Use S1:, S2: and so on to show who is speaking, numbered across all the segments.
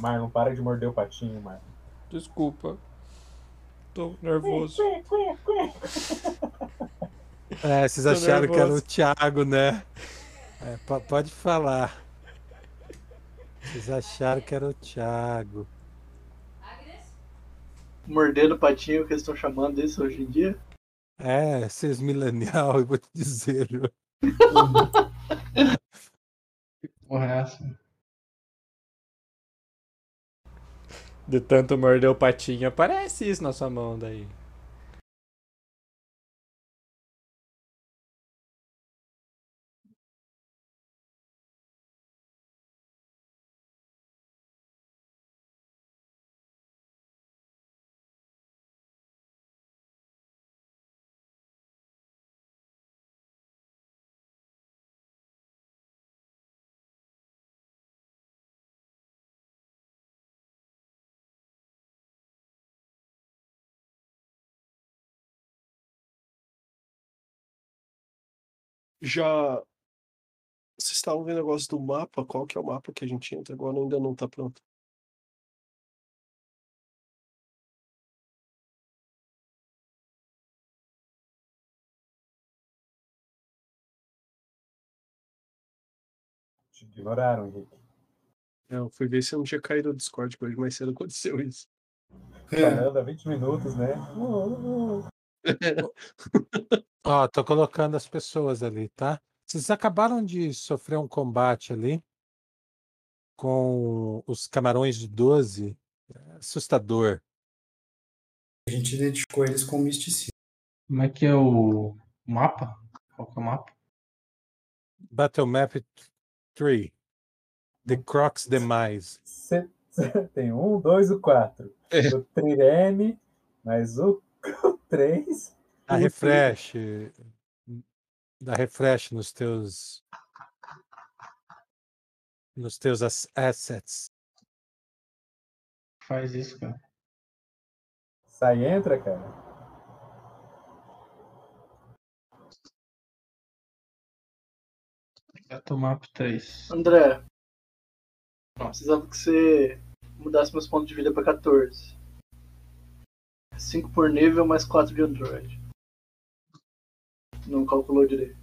S1: Marlon, para de morder o patinho, Marlon.
S2: Desculpa. Tô nervoso.
S3: É, vocês
S2: Tô
S3: acharam que era o
S2: nervoso.
S3: Thiago, né? É, po- pode falar. Vocês acharam que era o Thiago.
S4: Mordendo o patinho que eles estão chamando isso hoje em dia.
S3: É, vocês milenial, eu vou te dizer. viu?
S5: Porra, é essa?
S2: De tanto morder o patinho, aparece isso na sua mão daí.
S6: Já. Vocês estavam vendo o negócio do mapa? Qual que é o mapa que a gente entra agora? Ainda não tá pronto.
S1: Te ignoraram, Henrique.
S6: É, Eu fui ver se eu não tinha caído no Discord hoje, mas cedo aconteceu isso.
S5: É.
S1: Falando há 20 minutos, né? Uh, uh, uh.
S3: Ó, tô colocando as pessoas ali, tá? Vocês acabaram de sofrer um combate ali com os camarões de 12. É Assustador.
S7: A gente identificou eles com misticismo.
S5: Como é que é o mapa? Qual que é o mapa?
S3: Battle Map 3. The Crocs Demise.
S1: Cê- cê tem um, dois, o quatro.
S6: É.
S1: O 3M, mais o 3.
S3: Dá
S1: Uhum.
S3: refresh. Dá refresh nos teus. Nos teus as- assets.
S5: Faz isso, cara.
S1: Sai e entra, cara.
S5: Gato mapa 3.
S4: André,
S5: Não.
S4: precisava que você mudasse meus pontos de vida pra 14. 5 por nível, mais 4 de Android. Não calculou direito.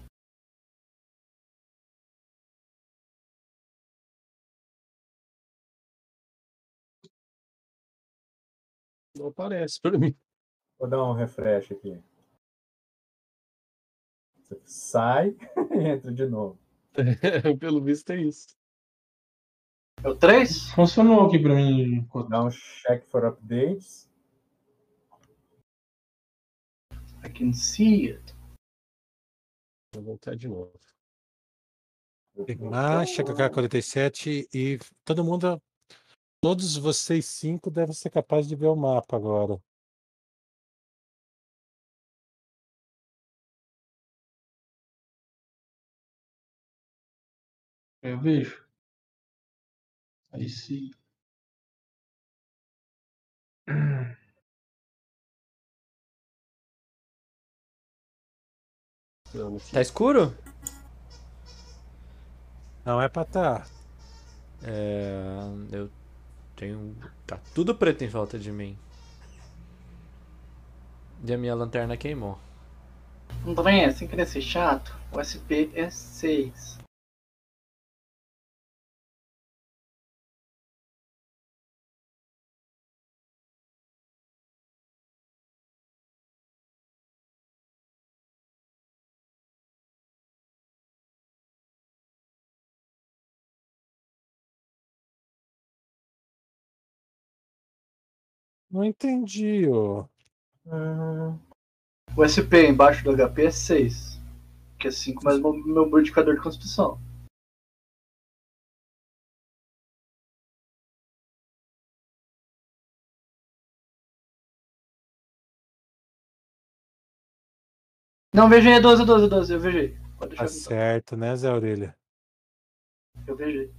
S6: Não aparece pra mim.
S1: Vou dar um refresh aqui. Você sai e entra de novo.
S6: Pelo visto é isso.
S4: É o 3?
S5: Funcionou aqui pra mim. enquanto-
S1: Dá um check for updates.
S4: I can see it.
S6: Vou voltar de novo.
S3: Pigmar, XKK47 e todo mundo. Todos vocês cinco devem ser capazes de ver o mapa agora.
S5: Eu vejo. Aí sim.
S6: Não, aqui.
S2: Tá escuro?
S3: Não é pra tá.
S2: É. Eu tenho. Tá tudo preto em volta de mim. E a minha lanterna queimou.
S4: André, sem querer ser chato, o SP é 6.
S3: Não entendi, ô. Tá
S1: Ah,
S4: O SP embaixo do HP é 6. Que é 5 mais meu, meu modificador de constituição. Não, VG é 12, 12, 12, eu VG. Pode
S3: Tá
S4: deixar que
S3: certo, né, Zé Orelha?
S4: eu VG.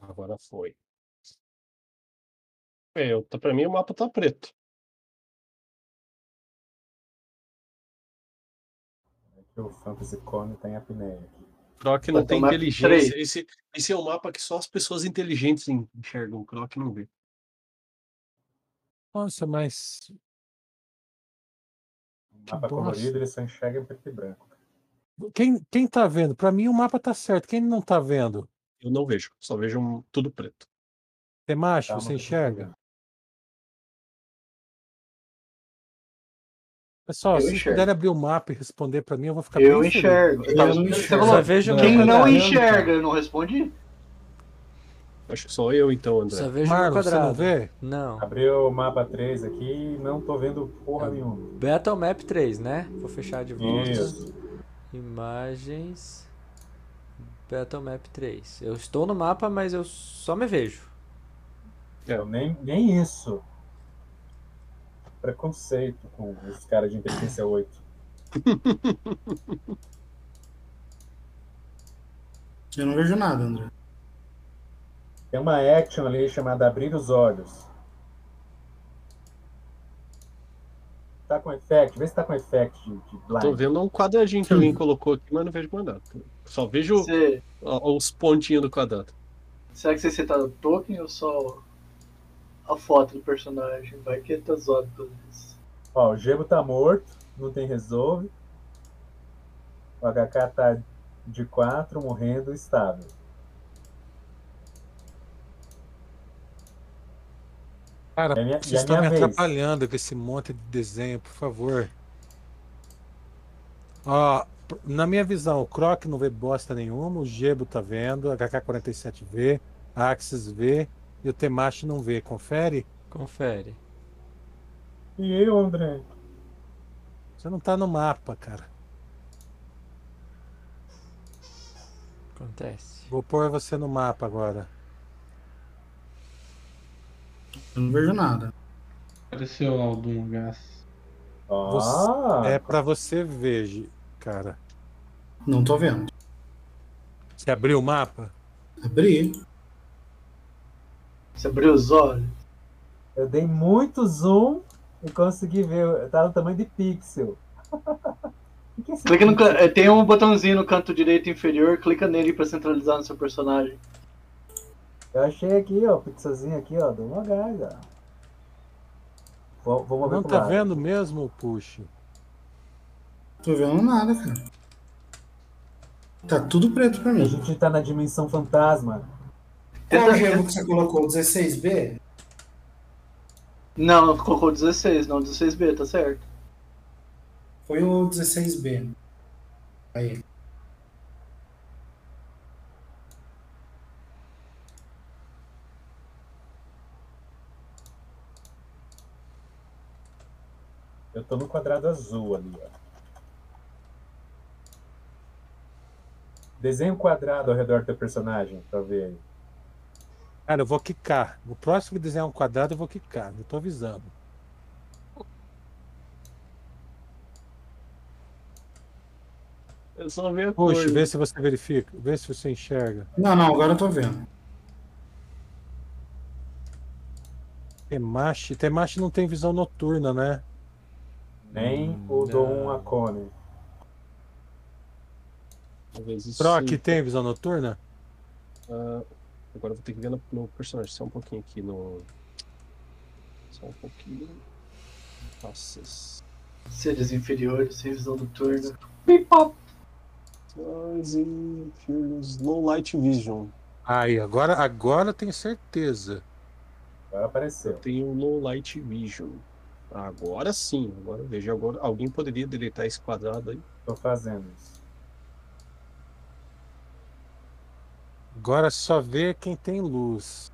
S6: Agora foi. Eu, tá, pra mim o mapa tá preto.
S1: É que o Fantasy Cone tem apneia aqui.
S6: Croc não
S4: Tá,
S6: tem
S4: mapa
S6: inteligência.
S4: três.
S6: Esse, esse é um mapa que só as pessoas inteligentes en- enxergam. O Croc não vê.
S3: Nossa, mas
S1: Mapa
S3: bosta.
S1: colorido, ele só enxerga em preto e branco.
S3: quem, quem tá vendo? Pra mim o mapa tá certo. Quem não tá vendo?
S6: Eu não vejo. Só vejo um- tudo preto.
S3: Temacho,
S1: Calma,
S3: você
S1: que eu tô
S3: enxerga?
S1: vendo.
S3: Pessoal,
S4: Eu
S3: se vocês
S4: enxergo.
S3: puderem abrir o mapa e responder pra mim, eu vou ficar
S4: Eu
S3: Tá bem feliz.
S4: enxergo.
S7: Eu
S4: Tava-
S7: não
S4: você
S7: enxergo.
S2: Só
S4: falou,
S2: vejo
S4: Quem
S2: no
S4: não
S2: quadrado.
S4: enxerga, eu não respondi?
S6: Acho que só eu então, André.
S2: Só vejo no
S3: Marlon, você não
S2: quadrado.
S3: vê?
S2: Não.
S1: Abriu o mapa 3 aqui e não tô vendo porra
S2: Eu-
S1: nenhuma.
S2: Battle Map 3, né? Vou fechar de volta.
S1: Isso.
S2: Imagens. Battle Map 3. Eu estou no mapa, mas eu só me vejo.
S1: É, Eu nem, nem isso. Preconceito com esse cara de inteligência 8.
S7: Eu não vejo nada, André.
S1: Tem uma action ali chamada Abrir os Olhos. Tá com effect? Vê se tá com effect de, de blind.
S6: Tô vendo um quadradinho que alguém colocou aqui, mas não vejo mais nada. Só vejo
S4: Você-
S6: ó, os pontinhos do quadrado.
S4: será que você cita o token ou só a foto do personagem? Vai que ele tá zoado tudo isso.
S1: Ó, o Gebo tá morto, não tem resolve. O HK tá de 4, morrendo, estável.
S3: Cara,
S1: É minha-
S3: vocês
S1: é minha
S3: estão me
S1: vez.
S3: atrapalhando com esse monte de desenho, por favor. Ó, p- na minha visão, o Croc não vê bosta nenhuma, o Gebo tá vendo, a HK47 vê, a Axis vê e o Temashi não vê. Confere?
S2: Confere.
S1: E eu, André?
S3: Você não tá no mapa, cara.
S2: Acontece.
S3: Vou pôr você no mapa agora.
S7: Eu não vejo nada.
S5: Apareceu algum gás.
S1: Ó,
S3: É pra você ver, Gi- cara.
S7: Não tô vendo.
S3: Você abriu o mapa?
S7: Abri.
S4: Você abriu os olhos?
S1: eu dei muito zoom e consegui ver. Tá no tamanho de pixel. O que é esse
S4: Clica no,
S1: pixel?
S4: can- eh, tem um botãozinho no canto direito inferior, clica nele pra centralizar no seu personagem.
S1: Eu achei aqui, ó, o pixelzinho aqui, ó, deu uma gás, ó. Vou, vou mover
S3: Não
S1: pro
S3: tá
S1: lado.
S3: vendo mesmo, Puxo?
S7: Tô vendo nada, cara. Tá tudo preto pra
S1: A
S7: mim.
S1: gente tá na dimensão fantasma.
S7: Qual
S4: Tenta-
S7: o um gelo que você colocou? 16B?
S4: Não, colocou 16, não 16B, tá certo.
S7: Foi o 16B. Aí.
S1: Eu tô no quadrado azul ali, ó. Desenhe um quadrado ao redor do teu personagem, pra ver aí.
S3: Cara, eu vou quicar. O próximo que desenhar um quadrado, eu vou quicar. Eu tô avisando.
S6: Eu só vejo a cor.
S3: Puxa, vê se você verifica, vê se você enxerga.
S7: Não, não, agora eu tô vendo.
S3: Temashi, Temashi não tem visão noturna, né?
S1: Nem
S2: Hum,
S1: o Dom
S2: não.
S1: Akone.
S6: Talvez isso
S3: Proc
S6: sim.
S3: tem visão noturna?
S6: Ah, agora eu vou ter que ver no, no personagem. Só um pouquinho aqui no. Só um pouquinho. Nossa.
S4: Seres inferiores, sem visão do turno.
S6: Stars in Furious Low Light Vision.
S3: Aí, agora, agora eu tenho certeza.
S1: Agora apareceu.
S6: Tem o Low Light Vision. Agora sim, agora eu vejo. Agora, alguém poderia deletar esse quadrado aí?
S1: Tô fazendo isso.
S3: Agora só vê quem tem luz.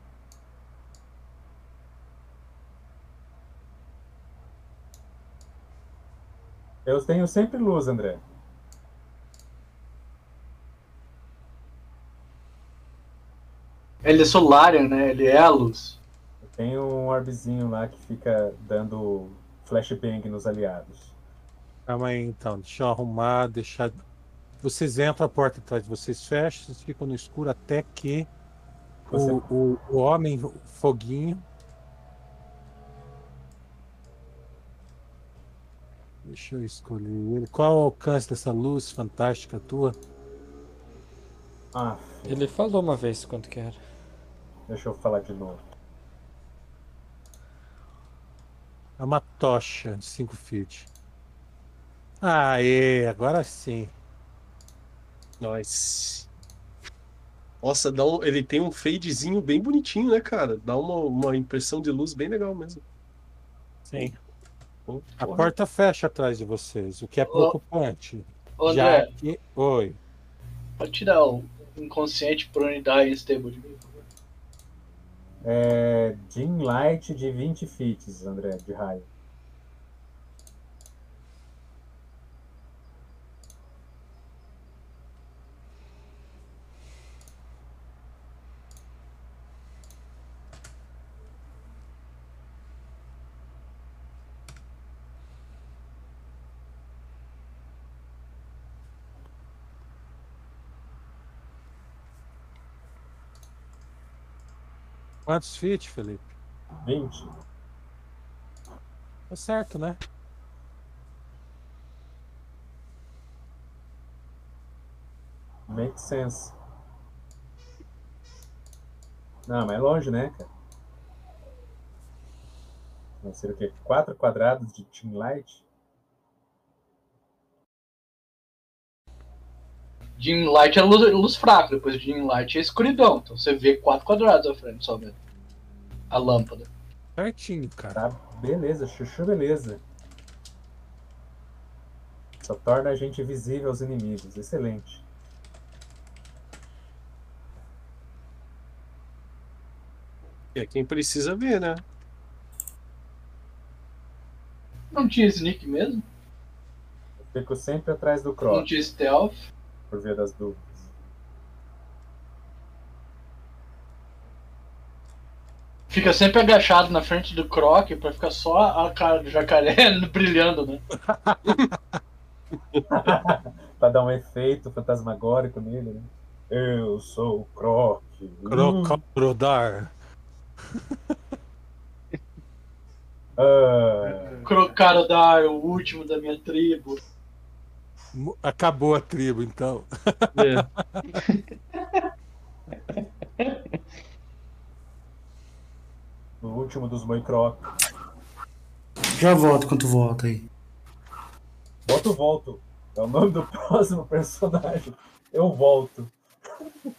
S1: Eu tenho sempre luz, André.
S4: Ele é Solarian, né? Ele é a luz.
S1: Eu tenho um orbezinho lá que fica dando flashbang nos aliados.
S3: Calma aí então, deixa eu arrumar, deixar. Vocês entram, a porta atrás de vocês fecha, vocês ficam no escuro até que
S1: Você-
S3: O, o, o homem o foguinho. Deixa eu escolher ele. Qual é o alcance dessa luz fantástica tua?
S1: Ah,
S2: Ele falou uma vez quanto que era.
S1: deixa eu falar de novo.
S3: É uma tocha de 5 feet. Aê, agora sim.
S6: Nice. Nossa, dá um- ele tem um fadezinho bem bonitinho, né, cara? Dá uma, uma impressão de luz bem legal mesmo.
S3: Sim.
S6: Pô,
S3: A
S6: porra.
S3: porta fecha atrás de vocês, o que é preocupante.
S4: Ô,
S3: Já
S4: André,
S3: que... Oi.
S4: pode tirar o inconsciente por unidade stable de mim.
S1: É, Jean Light de 20 feats, André, de raio.
S3: Quantos feet, Felipe?
S1: 20.
S3: Tá certo, né?
S1: Make sense. Não, mas é longe, né, cara? Vai ser o quê? 4 quadrados de Team Light?
S4: Dim light é luz, luz fraca, depois dim light é escuridão. Então você vê quatro quadrados à frente só mesmo. A lâmpada.
S3: Certinho, cara.
S1: Tá, beleza, chuchu, beleza. Só torna a gente visível aos inimigos. Excelente.
S6: É quem precisa ver, né?
S4: Não tinha sneak mesmo?
S1: Eu fico sempre atrás do
S4: Não
S1: Croc,
S4: tinha stealth?
S1: por via das dúvidas.
S4: Fica sempre agachado na frente do croc pra ficar só a cara do jacaré brilhando, né?
S1: Pra dar um efeito fantasmagórico nele, né? Eu sou o Croc.
S3: Crocodrodar.
S1: Ah,
S4: Crocarodar, o último da minha tribo.
S3: Mu- Acabou a tribo, então.
S6: É.
S1: o último dos Moi Croc.
S7: Já volto quando tu volta aí.
S1: Volto, volto. É o nome do próximo personagem. Eu volto.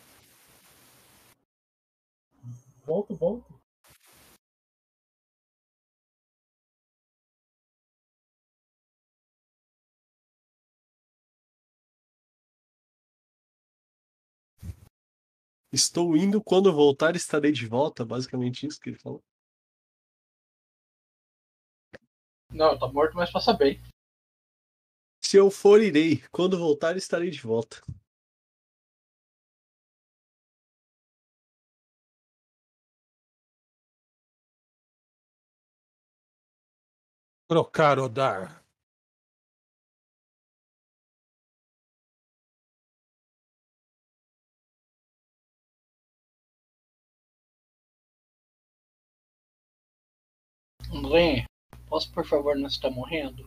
S1: Volto, volto.
S6: Estou indo, quando voltar estarei de volta. Basicamente isso que ele falou.
S4: Não, tá morto, mas passa bem.
S6: Se eu for, irei. Quando voltar, estarei de volta.
S3: Crocarodar.
S4: André, Um posso por favor não estar morrendo?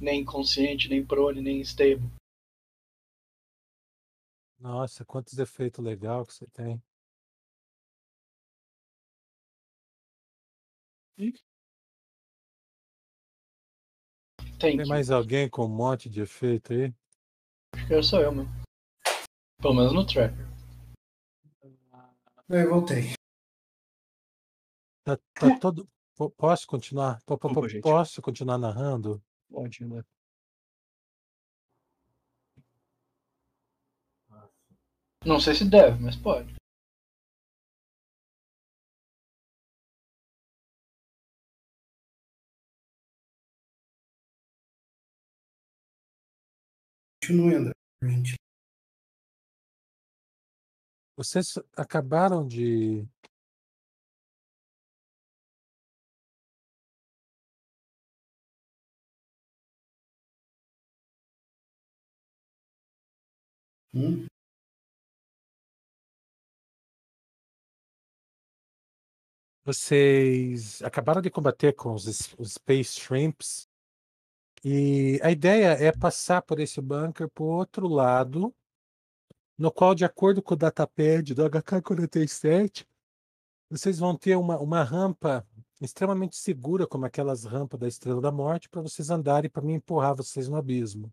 S4: Nem inconsciente, nem prone, nem stable.
S3: Nossa, quantos efeitos legais que você tem.
S4: Tem
S3: Tem mais alguém com um monte de efeito aí?
S4: Eu sou eu, mano. Pelo menos no tracker.
S7: Aí voltei.
S3: Tá, tá todo. po- Posso continuar? Po- po- po-
S6: Desculpa, gente.
S3: posso continuar narrando?
S6: Pode, né?
S4: Não sei se deve, mas pode.
S7: Continue, André. Gente.
S3: Vocês acabaram de.
S7: Hum?
S3: Vocês acabaram de combater com os, es- os Space Shrimps. E a ideia é passar por esse bunker para outro lado, no qual, de acordo com o datapad do HK-47, vocês vão ter uma, uma rampa extremamente segura, como aquelas rampas da Estrela da Morte, para vocês andarem para mim empurrar vocês no abismo.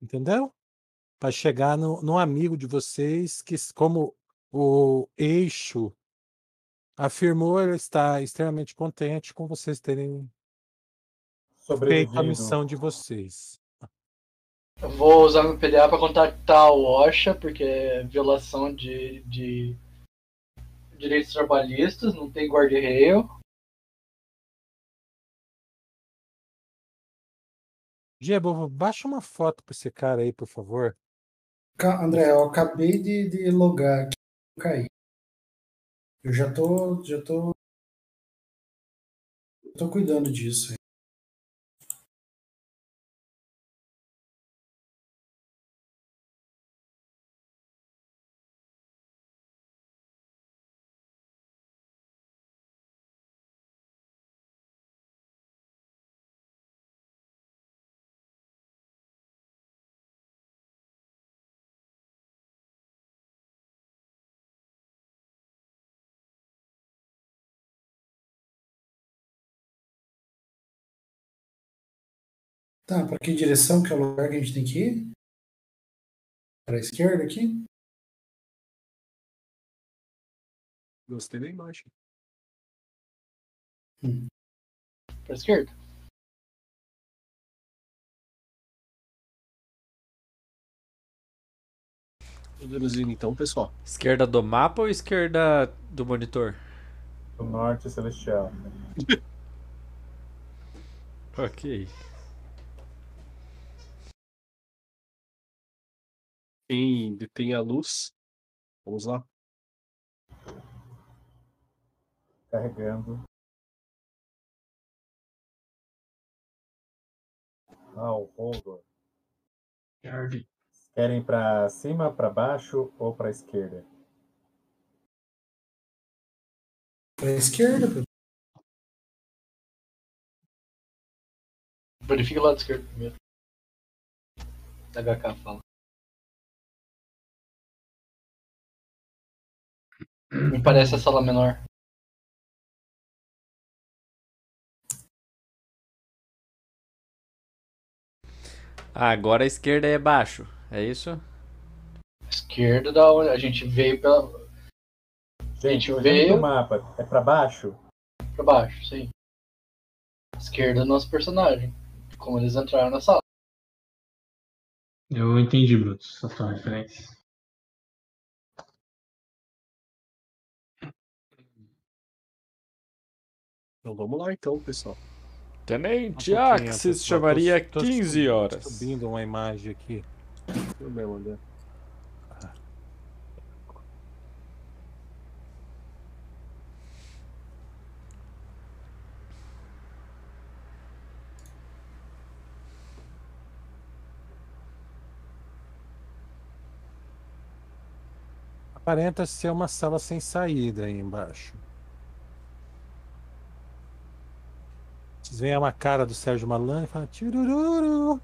S3: Entendeu? para chegar no, num amigo de vocês que, s- como o eixo afirmou, ele está extremamente contente com vocês terem feito a missão de vocês.
S4: Eu vou usar meu PDA pra contactar o OSHA, porque é violação de, de direitos trabalhistas, não tem guarda-rail.
S3: Diego, baixa uma foto para esse cara aí, por favor.
S7: Ca- André, eu acabei de, de logar aqui, eu caí. Eu já tô, já tô, eu tô cuidando disso. aí. Tá, pra que direção que é o lugar que a gente tem que ir? Pra esquerda aqui?
S6: Gostei da imagem.
S4: Pra esquerda.
S6: Introduzindo então, pessoal.
S2: Esquerda do mapa ou esquerda do monitor?
S1: Do norte celestial.
S2: Ok.
S6: Quem detém a luz, vamos lá.
S1: Carregando. Ah, o Holdor.
S5: Jardim.
S1: Querem pra cima, pra baixo ou pra esquerda?
S7: Pra esquerda, pô.
S4: Verifique o lado esquerdo primeiro. HK fala. Me parece a sala menor.
S2: Ah, agora a esquerda é baixo. É isso?
S4: Esquerda da onde a gente veio pra,
S1: Gente,
S4: Gente,
S1: olhando
S4: veio-
S1: pro mapa, é pra baixo?
S4: pra baixo, sim. Esquerda do nosso personagem. Como eles entraram na sala.
S5: Eu entendi, Bruto, essa tua referência.
S6: Então vamos lá então, pessoal.
S2: Tenente ah,
S3: Um pouquinho, pessoal, tô- tô subindo- Subindo uma imagem aqui.
S6: Problema, né?
S3: Aparenta ser uma sala sem saída aí embaixo. Vocês veem uma cara do Sérgio Malan e falam tirururu.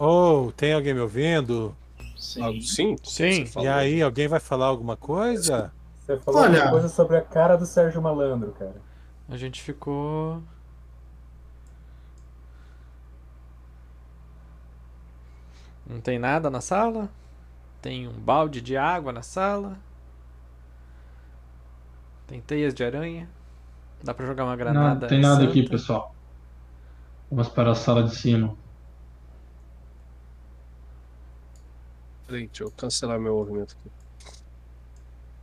S3: Oh, tem alguém me ouvindo?
S4: Sim.
S6: Ah, sim?
S2: Sim.
S6: Você
S3: E
S6: falou.
S3: aí, alguém vai falar alguma coisa?
S1: Você falou
S7: Olha-
S1: alguma coisa sobre a cara do Sérgio Malandro, cara.
S2: A gente ficou. Não tem nada na sala? Tem um balde de água na sala? Tem teias de aranha? Dá pra jogar uma granada?
S5: Não tem nada aqui,
S2: santa?
S5: pessoal. Vamos para a sala de cima.
S6: Peraí, deixa eu cancelar meu movimento aqui.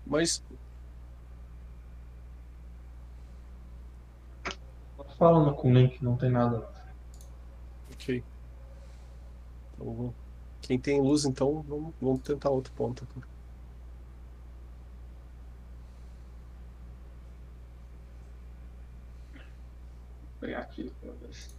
S6: Mas
S5: Falando com o Link, não tem nada.
S6: Ok. Então, vamos- quem tem luz, então, vamos, vamos tentar outro ponto aqui.
S5: Vou pegar aqui, meu Deus.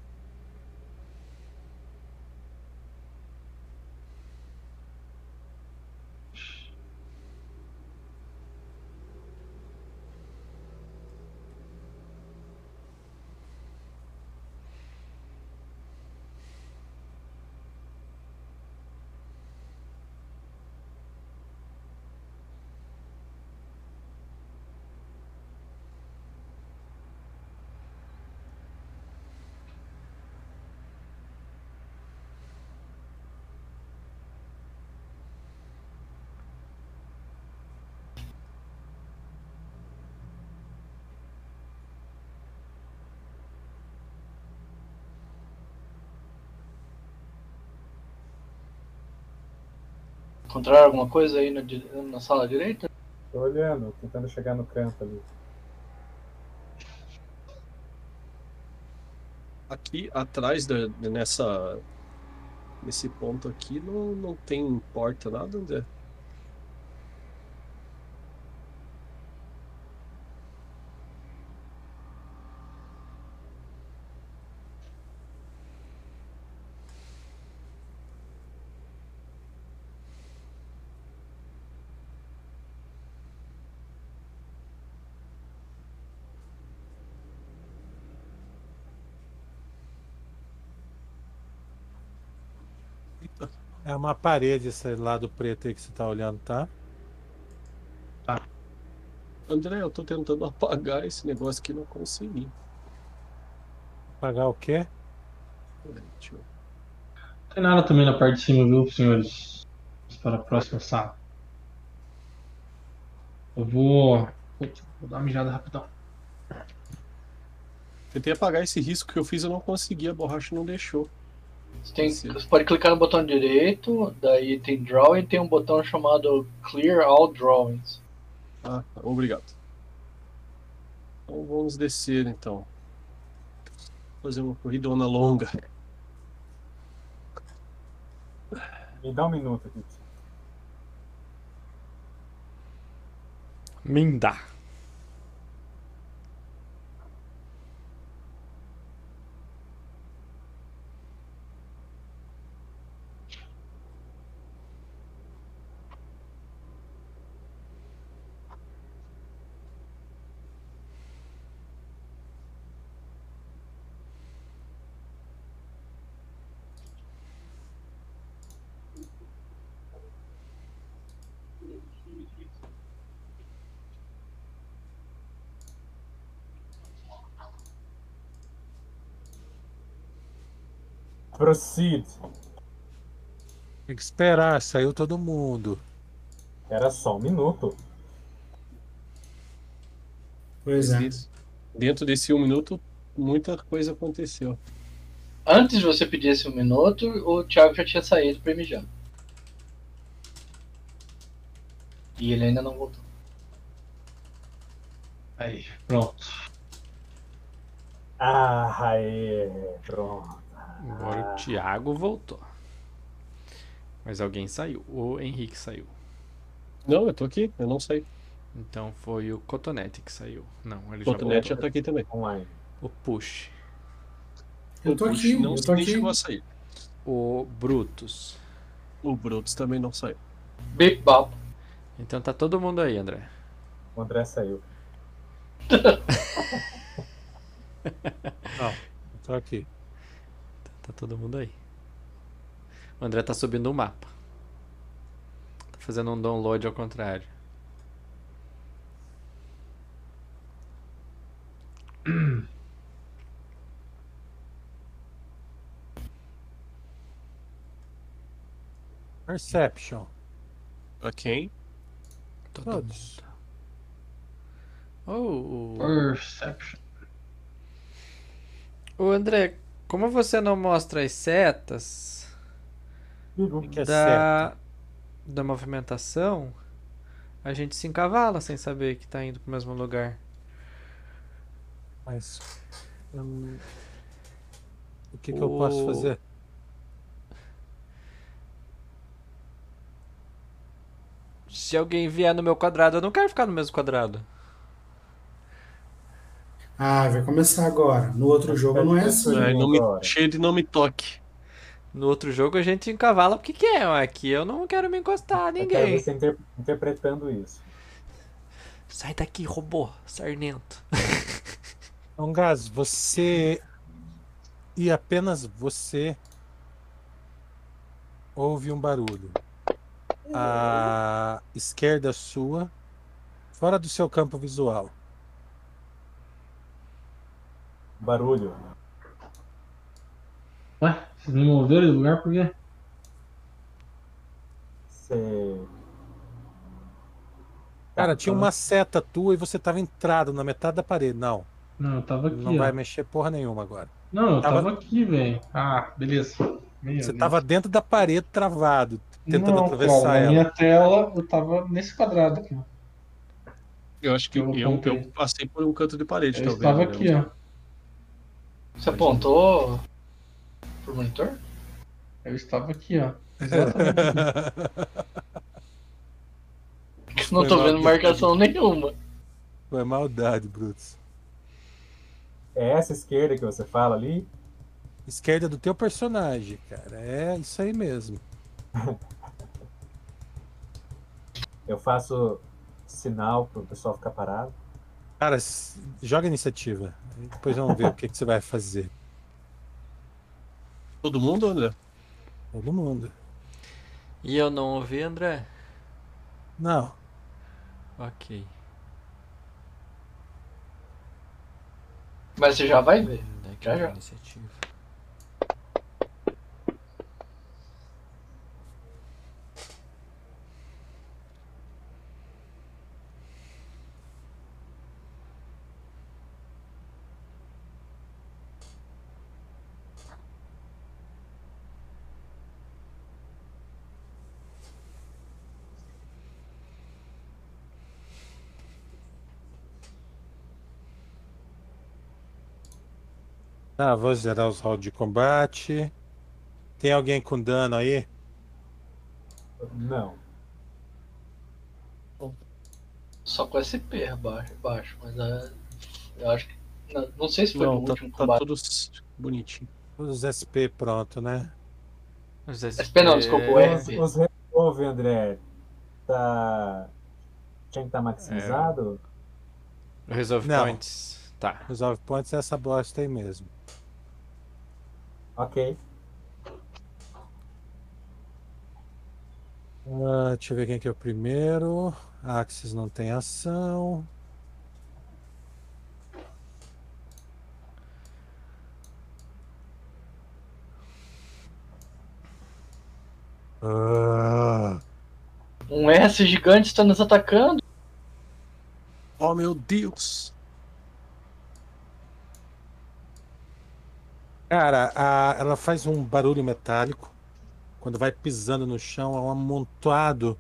S4: Encontraram alguma coisa aí na, di- na sala direita?
S1: Tô olhando, tentando chegar no canto ali.
S6: Aqui atrás, da, nessa, nesse ponto aqui, não, não tem porta, nada, André?
S3: É uma parede esse lado preto aí que você tá olhando, tá?
S6: André, eu tô tentando apagar esse negócio aqui, não consegui.
S3: Pagar o quê?
S6: Peraí, deixa eu-
S5: Não tem nada também na parte de cima, viu, senhores? Vamos para a próxima sala. Eu vou. Putz, Vou dar uma mijada rapidão.
S6: Tentei apagar esse risco que eu fiz, eu não consegui, a borracha não deixou.
S4: Você, tem,
S6: Sim.
S4: você pode clicar no botão direito, daí tem Drawing, tem um botão chamado Clear All Drawings.
S6: Ah, tá, obrigado. Então vamos descer então. Fazer uma corridona longa.
S1: Me dá um minuto aqui.
S2: Minda.
S1: Proceed.
S3: Tem que esperar, saiu todo mundo.
S1: Era só um minuto.
S7: Pois é.
S6: Dentro desse um minuto, muita coisa aconteceu.
S4: Antes de você pedir esse um minuto, o Thiago já tinha saído pra mijar. E ele ainda não voltou.
S5: Aí, pronto.
S1: Ah, é. Pronto.
S2: Agora o Thiago voltou. Mas alguém saiu. O Henrique saiu.
S6: Não, eu tô aqui, eu não saí.
S2: Então foi o Cotonete que saiu. Não, ele
S6: O
S2: já
S6: Cotonete já
S2: voltou.
S6: tá aqui também.
S1: Online.
S2: O Push.
S7: Eu tô
S6: O Push
S7: aqui,
S6: não
S7: eu tô
S6: nem
S7: aqui.
S6: chegou a sair.
S2: O Brutus.
S6: O Brutus também não saiu.
S4: Bip bap.
S2: Então tá todo mundo aí, André.
S1: O André saiu.
S3: Eu tô aqui.
S2: Tá todo mundo aí. O André tá subindo o mapa. Tá fazendo um download ao contrário.
S3: Perception.
S6: Pra quem?
S2: Todo
S3: Todos.
S2: mundo. Oh,
S5: Perception.
S2: o... o André, como você não mostra as setas,
S1: Digo,
S3: O que é
S2: dá, da movimentação, a gente se encavala sem saber que tá indo pro mesmo lugar.
S3: Mas. hum, o que, que eu posso
S2: O-
S3: fazer?
S2: Se alguém vier no meu quadrado, eu não quero ficar no mesmo quadrado.
S7: Ah, vai começar agora. No outro jogo não é assim.
S1: Não,
S6: Ai, não me-
S1: agora.
S6: cheio de não me toque.
S2: No outro jogo a gente encavala porque quer, mas aqui eu não quero me encostar a
S1: Eu quero ver
S2: ninguém.
S1: você inter- interpretando isso.
S2: Sai daqui, robô, sarnento.
S3: Então, Gás, você e apenas você ouve um barulho.
S2: Uhum.
S3: À esquerda sua, fora do seu campo visual.
S1: Barulho.
S5: Ué, vocês me moveram do lugar por quê?
S1: Você.
S2: Tá,
S3: Cara, tinha uma seta tua e você tava entrado na metade da parede. Não,
S5: Não, eu tava aqui.
S3: não vai
S5: ó.
S3: mexer porra nenhuma agora.
S5: Não, eu
S3: Tava-
S5: tava aqui, velho. Ah, beleza. Meu
S3: Você
S5: Deus.
S3: tava dentro da parede travado, tentando
S5: Não,
S3: atravessar
S5: cara,
S3: ela.
S5: Na minha tela, eu tava nesse quadrado aqui. ó.
S6: Eu acho que eu,
S5: Eu
S6: eu,
S5: comprei.
S6: eu passei por um canto de parede,
S5: Eu
S6: talvez.
S5: estava
S6: né?
S5: aqui, ó.
S4: Você apontou pro monitor?
S5: Eu estava aqui, ó.
S4: Não tô vendo marcação nenhuma.
S3: Foi maldade, Brutus.
S1: É essa esquerda que você fala ali?
S3: Esquerda é do teu personagem, cara. É isso aí mesmo.
S1: Eu faço sinal pro pessoal ficar parado.
S3: Cara, s- joga iniciativa. Aí Depois vamos ver o que, que você vai fazer.
S6: Todo mundo, André?
S3: Todo mundo.
S2: E eu não ouvi, André?
S3: Não.
S2: Ok.
S4: Mas você já vai ver.
S6: É
S4: Já, já.
S2: Iniciativa.
S3: Tá, vou zerar os rounds de combate. Tem alguém com dano aí?
S1: Não.
S4: Só com SP abaixo, baixo, mas ah, eu acho que. Não, não sei se foi
S6: Não,
S4: no
S6: tá,
S4: último
S6: tá
S4: combate.
S6: tudo bonitinho.
S3: Os SP pronto, né?
S2: Os
S4: SP não, desculpa, o
S2: É,
S1: Os, os resolve, André. Tá. Tinha que estar maximizado?
S2: Resolve
S3: Não.
S2: points. Tá.
S3: Resolve pontos é essa bosta aí mesmo. É.
S1: Ok.
S3: Ah, deixa eu ver quem que é o primeiro. Axis não tem ação. Ah.
S4: Um S gigante está nos atacando.
S6: Oh, meu Deus!
S3: Cara, a- ela faz um barulho metálico quando vai pisando no chão, é um amontoado.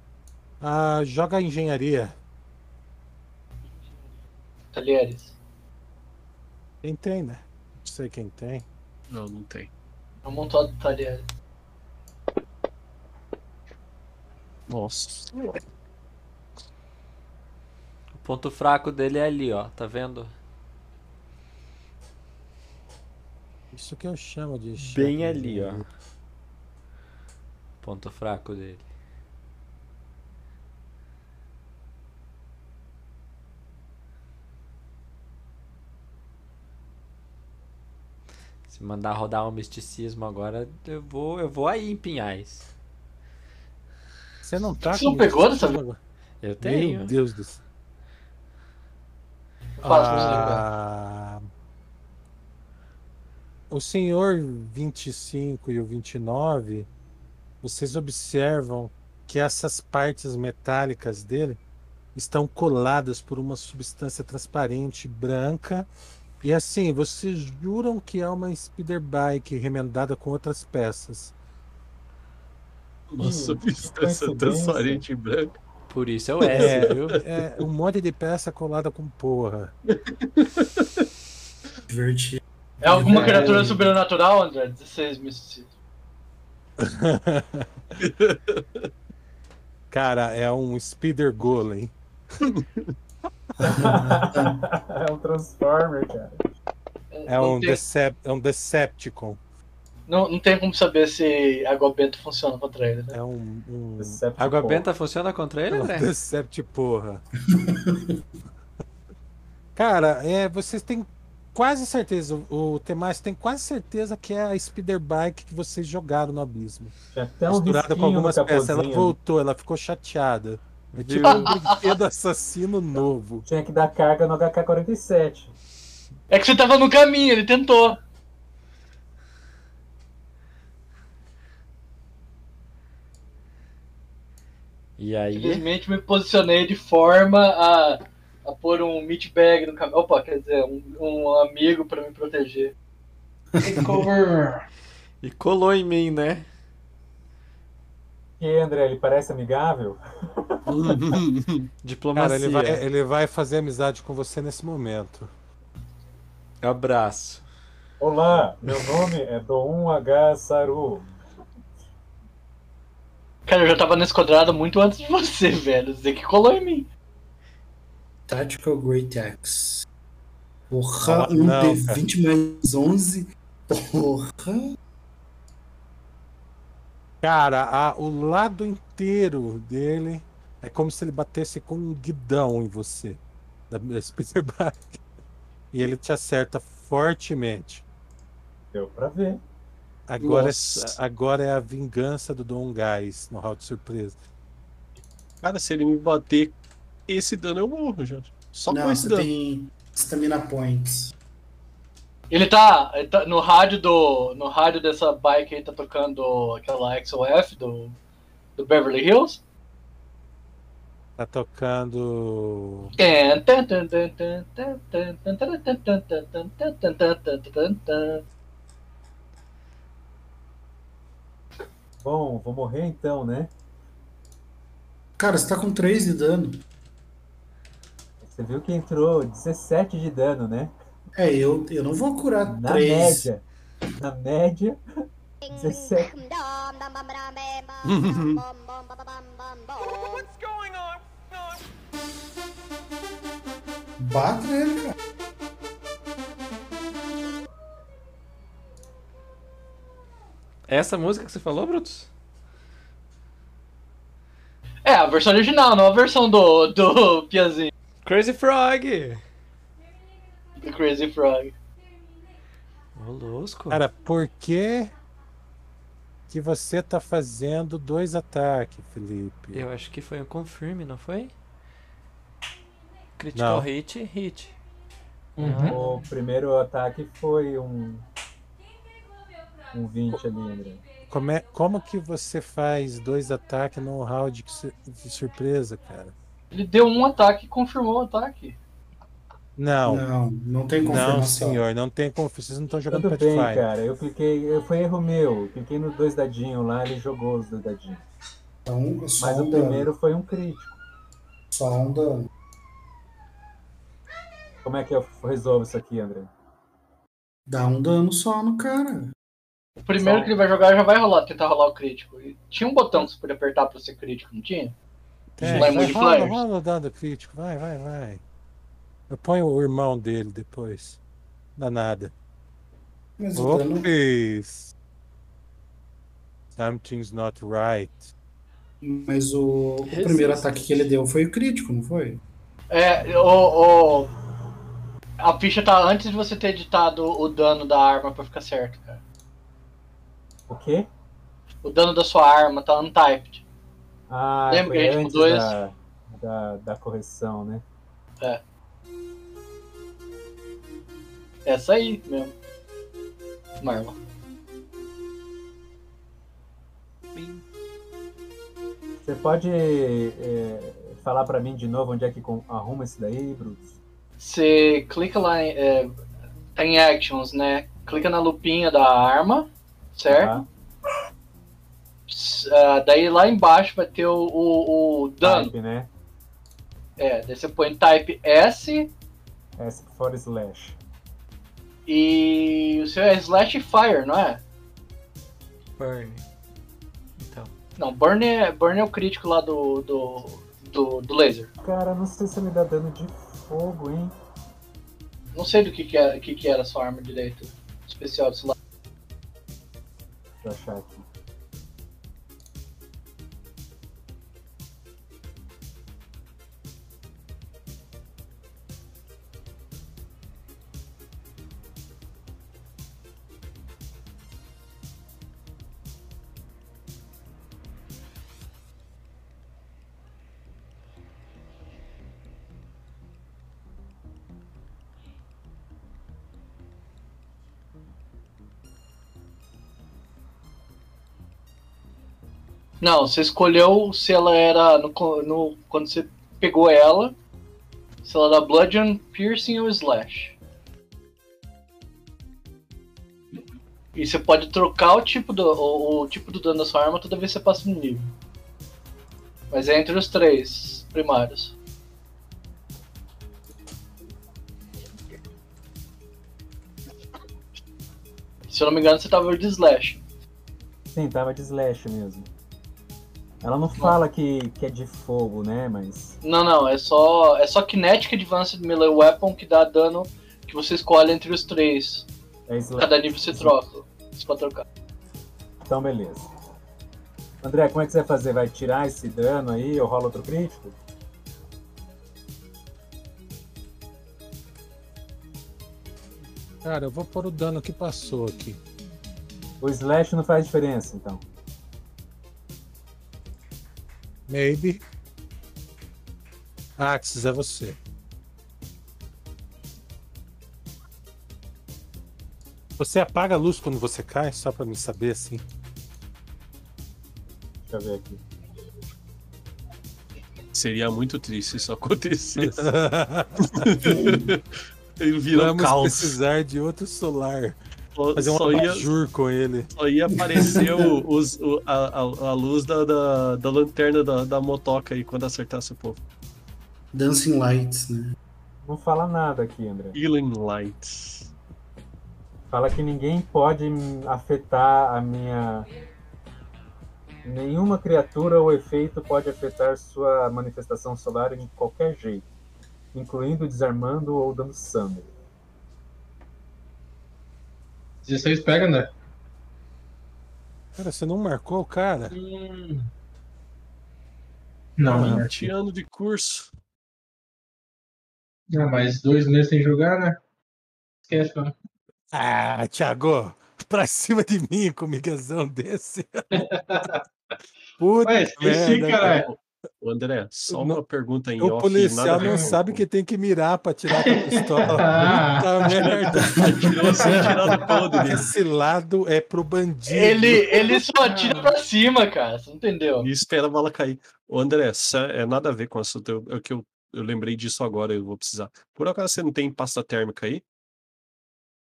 S3: Ah, joga a engenharia.
S4: Talheres.
S3: Quem tem, né? Não sei quem tem.
S6: Não, não tem.
S4: Um montado de talheres.
S6: Nossa.
S2: O ponto fraco dele é ali, ó. Tá vendo?
S3: Isso que eu chamo de
S2: Bem
S3: enxerga
S2: ali, ó.
S3: engenharia.
S2: Ponto fraco dele. Se mandar rodar um misticismo agora, eu vou, eu vou aí em Pinhais.
S3: Você não tá
S4: Você
S3: com
S4: não pegou dessa
S3: misticismo agora?
S2: Eu
S3: Meu
S2: tenho.
S3: Deus do céu.
S4: Fala pra
S3: Ah, o senhor 25 e o 29, vocês observam que essas partes metálicas dele estão coladas por uma substância transparente branca. E assim, vocês juram que é uma speeder bike remendada com outras peças.
S6: Nossa vista, essa
S1: coincidência.
S6: transparente e
S3: né?
S6: branca.
S2: Por isso é o S,
S3: É,
S2: viu?
S3: é um monte de peça colada com porra.
S7: Divertido.
S4: É alguma
S5: É.
S4: criatura sobrenatural, André? 16 misticismo.
S3: Cara, é um speeder golem.
S1: é um Transformer, cara.
S3: É
S4: não,
S3: um,
S4: tem,
S3: decep é um Decepticon.
S4: não, não tem como saber se água benta funciona contra ele, né?
S3: É um. um...
S1: Decepticon.
S2: Água benta funciona contra ele,
S3: É um
S2: André?
S3: Decept porra. Cara, é, vocês têm quase certeza, o, o Temás tem quase certeza que é a speeder bike que vocês jogaram no abismo.
S1: Tinha até um
S3: misturada com
S1: risquinho
S3: algumas
S1: no
S3: peças. Ela
S1: capozinho.
S3: voltou, ela ficou chateada.
S2: Viu?
S3: É tipo um brinquedo assassino novo.
S1: Tinha que dar carga no HK-47.
S4: É que você tava no caminho, ele tentou.
S2: E aí,
S4: Infelizmente me posicionei de forma a, a pôr um meat bag no caminho. Opa, quer dizer, um, um amigo pra me proteger.
S5: Takeover.
S2: e colou em mim, né?
S1: E aí, André, ele parece amigável?
S3: Cara,
S2: Diplomacia.
S3: ele vai, é, ele vai fazer amizade com você nesse momento.
S2: Abraço.
S1: Olá, meu nome é Dom H. Saru.
S4: Cara, eu já tava nesse quadrado muito antes de você, velho. Você que colou em mim.
S7: Tactical Great Axe. Porra,
S3: Não,
S7: um
S3: não,
S7: D20 mais 11. Porra.
S3: Cara, a- o lado inteiro dele é como se ele batesse com um guidão em você, da da Speeder Bike. E ele te acerta fortemente.
S1: Deu pra ver.
S3: Agora,
S6: Nossa.
S3: é, agora é a vingança do Dom Gás no round de surpresa.
S6: Cara, se ele me bater, esse dano eu morro já. Só
S7: não,
S6: com esse
S7: você
S6: dano.
S7: tem Stamina Points.
S4: Ele tá, ele tá no rádio do. No rádio dessa bike aí tá tocando aquela XOF do, do Beverly Hills.
S3: Tá tocando.
S1: Bom, vou morrer então, né?
S7: Cara, você tá com 3 de dano.
S1: Você viu que entrou 17 de dano, né?
S7: É, eu, eu não vou curar
S1: Na
S7: 3.
S1: média. Na média, 17.
S7: Bata ele, cara.
S2: É Essa música que você falou, Brutus?
S4: É, a versão original, não a versão do, do Piazinho,
S2: Crazy Frog!
S4: do Crazy Frog.
S2: Ô, louco.
S3: Cara, por que, que você tá fazendo dois ataques, Felipe?
S2: Eu acho que foi um confirme, não foi? Critical
S3: Não.
S2: hit, hit.
S5: Uhum.
S1: O primeiro ataque foi um. Um 20 ali, André.
S3: Como, é- como que você faz dois ataques num round de sur- de surpresa, cara?
S4: Ele deu um ataque e confirmou o ataque.
S3: Não.
S7: Não, não tem
S3: Não,
S7: confirmação.
S3: senhor, não tem como. Vocês não estão jogando
S1: Tudo bem,
S3: Pathfinder.
S1: cara. Eu cliquei. eu- Foi erro meu. Eu Cliquei nos dois dadinhos lá, ele jogou os dois dadinhos.
S7: Só um, só
S1: Mas
S7: um
S1: o
S7: dano.
S1: primeiro foi um crítico.
S7: Só um dano.
S1: Como é que eu resolvo isso aqui, André?
S7: Dá um dano só no cara.
S4: O primeiro
S1: Só-
S4: que ele vai jogar já vai rolar, tentar rolar o crítico. E tinha um botão que você podia apertar pra ser crítico, não tinha?
S3: É,
S4: Vai
S3: vai, rola,
S4: multipliers.
S3: rola o dado crítico, vai, vai, vai. Eu ponho o irmão dele depois. Danada.
S7: Mas o dano.
S3: Opis. Something's not right.
S7: Mas o, o
S2: Resistente.
S7: primeiro ataque que ele deu foi o crítico, não foi?
S4: É, o, o- A ficha tá antes de você ter editado o dano da arma pra ficar certo, cara.
S1: O quê?
S4: O dano da sua arma tá untyped.
S1: Ah,
S4: Lembra
S1: foi
S4: que a gente
S1: antes
S4: mudou
S1: da, da, da correção, né?
S4: É Essa aí mesmo. Marlon.
S1: Você pode é, falar pra mim de novo onde é que com- arruma isso daí, Brutus?
S4: Você clica lá em. É, tá em actions, né? Clica na lupinha da arma,
S1: Tá?
S4: certo? ah, daí lá embaixo vai ter o, o, o dano.
S1: Type, né?
S4: É, daí você põe type S
S1: S É, for slash.
S4: e o seu é slash fire, não é?
S2: Burn. Então.
S4: Não, burn é, burn é o crítico lá do, do, do, do laser.
S1: Cara, não sei se me dá dano de fogo, hein?
S4: Não sei do que que, era, que que era a sua arma direito especial desse lá.
S1: Deixa eu achar aqui.
S4: Não, você escolheu se ela era. No, co- no- quando você pegou ela, se ela era Bludgeon, Piercing ou Slash. E você pode trocar o tipo do, o, o tipo do dano da sua arma toda vez que você passa no nível. Mas é entre os três primários. Se eu não me engano, você tava de slash.
S1: Sim, tava de slash mesmo. Ela não fala que, que é de fogo, né? Mas.
S4: Não, não, é só é só Kinetic Advanced Melee Weapon que dá dano que você escolhe entre os três.
S1: É slash.
S4: Cada nível você troca. Você pode trocar.
S1: Então, beleza. André, como é que você vai fazer? Vai tirar esse dano aí ou rola outro crítico?
S3: Cara, eu vou pôr o dano que passou aqui.
S1: O slash não faz diferença, então.
S3: Maybe. Axis, é você. Você apaga a luz quando você cai, só pra me saber assim.
S1: Deixa eu ver aqui.
S6: Seria muito triste se isso acontecesse. Ele vira um
S3: Vamos
S6: caos.
S3: precisar de outro solar.
S6: Só,
S3: Fazer um
S6: só ia,
S3: abajur com ele.
S6: só ia aparecer o- os- o- a, a- a luz da, da- da lanterna da, da motoca aí quando acertasse o povo.
S7: Dancing Lights, né?
S1: Não fala nada aqui, André.
S6: Healing Lights.
S1: Fala que ninguém pode m- afetar a minha. Nenhuma criatura ou efeito pode afetar sua manifestação solar em qualquer jeito, incluindo desarmando ou dando sangue.
S5: 16 pega, André?
S3: Cara, você não marcou o cara?
S5: Não, André.
S6: 20 anos de curso.
S5: Ah, mas dois meses sem jogar, né? Esquece, mano.
S3: Ah, Thiago, pra cima de mim com um migazão desse. Puta
S5: Ué, esqueci,
S3: merda,
S5: caralho.
S6: Ô, André, só
S3: Não-
S6: uma pergunta em
S3: O
S6: off. nada a
S3: policial
S6: ver
S3: não
S6: com-
S3: sabe que tem que mirar pra tirar com a pistola.
S5: Ah.
S3: Puta merda.
S6: Tirou sem tirar do pau dele.
S3: Esse lado é pro bandido.
S4: Ele, ele só atira pra cima, cara. Você não entendeu?
S6: E espera a bala cair. Ô, André, sa- é nada a ver com o assunto. eu- É o que eu, eu lembrei disso agora, eu vou precisar. Por acaso você não tem pasta térmica aí?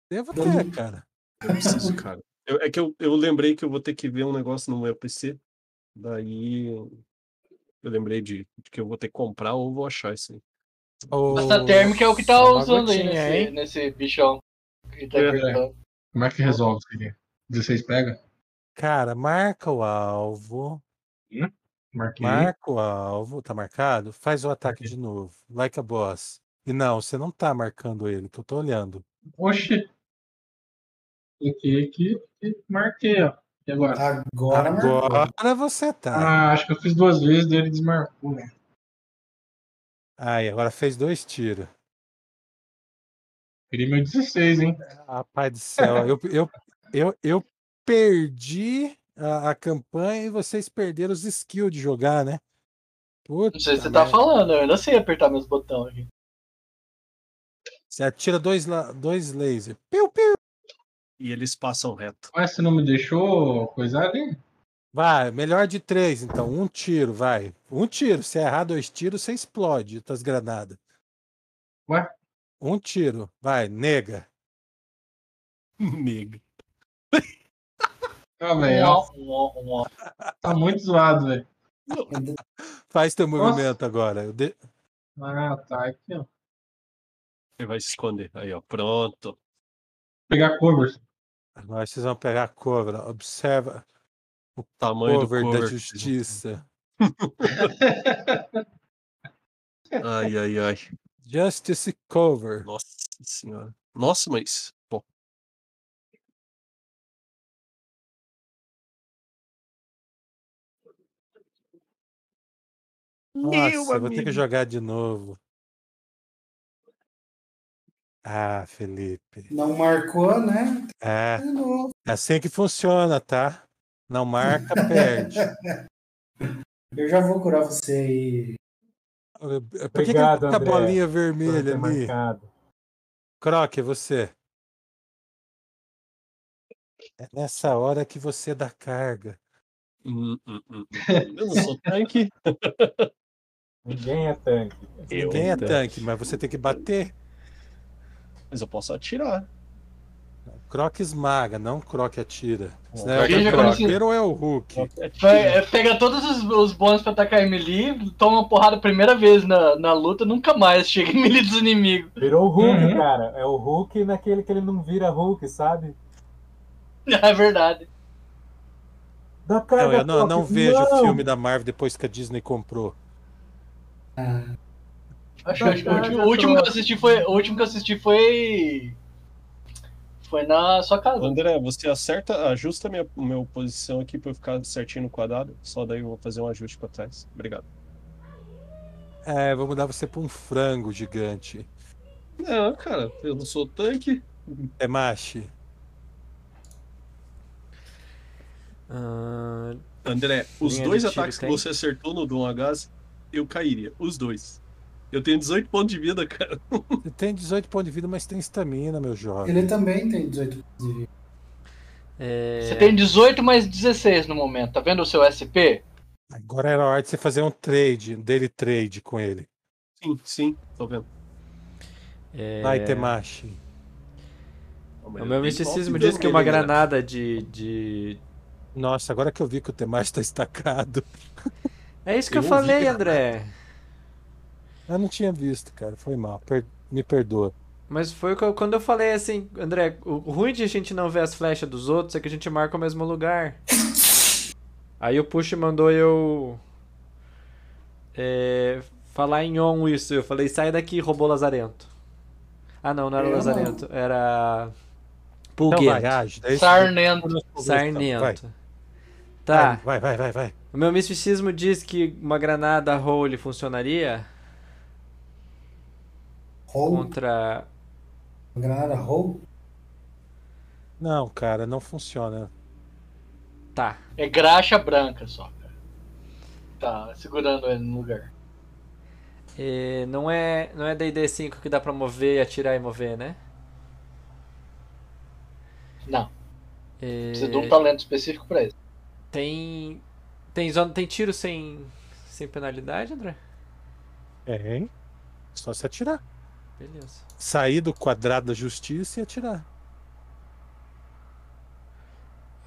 S3: Devo ter, cara.
S6: Eu preciso, cara. Eu- é que eu, eu lembrei que eu vou ter que ver um negócio no meu PC. Daí eu lembrei de, de que eu vou ter que comprar ou vou achar isso aí.
S3: O...
S4: Pasta térmica é o que tá
S3: Só uma
S4: usando aí
S3: gotinha,
S4: nesse,
S3: hein?
S4: nesse bichão. Que tá
S5: É,
S4: apertando.
S5: Como é que resolve isso aqui? 16 pega?
S3: Cara, marca o alvo.
S5: Marquei.
S3: Marca o alvo. Tá marcado? Faz o ataque de novo. Like a boss. E não, você não tá marcando ele, que eu tô olhando.
S5: Oxi. Aqui, aqui, aqui. Marquei, ó. E
S7: Ah.
S5: agora?
S7: Agora, marcou.
S3: Agora você tá.
S5: Ah, acho que eu fiz duas vezes, daí ele desmarcou, né?
S3: Aí, agora fez dois tiros.
S5: Queria meu 16, hein?
S3: Rapaz Ah, do céu, eu, eu, eu, eu perdi a, a campanha e vocês perderam os skills de jogar, né? Puta
S4: Não sei se você tá
S3: merda.
S4: falando, eu ainda sei apertar meus botões aqui.
S3: Você atira dois, la- dois lasers. Piu, piu.
S6: E eles passam reto.
S5: Mas você não me deixou coisar ali?
S3: Vai, melhor de três, então. Um tiro, vai. Um tiro. Se errar dois tiros, você explode tuas granadas.
S5: Ué?
S3: Um tiro. Vai, nega.
S6: Nega.
S5: Ah,
S4: É.
S5: velho. Tá muito zoado, velho.
S3: Faz teu
S5: Nossa.
S3: movimento agora. Eu de-
S5: Ah, tá. Aqui, ó. Vou
S6: Ele vai se esconder. Aí, ó. Pronto.
S5: Pegar covers.
S3: Agora vocês vão pegar a cobra. Observa o
S6: Tamanho
S3: cover,
S6: do
S3: da
S6: cover.
S3: justiça.
S6: Ai, ai, ai.
S3: Justice cover.
S6: Nossa senhora. Nossa, mas. Bom.
S3: Nossa, eu vou ter que jogar de novo. Ah, Felipe.
S7: Não marcou, né?
S3: É,
S7: De novo.
S3: é assim que funciona, tá? Não marca, perde.
S7: Eu já vou curar você aí.
S3: Por que que ele
S1: Obrigado,
S3: tá com a
S1: André,
S3: bolinha
S1: Por não ter
S3: vermelha ali?
S1: marcado.
S3: Croc, é você. É nessa hora que você dá carga.
S6: Hum, hum, hum, hum. Eu não sou tanque.
S1: Ninguém é tanque.
S6: Eu,
S3: Ninguém é
S2: então.
S3: tanque, mas você tem que bater.
S6: mas eu posso atirar.
S3: Croc esmaga, não Croc atira.
S6: Bom,
S3: Senão é o
S5: Croc já
S3: Croc.
S5: conheci-
S3: Primeiro é o Hulk.
S6: Atira.
S4: Vai, é, pega todos os, os bônus pra atacar em melee, toma uma porrada a primeira vez na, na luta, nunca mais chega em melee dos inimigos.
S1: Virou o Hulk,
S5: Uhum.
S1: cara. É o Hulk naquele que ele não vira Hulk, sabe?
S4: É verdade.
S1: Da carga,
S3: Não, eu não,
S1: Croc,
S3: não vejo o
S1: não!
S3: filme da Marvel depois que a Disney comprou.
S4: Acho, acho- o, último, o último que eu assisti foi. O último que eu assisti foi. Foi na sua casa.
S6: André, você acerta, ajusta minha, minha posição aqui pra eu ficar certinho no quadrado. Só daí eu vou fazer um ajuste pra trás. Obrigado.
S3: É, vou mudar você pra um frango gigante.
S6: Não, cara, eu não sou tanque.
S3: É machi.
S2: Ah,
S6: André, os
S2: Linha de
S6: dois
S2: tiro
S6: ataques que
S2: tem?
S6: você acertou no Dom Agas, eu cairia. Os dois. Eu tenho 18 pontos de vida, cara.
S3: Você tem 18 pontos de vida, mas tem estamina, meu jovem.
S7: Ele também tem 18 pontos de vida.
S2: é...
S4: Você tem 18 mais 16 no momento, tá vendo o seu SP?
S3: Agora era a hora de você fazer um trade, dele trade com ele.
S6: Sim, sim, tô vendo.
S2: é,
S3: Vai, Temashi.
S2: O meu misticismo diz que uma granada de, de.
S3: Nossa, agora que eu vi que o Temashi tá estacado.
S2: É isso que eu,
S6: Eu ouvi
S2: falei,
S6: granada.
S2: André.
S3: Eu não tinha visto, cara. Foi mal. Per- Me perdoa.
S2: Mas foi o que eu- quando eu falei assim, André, o ruim de a gente não ver as flechas dos outros é que a gente marca o mesmo lugar. Aí o Push mandou eu. é, falar em on isso. Eu falei, sai daqui, robô Lazarento. Ah não, não era
S7: Eu não.
S2: Lazarento, era.
S3: Então vai,
S2: Pulguento.
S3: age. Daí
S4: Sarnento.
S3: então. Vai.
S2: Sarnento. Tá.
S3: Vai, vai, vai, vai, vai.
S2: O meu misticismo diz que uma granada role funcionaria
S3: Oh.
S7: Hold.
S2: contra.
S7: Granada hold.
S3: Não, cara, não funciona.
S2: Tá.
S4: É graxa branca só, cara. Tá segurando ele no lugar.
S2: É, não é não é D&D 5 que dá pra mover, atirar e mover, né?
S4: Não,
S2: É,
S4: precisa de um talento específico pra isso.
S2: tem tem zona tem tiro sem sem penalidade, André?
S3: É, hein? Só se atirar.
S2: Beleza.
S3: Sair do quadrado da justiça e atirar.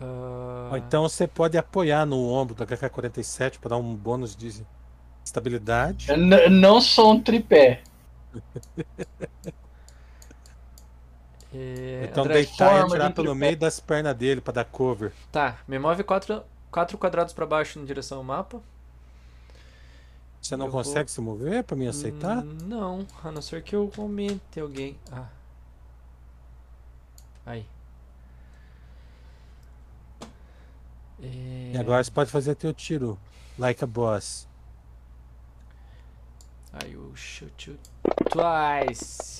S2: Ah,
S3: Ou então você pode apoiar no ombro da KK-47 para dar um bônus de estabilidade.
S4: Eu n- não sou um tripé.
S2: é,
S3: Então
S2: André,
S3: deitar e
S4: forma de
S3: atirar pelo
S4: tripé.
S3: meio das pernas dele para dar cover.
S2: tá, me move 4 quatro quadrados pra baixo em direção ao mapa.
S3: Você não
S2: Eu vou-
S3: consegue se mover para me aceitar?
S2: Hum, Não, a não ser que eu aumente alguém. Ah. Aí.
S3: E
S2: É...
S3: agora você pode fazer teu tiro. Like a boss.
S2: I will shoot you twice.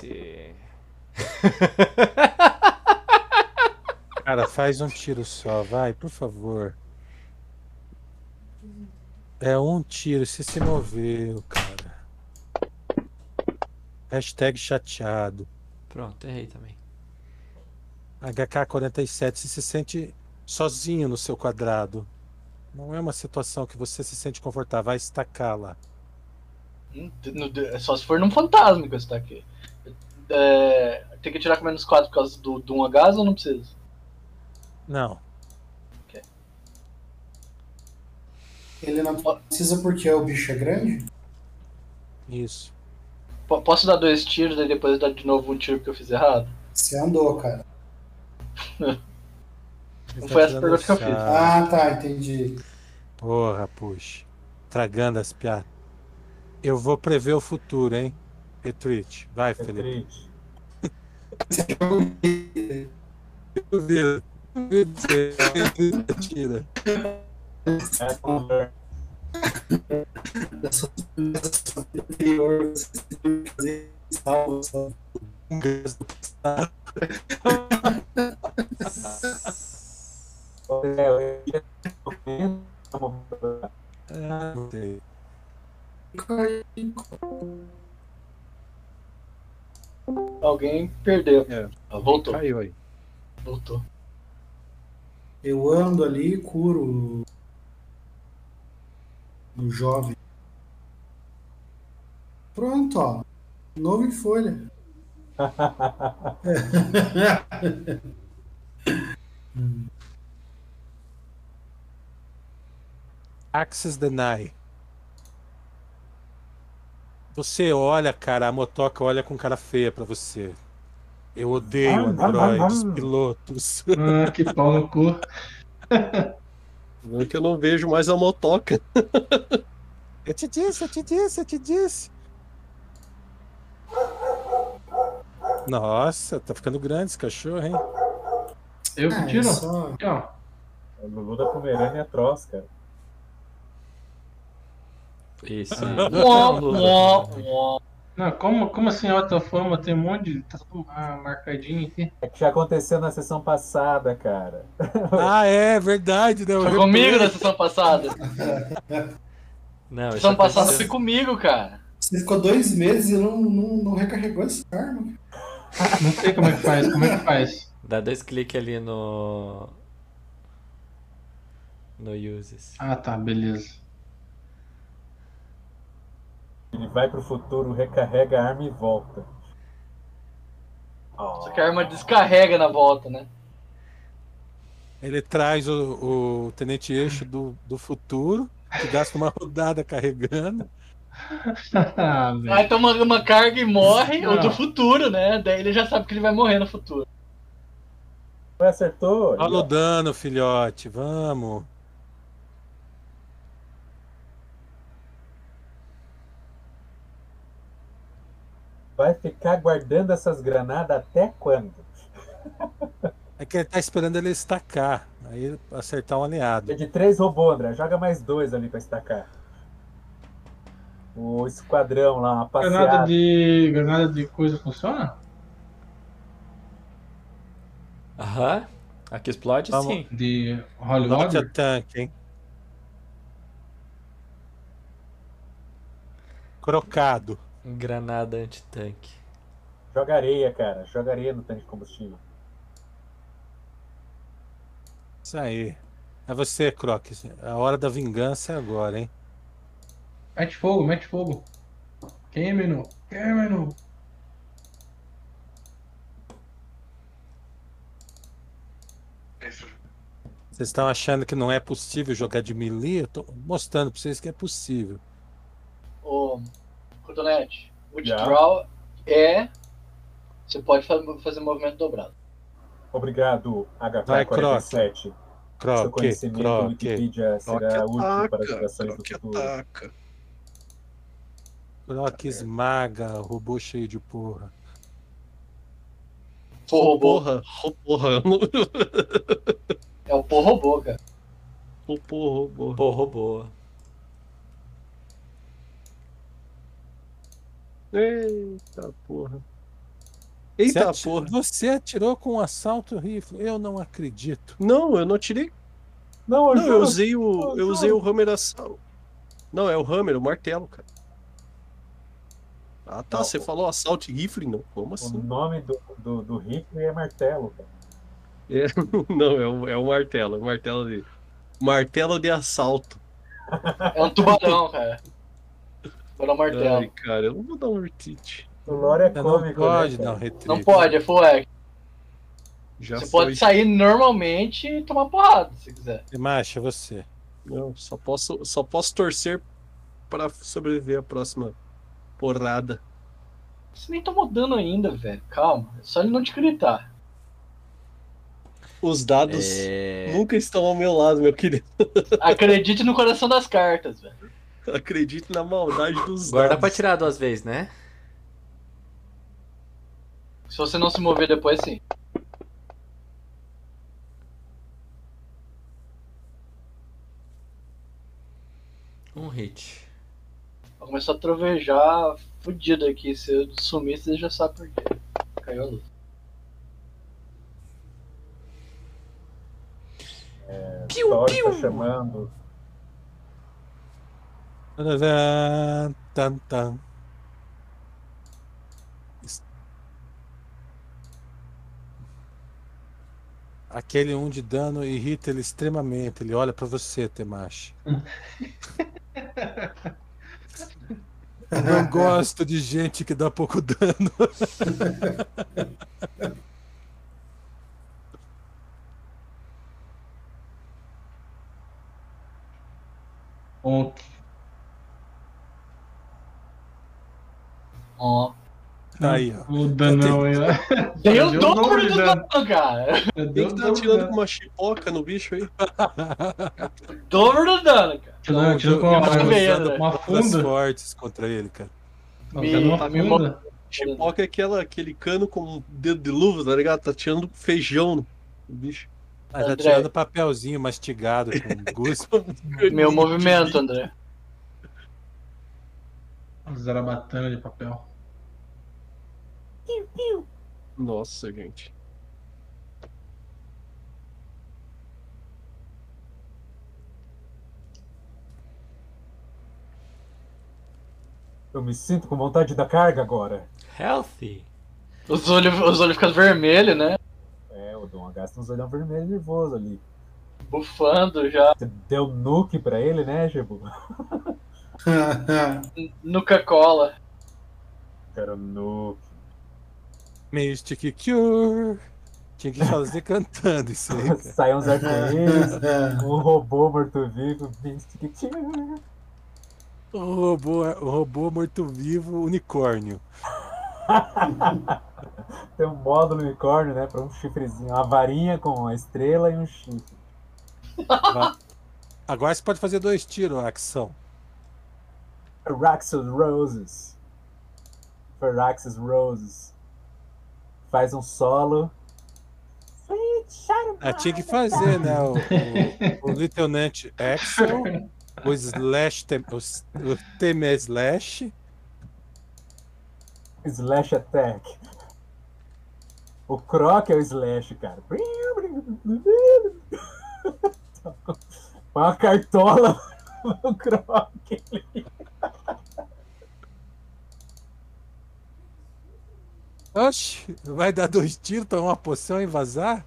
S3: Cara, faz um tiro só, vai, por favor. É um tiro, se se moveu, cara. Hashtag chateado.
S2: Pronto, errei também.
S3: HK47, você se sente sozinho no seu quadrado. Não é uma situação que você se sente confortável, vai estacá-la.
S4: Hum, no- no- Só se for num fantasma que eu estou aqui. É, um tem que tirar com menos 4 por causa do, do 1 gás ou não precisa?
S3: Não.
S7: Ele não precisa porque o bicho é grande?
S3: Isso.
S4: Po- Posso dar dois tiros e depois dar de novo um tiro porque eu fiz errado?
S7: Você andou, cara.
S3: Ele tá
S4: foi essa
S3: tirando
S4: pergunta que eu
S3: sarro.
S4: fiz.
S7: Ah, tá, entendi.
S3: Porra, puxa. Tragando as piadas. Eu vou prever o futuro, hein? Retreat. Vai,
S1: É
S3: Felipe.
S1: triste.
S3: Duvido. Duvido de você. Tira.
S1: É conversa.
S3: Um ganso do passado.
S1: É, eu ia- eu
S3: Ah, não sei.
S4: Alguém perdeu.
S6: É.
S4: Ah, Voltou,
S6: Caiu aí.
S4: voltou.
S7: Eu ando ali e curo o- o jovem. Pronto, ó. Novo em folha.
S3: Access Deny. Você olha, cara, a motoca olha com cara feia pra você. Eu odeio
S1: Hum, hum,
S3: androides,
S1: hum, hum.
S3: pilotos.
S5: Ah, que pau no cu.
S6: Vendo que eu não vejo mais a motoca.
S3: Eu te disse, eu te disse, eu te disse. Nossa, tá ficando grande esse cachorro, hein?
S5: Eu
S7: Ah,
S5: que
S7: é
S5: tiro.
S7: só-
S5: Aqui, ó.
S1: O Lulu da Pomerânia é atroz, cara.
S2: Isso. tá
S4: Uó, uó, uó.
S5: Não, como, como assim, outra forma? Tem um monte de. Tá tudo ah, marcadinho aqui.
S1: É que já aconteceu na sessão passada, cara.
S3: Ah, é verdade, né? Eu
S4: Foi
S3: olhei
S4: Tá comigo
S3: pra
S4: na
S3: ele.
S4: sessão
S6: Ah,
S4: passada.
S2: Não, isso
S6: é
S4: Sessão passada
S2: aconteceu-
S4: foi comigo, cara.
S7: Você ficou dois meses e não, não, não recarregou essa arma.
S5: Não sei como é que faz. Como é que faz?
S2: Dá dois cliques ali no. No uses.
S5: Ah, tá, beleza.
S1: Ele vai pro futuro, recarrega a arma e volta.
S4: Só que a arma descarrega na volta, né?
S3: Ele traz o, o Tenente Eixo do, do futuro, que gasta uma rodada carregando.
S5: ah, velho.
S4: Ah, então manda uma carga e morre, ou
S5: Não.
S4: do futuro, né? Daí ele já sabe que ele vai morrer no futuro.
S1: Vai, acertou?
S3: Olha o dano, filhote, vamos.
S1: Vai ficar guardando essas granadas até quando?
S3: É que ele tá esperando ele estacar, aí acertar um aliado.
S1: É de três robô, André. Joga mais dois ali pra estacar. O esquadrão lá, uma
S5: Granada
S1: passeada.
S5: de. Granada de coisa funciona?
S2: Aham. Aqui explode
S3: Vamos.
S2: sim.
S5: De
S3: Note
S5: Hollywood?
S3: a tanque, hein? Crocado.
S2: Granada antitanque.
S1: Joga areia, cara. Joga areia no tanque de combustível.
S3: Isso aí. É você, Croc. A hora da vingança é agora, hein?
S5: Mete fogo, mete fogo. Queime-no, queime-no.
S3: Vocês estão achando que não é possível jogar de melee? Eu tô mostrando pra vocês que é possível.
S4: Ô, Cotonete, o
S1: Já.
S4: withdrawal é. Você pode fa- fazer movimento dobrado.
S1: Obrigado,
S3: Vai, Croc.
S1: HK47. Seu
S3: Croc,
S1: conhecimento é do
S3: Croc,
S1: Wikipedia
S6: Croc
S1: será útil para as
S6: ataca.
S1: gerações do
S6: Croc
S1: futuro.
S6: ataca.
S3: Croc esmaga, robô cheio de porra.
S4: Porrobô.
S6: Porra, oh, porra, porra,
S4: É o porrobô, cara.
S6: porra.
S2: Porro boa.
S6: Eita porra. Eita
S3: você, ati-
S6: porra.
S3: você atirou com um assalto rifle. Eu não acredito.
S6: Não, eu não tirei.
S1: Não, eu
S6: Não, eu
S1: juro.
S6: usei o. Eu usei o Hammer Assault. Não, é o Hammer, o martelo, cara. Ah tá,
S1: Não,
S6: você
S1: o-
S6: falou assalto rifle? Não, como
S1: O
S6: assim?
S1: nome do, do, do Rick é martelo, cara.
S6: Não, é o, é o martelo, é o martelo de. Martelo de assalto.
S4: É um tubarão, cara. Tubarão martelo.
S6: Ai, cara, eu não vou dar um retreat.
S1: O lore é
S3: Não
S1: cômico, né,
S3: pode
S1: cara?
S3: dar um retrito.
S4: Não pode, é full action.
S6: Já
S4: Você
S6: foi.
S4: pode sair normalmente e tomar porrada, se quiser.
S3: Macha, você.
S6: Não, só posso, só posso torcer pra sobreviver à próxima porrada.
S4: Você nem tomou dano ainda, velho. Calma. É só ele não te gritar.
S6: Os dados
S2: É...
S6: nunca estão ao meu lado, meu querido.
S4: Acredite no coração das cartas, velho.
S6: Acredito na maldade dos
S2: Guarda
S6: dados.
S2: pra tirar duas vezes, né?
S4: Se você não se mover depois, sim.
S2: Um hit.
S4: Começou a trovejar fudido aqui. Se eu sumir, você já sabe por quê. Caiu a luz.
S2: Piu,
S1: Thor
S2: piu.
S1: está chamando.
S3: Tadadã, tan, tan. Es- Aquele um de dano irrita ele extremamente. Ele olha pra você, Temashi. Não gosto de gente que dá pouco dano.
S5: Bom,
S4: Ó.
S3: Tá aí, ó.
S5: o danão aí, ó.
S4: Deu
S5: Deu
S4: o
S5: o
S4: dobro
S5: dobro
S4: do
S5: de dano.
S4: dano, cara.
S6: Tem
S5: Deu
S6: que tá
S5: o
S6: estar
S5: dobro de
S6: tirando
S3: né?
S5: dano.
S6: com uma chipoca no bicho aí.
S4: Dobro do dano, cara.
S5: Tirando- tirando com
S4: Mas
S5: uma-
S4: também, André.
S5: uma
S3: As
S5: funda.
S3: fortes contra ele, cara.
S5: Tá
S4: Me-
S5: dando uma
S4: me
S5: funda.
S6: Chipoca é aquela, aquele cano com um dedo de luva, tá ligado? Tá tirando feijão no bicho.
S3: Ah, tá
S4: André.
S3: tirando papelzinho mastigado com gosto.
S4: Meu movimento, André.
S5: Zarabatana de papel.
S6: Nossa, gente.
S1: Eu me sinto com vontade da carga agora.
S2: Healthy.
S4: Os olhos os olhos ficam vermelhos, né?
S1: É, o Dom gasta uns olhão vermelho nervoso ali.
S4: Bufando já.
S1: Você deu nuke pra ele, né, Jebu?
S4: Nuca cola.
S1: Cara, nuke.
S3: Mystic Cure. Tinha que fazer cantando isso aí, cara.
S1: Saiu uns arco-íris, um robô morto-vivo, Mystic Cure.
S3: O robô, é, o robô morto-vivo unicórnio.
S1: Tem um módulo unicórnio, né? Pra um chifrezinho. Uma varinha com uma estrela e um chifre.
S3: Vai. Agora você pode fazer dois tiros, Axão.
S1: Raxus Roses. Ferraxis Roses. Faz um solo. Sweet Shadow
S3: Ah, tinha que fazer, né? O, o, o Lieutenant Axel, o Slash, tem, o, s- o Teme Slash.
S1: Slash Attack. O Croc é o Slash, cara. Põe uma cartola no Croc.
S3: Oxi, vai dar dois tiros, tomar uma poção e vazar?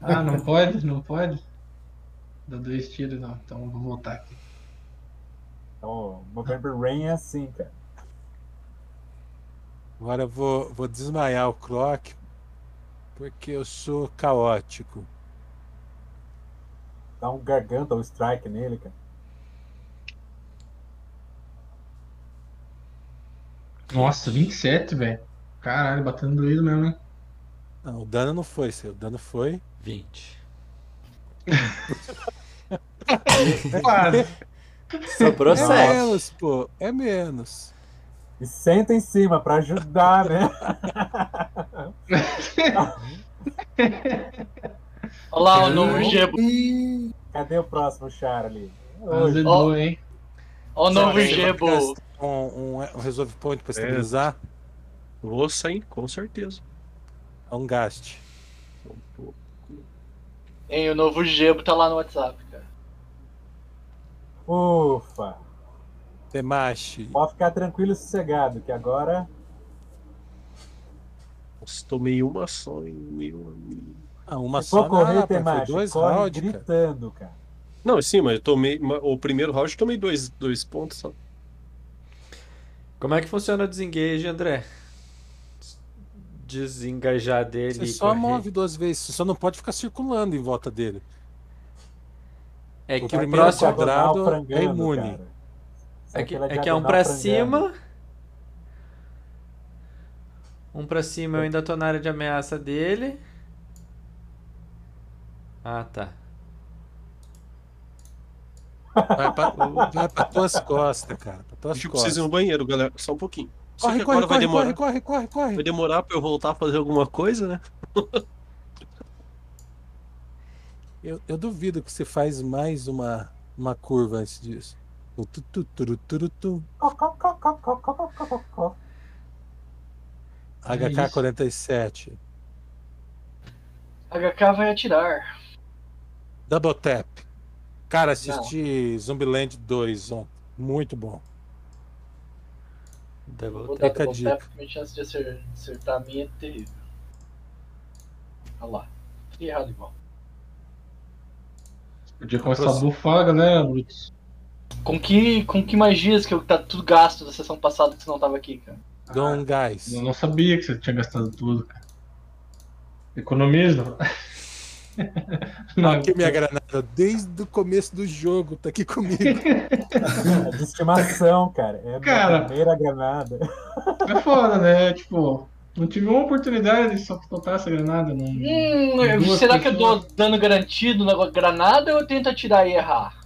S5: Ah, não pode? Não pode? Dá dois tiros, não. Então vou voltar aqui.
S1: Então, November Rain é assim, cara.
S3: Agora eu vou, vou desmaiar o Croc, porque eu sou caótico.
S1: Dá um garganta ou strike nele, cara.
S5: Nossa, 27, velho. Caralho, batendo doído mesmo, hein?
S3: Não, Ah, o dano não foi, seu. O dano foi
S2: 20.
S5: Quase.
S2: Sobrou
S3: É
S2: 7.
S3: menos, pô. É menos.
S1: E senta em cima pra ajudar, né?
S4: Olha lá o novo Gebo.
S7: E
S1: Cadê o próximo Charlie? Hoje.
S5: Azedou, hein?
S4: Olha o novo
S3: Será que ele vai
S4: Gebo.
S3: gastar Um, um resolve point pra estabilizar.
S6: Vou sair, com certeza.
S3: É um gaste.
S4: Hein, o novo Gebo tá lá no WhatsApp, cara.
S1: Ufa.
S3: Temashi.
S1: Pode ficar tranquilo e sossegado, que agora
S6: Nossa, tomei uma só em meu amigo.
S3: Ah, uma
S1: se for
S3: só
S1: correr,
S3: não,
S1: tem
S3: rapaz, foi
S1: mais.
S3: dois
S1: corre
S3: rounds, cara.
S1: gritando, cara.
S6: Não, sim, mas eu tomei. ma- O primeiro round eu tomei dois, dois pontos só.
S2: Como é que funciona o desengage, André? Desengajar dele
S3: Você
S2: e
S3: só
S2: correr.
S3: move duas vezes, você só não pode ficar circulando em volta dele.
S2: É
S3: O
S2: que o
S3: primeiro
S2: próximo.
S3: quadrado-
S1: Diagonal
S3: é
S1: frangando,
S3: imune.
S1: cara. Sai
S2: É que,
S1: pela
S2: é que é um
S1: diagonal
S2: pra
S1: frangando.
S2: cima. Um pra cima eu ainda tô na área de ameaça dele. Ah, tá.
S3: Vai pra, vai pra tuas costas, cara. Pra tuas
S6: Acho que eu
S3: costas.
S6: preciso ir no banheiro, galera. Só um pouquinho. Só
S3: Corre,
S6: que
S3: corre,
S6: agora vai
S3: corre, corre,
S6: demorar.
S3: corre, corre, corre.
S6: Vai demorar pra eu voltar a fazer alguma coisa, né?
S3: Eu, eu duvido que você faz mais uma, uma curva antes disso. O tu, tu, turu, turu, tu.
S1: Có, có, có, có, có, có, có, có, có, có.
S3: HK47.
S4: HK vai atirar.
S3: Double tap. Cara, assisti Zumbiland 2 ontem. Muito bom.
S4: Vou
S2: Double tap.
S4: dar
S3: Fica a
S4: double
S3: dica.
S4: tap, porque minha chance de acer- acertar a minha é terrível. Olha lá. Fiquei errado igual.
S5: Podia começar a bufar, galera, Brutus.
S4: Com que, com que magias que eu tá tudo gasto da sessão passada que você não tava aqui, cara?
S1: Ah,
S3: Dou um gás.
S5: Eu não sabia que você tinha gastado tudo, cara. Economiza. Não,
S3: Aqui minha granada desde o começo do jogo tá aqui comigo.
S1: É de estimação, cara. É a
S5: Cara.
S1: primeira granada.
S5: é foda, né? Tipo, não tive uma oportunidade de só soltar essa granada. Não...
S4: Hum,
S5: Duas
S4: será que eu dou
S5: pessoas.
S4: dano garantido na granada ou eu tento atirar e errar?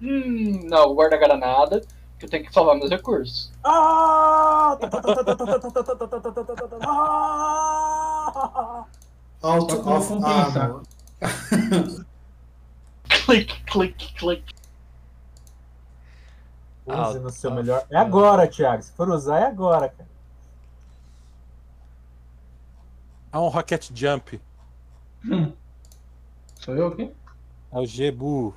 S4: Hum, não, eu guardo a granada, que eu tenho que salvar meus recursos.
S1: Ah! Ah!
S7: Out
S5: Só como
S7: of
S5: compensar.
S7: armor.
S4: Clique, clique, clique.
S1: Use no seu
S2: Ah,
S1: melhor. É agora, Thiago. Se for usar, é agora, cara.
S3: Há um rocket jump.
S5: Sou eu aqui?
S3: Há É o Gebu.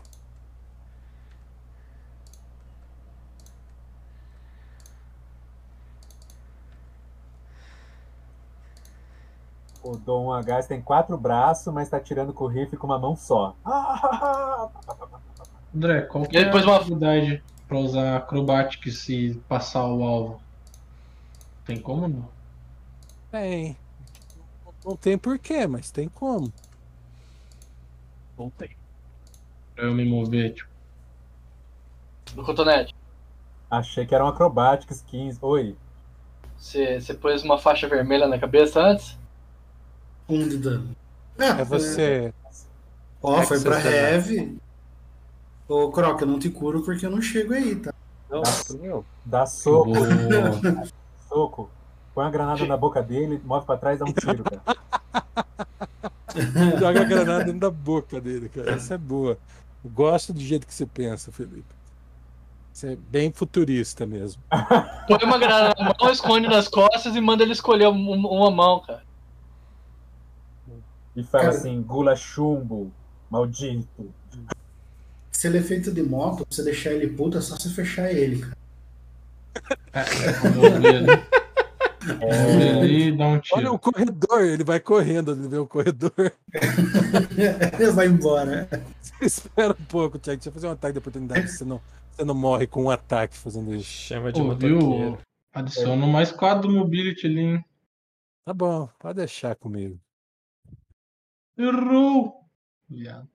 S1: O Dom H tem quatro braços, mas tá tirando com o rifle com uma mão só. Ah!
S5: André, qual que
S4: E aí
S5: é
S4: depois
S5: a
S4: uma-
S5: dificuldade pra usar acrobatics e passar o alvo? Tem como não?
S3: Tem. Não tem porquê, mas tem como.
S6: Voltei.
S5: Pra eu me mover, tipo.
S4: No cotonete.
S1: Achei que eram acrobáticos 15. Oi.
S4: Você, você pôs uma faixa vermelha na cabeça antes?
S7: Um de dano. Não,
S3: É você.
S7: Ó,
S3: é
S7: foi
S3: que
S7: pra
S3: você tá
S7: heavy. Ô, Croc, eu não te curo porque eu não chego aí, tá?
S6: Não,
S1: Nossa.
S6: não.
S1: Dá soco,
S5: Boa.
S1: soco. Põe a granada na boca dele, move pra trás e dá um tiro, cara.
S3: É. Joga a granada dentro da boca dele, cara. Essa é boa. Eu gosto do jeito que você pensa, Felipe. Você é bem futurista mesmo.
S4: Põe uma granada na mão, esconde nas costas e manda ele escolher um- um- uma mão, cara.
S1: E fala
S7: Cara.
S1: assim, gula chumbo, maldito.
S7: Se ele é feito de moto, pra você deixar ele puto, é só você fechar ele, cara.
S5: É, Vamos ver ali. Vamos ver ali e dá um
S3: Olha
S5: tiro.
S3: o corredor, ele vai correndo, ele vê o corredor.
S7: Ele vai embora.
S3: Espera um pouco, Tiago. Deixa eu fazer um ataque de oportunidade. Você não, você não morre com um ataque fazendo isso.
S6: Tipo
S2: Chama de
S5: Pô, viu?
S2: motoqueiro.
S5: Adiciona mais quatro do mobility ali, hein?
S3: Tá bom, pode deixar comigo.
S5: Errou! Viado.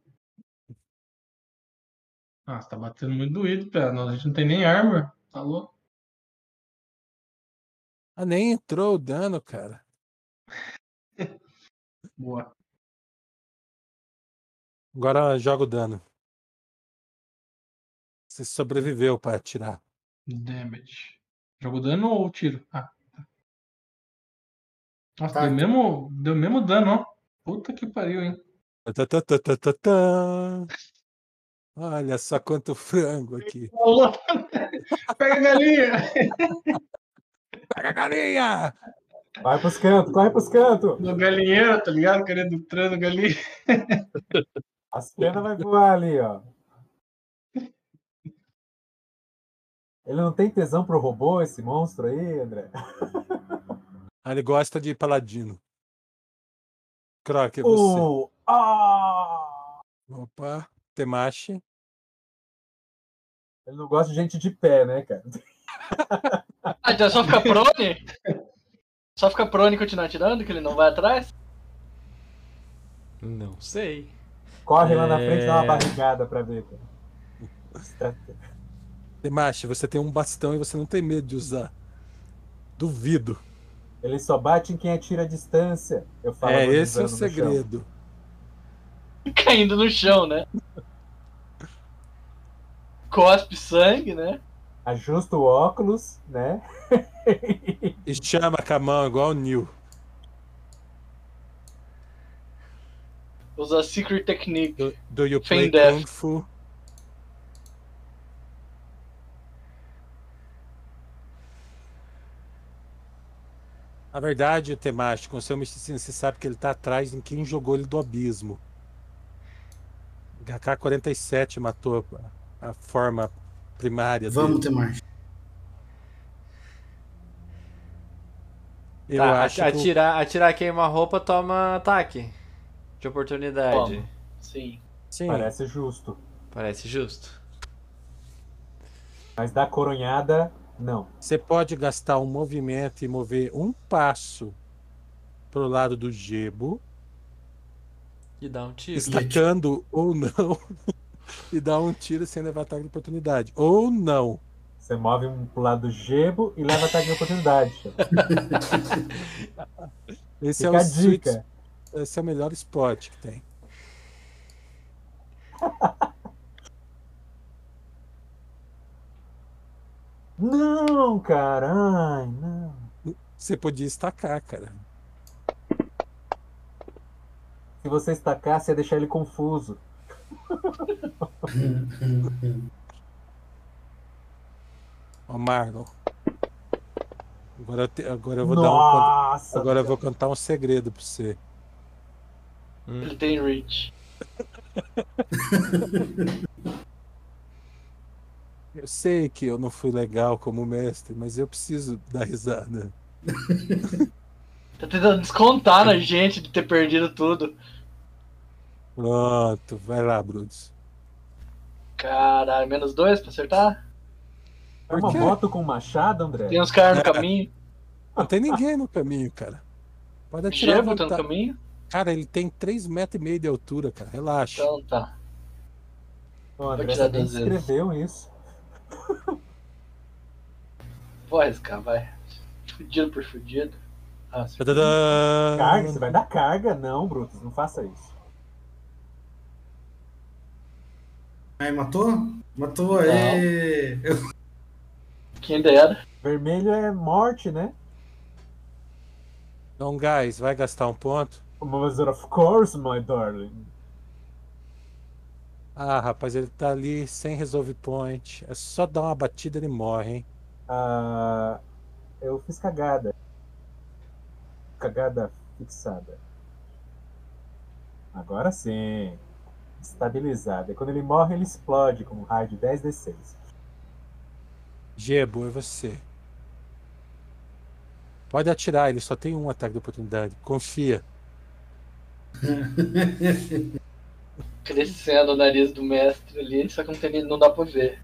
S5: Ah, você tá batendo muito doído, pé. Não, A gente não tem nem armor. Tá louco?
S3: Ah, nem entrou o dano, cara.
S5: Boa.
S3: Agora joga o dano. Você sobreviveu para atirar.
S5: Damage. Jogo dano ou tiro? Ah. tá. Nossa,
S7: Tá.
S5: deu mesmo, deu mesmo dano, ó. Puta que pariu, hein?
S3: Tá, tá, tá, tá, tá, tá. Olha só quanto frango aqui.
S5: Pega a galinha!
S3: Pega a galinha!
S1: Vai pros cantos, corre pros cantos.
S5: No galinheiro, tá ligado? Querendo trando galinha.
S1: As pernas vai voar ali, ó. Ele não tem tesão pro robô, esse monstro aí, André?
S3: Ah, ele gosta de paladino. Croc, é você.
S1: O... Ah!
S3: Opa, Temashi.
S1: Ele não gosta de gente de pé, né, cara?
S4: Ah, então é só ficar prone? Só ficar prone e continuar atirando, que ele não vai atrás?
S2: Não sei.
S1: Corre lá na
S2: É.
S3: É.
S1: frente e dá uma barrigada pra ver, cara.
S3: Demache, você tem um bastão e você não tem medo de usar. Duvido.
S1: Ele só bate em quem atira a distância. Eu falo
S3: é, esse
S1: agonizando
S3: é o
S1: no chão.
S3: segredo.
S4: Caindo no chão, né? Cospe sangue, né?
S1: Ajusta o óculos, né?
S3: E chama com a mão igual o Neil.
S4: Usa Secret Technique.
S3: Do, do you play
S4: Fem Def.
S3: Kung Fu? Na verdade, Temashi, com seu misticismo, você sabe que ele tá atrás em quem jogou ele do abismo. HK-47 matou a, a forma primária
S7: Vamos
S3: dele.
S7: ter mais.
S3: Eu
S2: Tá,
S3: acho
S2: ati-
S3: que o-
S2: atirar, atirar queima-roupa toma ataque de oportunidade.
S4: Toma. Sim.
S3: Sim,
S1: Parece justo.
S2: Parece justo.
S1: Mas da coronhada, não.
S3: você pode gastar um movimento e mover um passo pro lado do gebo.
S2: E dá um tiro.
S3: tá estacando ou não e dar um tiro sem levar ataque de oportunidade. Ou não.
S1: Você move um pro lado do gebo e leva ataque de oportunidade. chefe.
S3: Esse
S1: Fica
S3: é o
S1: a
S3: sweet-
S1: dica.
S3: esse é o melhor spot que tem.
S1: Não, caralho, não.
S3: Você podia estacar, cara.
S1: Se você estacar, você ia deixar ele confuso.
S3: Ó, Marlon. Agora eu, te- agora eu vou dar um
S1: Nossa!
S3: agora eu vou contar um segredo pra você.
S4: Ele tem reach.
S3: Eu sei que eu não fui legal como mestre, mas eu preciso dar risada.
S4: Tá tentando descontar na gente de ter perdido tudo.
S3: Pronto, vai lá, Brutus.
S4: Caralho, menos dois pra acertar?
S1: É uma
S3: Por quê?
S1: moto com machado, André?
S4: Tem uns caras no caminho.
S3: Não tem ninguém no caminho, cara. Pode atirar. à
S4: Gebo tá no
S3: vontade.
S4: caminho?
S3: Cara, ele tem 3,5 metros e meio de altura, cara. Relaxa.
S4: Então tá.
S1: Ô, André,
S4: Vou tirar
S1: você nem
S4: duas vezes.
S1: escreveu isso.
S4: Vou arriscar, vai. Fudido por fudido. Ah, sim.
S3: Tadadã!
S1: Carga, você vai dar carga? Não, Brutus, não faça isso.
S7: Aí, matou? Matou, aí.
S4: Quem dera.
S1: Vermelho é morte, né?
S3: Então, guys, vai gastar um ponto?
S1: Mas of course, my darling.
S3: Ah, rapaz, ele tá ali sem resolve point. É só dar uma batida e ele morre, hein?
S1: Ah, eu fiz cagada. Cagada fixada. Agora sim. Estabilizada. E Quando ele morre, ele explode com um raio de 10d6.
S3: Gebo, é você. Pode atirar, ele só tem um ataque de oportunidade. Confia.
S4: Crescendo o nariz do mestre ali, só que não, tem, nem- não dá pra ver.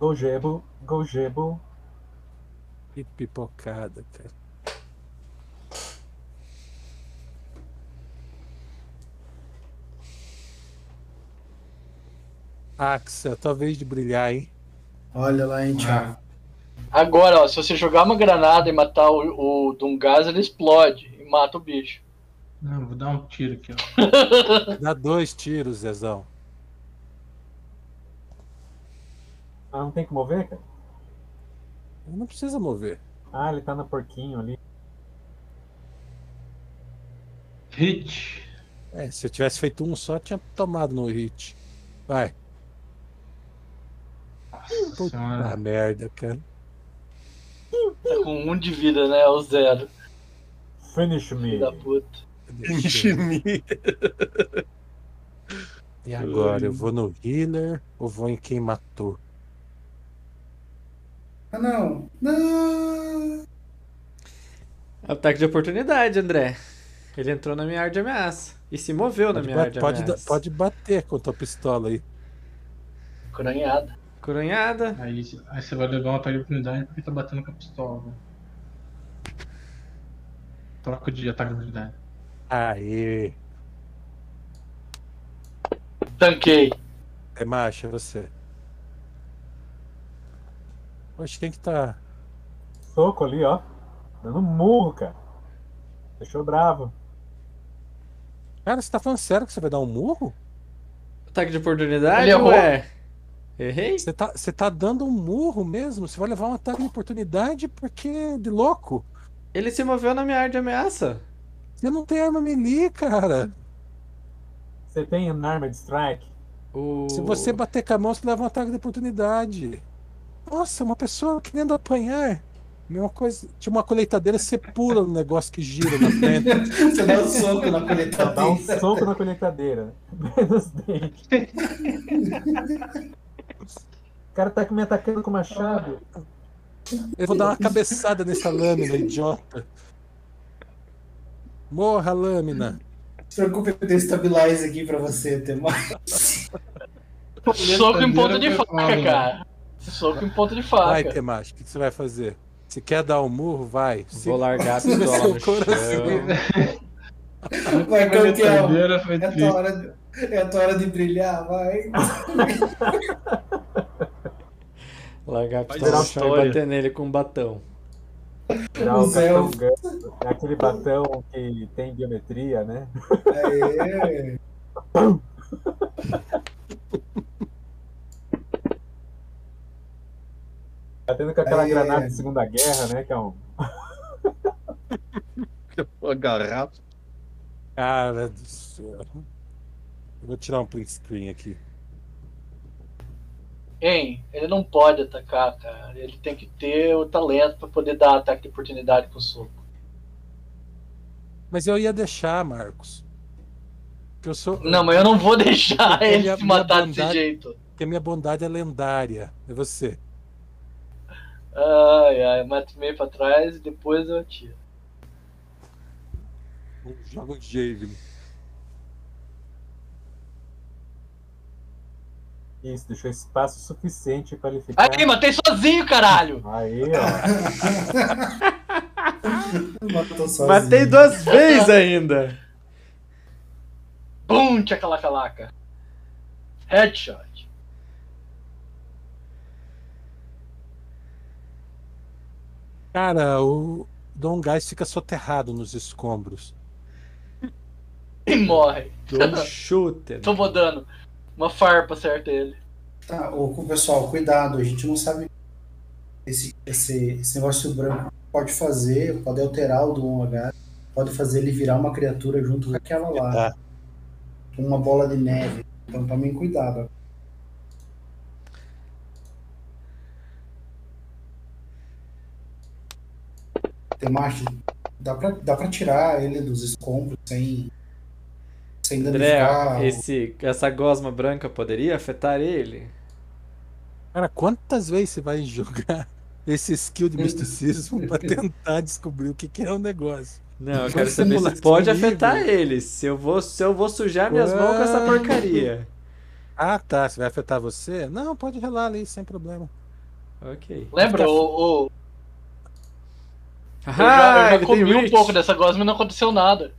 S1: Golgebo, Golgebo.
S3: Que pipocada, cara. Axa, talvez de brilhar, hein?
S7: Olha lá, hein, Thiago.
S4: Agora, ó, se você jogar uma granada e matar o, o Dungaz, ele explode e mata o bicho.
S5: Não, vou dar um tiro aqui, ó.
S3: Dá dois tiros, Zezão.
S1: Ah, não tem que mover, cara?
S3: Ele não precisa mover.
S1: Ah, ele tá na porquinho ali.
S5: Hit.
S3: É, se eu tivesse feito um só, tinha tomado no hit. Vai.
S5: Nossa
S3: Puta
S6: Ah,
S5: senhora.
S3: merda, cara.
S4: Tá com um de vida, né? É o zero.
S1: Finish me.
S4: Filho da puta.
S3: Deixa eu- E agora? Eu vou no healer ou vou em quem matou?
S7: Ah, não. Não.
S2: É Ataque de oportunidade, André. Ele entrou na minha área de ameaça. E se moveu na
S3: Pode,
S2: minha
S3: ba-
S2: área de
S3: pode,
S2: ameaça.
S3: dar- pode bater com a tua pistola aí.
S4: Coronhada.
S2: Coronhada.
S5: Aí, aí você vai levar uma ataque de oportunidade porque tá batendo com a pistola. né? Troca de ataque de oportunidade.
S3: Aê!
S4: Tanquei.
S3: É macho, é você. Poxa, quem que tá?
S1: Soco ali, ó. Dando um murro, cara. Deixou bravo.
S3: Cara, você tá falando sério que você vai dar um murro?
S2: Ataque de oportunidade,
S4: Ele errou.
S2: ué. Errei?
S3: Você tá, você tá dando um murro mesmo? Você vai levar um ataque de oportunidade porque é de louco?
S2: Ele se moveu na minha área de ameaça.
S3: Você não tem arma melee, cara.
S1: Você tem um Armored Strike?
S2: O...
S3: Se você bater com a mão, você leva um ataque de oportunidade. Nossa, uma pessoa querendo apanhar. Mesma coisa. Tinha uma colheitadeira, você pula no negócio que gira na frente.
S7: Você dá um
S1: Pra
S7: soco na
S1: dar um
S7: coletadeira.
S1: soco na colheitadeira. Menos dente. O cara tá me atacando com machado.
S3: Eu vou dar uma cabeçada nessa lâmina, idiota. Morra, lâmina.
S7: Se preocupe, eu tenho stabilize aqui pra você, Temor.
S4: Soco em ponta de
S5: Coletadeira foi
S4: faca,
S5: foda.
S4: cara. Soco em ponta de
S3: Vai,
S4: faca.
S3: Temacho, o que que você vai fazer? Se quer dar um murro, vai. Se-
S2: Vou largar a
S3: se assim, vai
S2: pistola
S3: ser o
S2: no
S3: coração.
S2: chão.
S5: É
S7: Vai, campeão.
S5: Coletadeira foi
S7: É a
S5: triste.
S7: tua hora, é a tua hora de brilhar, vai.
S2: Largar a
S6: Faz
S2: pistola no
S6: uma
S2: chão e
S6: história.
S2: bater nele com um batão.
S1: Tirar o
S7: Os
S1: cartão
S7: elfos.
S1: ganso. tá É aquele batão que tem biometria, né?
S7: Aê.
S1: Batendo Tá com aquela
S7: Aí.
S1: granada de Segunda Guerra, né? Que é um.
S6: Agarrar.
S3: Cara do céu. Eu vou tirar um print screen aqui.
S4: Hein, ele não pode atacar, cara. Ele tem que ter o talento pra poder dar ataque de oportunidade com o soco.
S3: Mas eu ia deixar, Marcos. Porque eu sou.
S4: Não, mas eu não vou deixar
S3: Ele
S4: ele
S3: é
S4: se matar
S3: minha
S4: desse
S3: bondade.
S4: jeito.
S3: Porque a minha bondade é lendária. É você.
S4: Ai, ai, mato meio pra trás e depois eu atiro.
S3: Joga um Javelin.
S1: Isso, deixou espaço suficiente pra ele ficar.
S4: Aí, matei sozinho, caralho!
S1: Aí, ó.
S7: Matou sozinho.
S2: Matei duas vezes ainda.
S4: Bum, tchacalaca-laca. Headshot.
S3: Cara, o Dom Gás fica soterrado nos escombros.
S4: E morre.
S2: Dou um chute.
S4: Tomou dano. Uma farpa acerta ele.
S7: Tá, ô, cu- pessoal, cuidado, a gente não sabe esse, esse, esse negócio branco pode fazer, pode alterar o do 1H, pode fazer ele virar uma criatura junto com aquela lá,
S3: Tá.
S7: com uma bola de neve. Então tomem cuidado. Temaki, dá pra, dá pra tirar ele dos escombros sem, sem
S2: André,
S7: danificar. o-
S2: esse, essa gosma branca poderia afetar ele?
S3: Cara, quantas vezes você vai jogar esse skill de misticismo pra tentar descobrir o que, que é o negócio?
S2: Não, eu
S3: Vamos
S2: quero saber
S3: simular
S2: se pode
S3: comigo.
S2: afetar ele. Se eu vou, se eu vou sujar minhas mãos com essa
S3: Quanto?
S2: porcaria.
S3: Ah, tá. Se vai afetar você? Não, pode relar ali, sem problema.
S2: Ok. Tá.
S4: Lembra, o, o, eu já, eu
S2: Ah,
S4: já
S2: ele tem
S4: comi um
S2: reach.
S4: pouco dessa gosma e não aconteceu nada.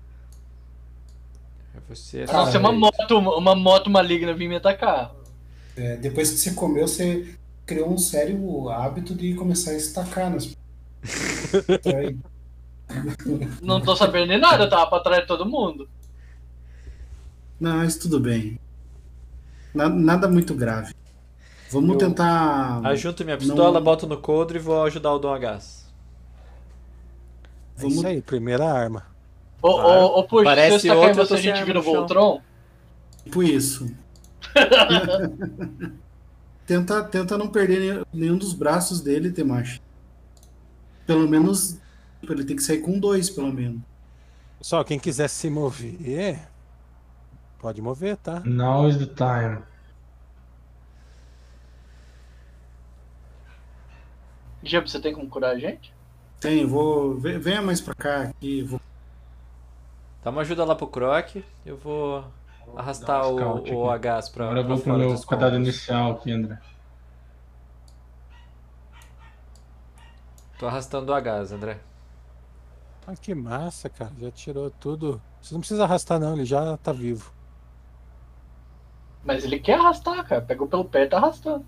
S2: É Você
S4: A não ser uma
S2: Ai.
S4: moto, uma moto maligna vir me atacar.
S7: É, depois que você comeu, você criou um sério hábito de começar a estacar nas Peraí.
S4: Não tô sabendo nem nada, eu tava pra trás de todo mundo.
S7: Não, mas tudo bem. Na- Nada, muito grave. Vamos
S2: Eu-
S7: tentar.
S2: Ajunto minha pistola,
S7: Não-
S2: boto no coldre e vou ajudar o Dom a Gás.
S3: É isso aí, primeira arma.
S4: Ô, ô, ô, puxa, se eu
S2: Parece
S4: estacar em
S2: outro, eu
S4: você,
S2: tô
S4: a
S2: sem
S4: gente
S2: arma
S4: vira o
S2: no chão.
S4: Voltron.
S7: Tipo isso. tenta, tenta não perder nenhum- nenhum dos braços dele, Temashi. Pelo menos. tipo, Ele tem que sair com dois, pelo menos.
S3: Pessoal, quem quiser se mover, pode mover, tá?
S5: Now is the time.
S4: Gebo, você tem como curar a gente?
S7: Tem, eu vou. ve- Venha mais pra cá aqui. Vou...
S2: Dá uma ajuda lá pro Croc. Eu vou arrastar
S5: Dá um
S2: o,
S5: scout
S2: o
S5: aqui.
S2: Agás pra,
S5: Agora eu
S2: pra
S5: vou pro
S2: Tá fora
S5: meu
S2: dos
S5: cuidado
S2: combos.
S5: inicial aqui, André.
S2: Tô arrastando o Agás, André.
S3: Ah, que massa, cara. Já tirou tudo. Você não precisa arrastar, não, ele já tá vivo.
S4: Mas ele quer arrastar, cara. Pegou pelo pé e tá arrastando.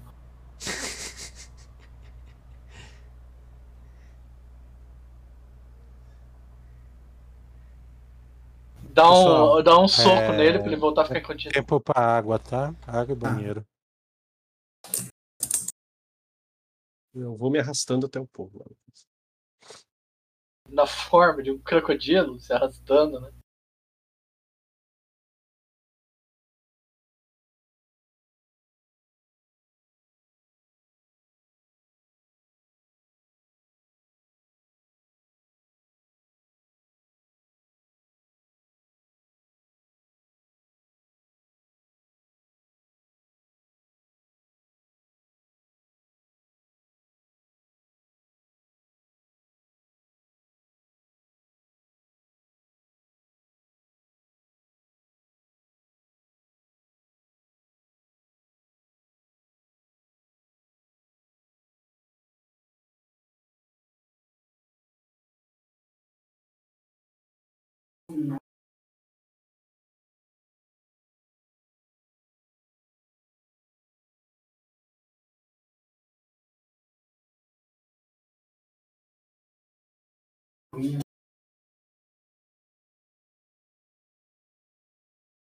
S4: Dá um,
S3: Pessoal,
S4: dá um soco
S3: é,
S4: nele pra ele voltar a ficar incontinente.
S3: Tempo pra água, tá? Água e banheiro.
S6: Eu vou me arrastando até o povo.
S4: Na forma de um crocodilo se arrastando, né?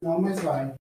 S7: Não, mas vai.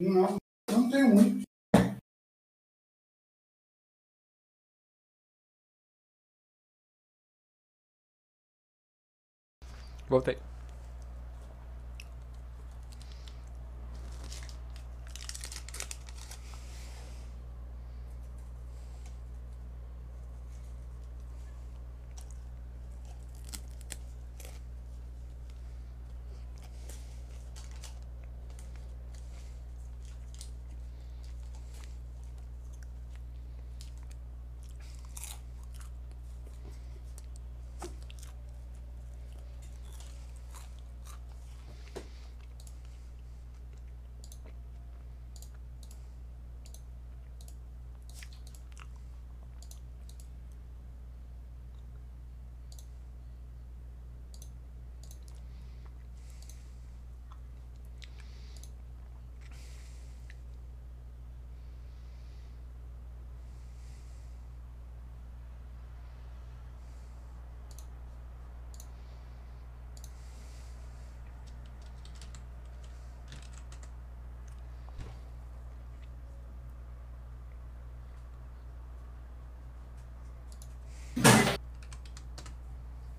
S7: Não, não tem muito.
S2: Voltei.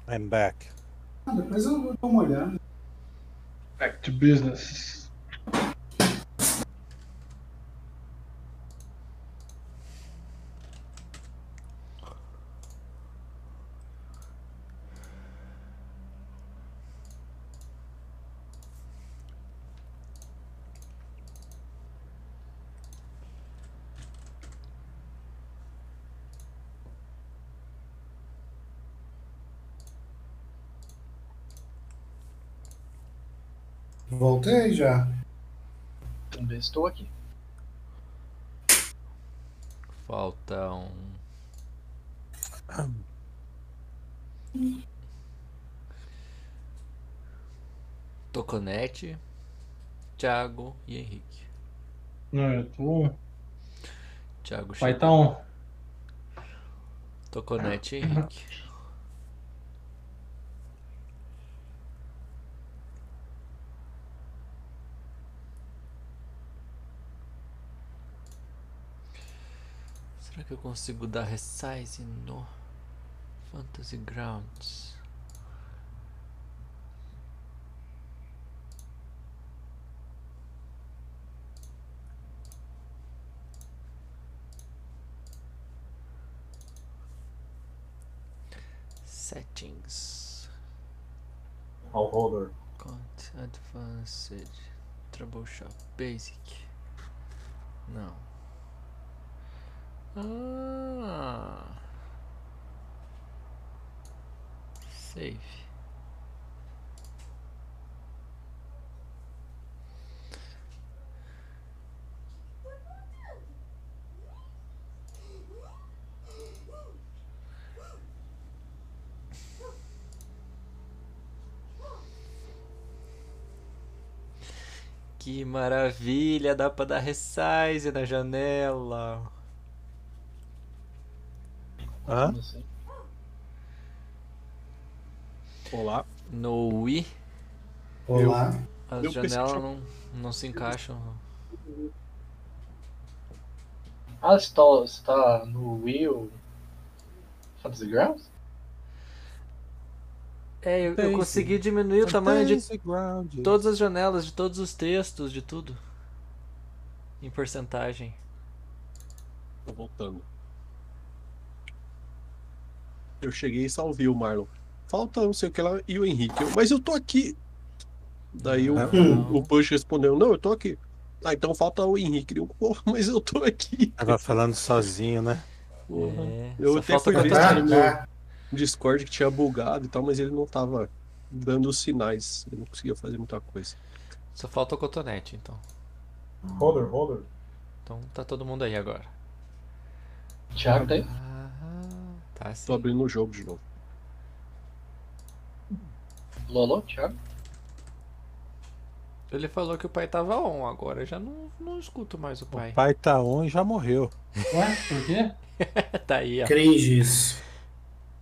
S3: I'm back.
S7: Ah, depois eu dou uma olhada.
S5: Back to business.
S7: Voltei já.
S4: Também estou aqui.
S2: Falta um. Toconete, Thiago e Henrique.
S5: Não, eu tô.
S2: Thiago
S5: Vai
S2: chegou.
S5: tá um.
S2: Toconete e Henrique. Será que eu consigo dar resize no Fantasy Grounds? Settings.
S1: Ao roller.
S2: Cont Advanced Troubleshop Basic. Não. Ah. Save. Que maravilha, dá pra dar resize na janela.
S3: Hã?
S4: Não sei.
S6: Olá.
S2: No Wii,
S7: Olá.
S2: as
S6: Meu PC
S2: janelas
S6: tinha-
S2: não, não se encaixam.
S4: Ah, você tá, você tá no Will Fantasy Grounds?
S2: É, eu, eu
S3: Tem,
S2: consegui diminuir o tamanho de
S3: Fantasy Ground.
S2: todas as janelas, de todos os textos, de tudo. Em porcentagem.
S6: Tô voltando. Eu cheguei e salvei o Marlon. Falta não sei o que lá e o Henrique. Eu, Mas eu tô aqui. Daí o,
S2: Ah,
S6: o, o Bush respondeu: Não, eu tô aqui. Ah, então falta o Henrique. Eu, "Pô, mas eu tô aqui.
S3: Tava falando sozinho, né?
S6: Porra.
S2: É,
S6: Eu
S2: só
S6: até
S2: falta
S6: fui ver
S2: botar-
S6: se
S7: Ah,
S6: ele
S7: tá.
S6: Discord que tinha bugado e tal, mas ele não tava dando os sinais. Ele não conseguia fazer muita coisa.
S2: Só falta o cotonete, então.
S1: Roller, roller.
S2: Então tá todo mundo aí agora.
S4: Thiago tá aí?
S2: Ah, tá
S6: Tô
S2: sim.
S6: abrindo o jogo de novo.
S4: Lolo, Thiago?
S2: Ele falou que o pai tava on, agora eu já não, não escuto mais o pai.
S3: O pai tá on e já morreu.
S5: Ué, por quê?
S2: tá aí, ó.
S7: Cringe isso.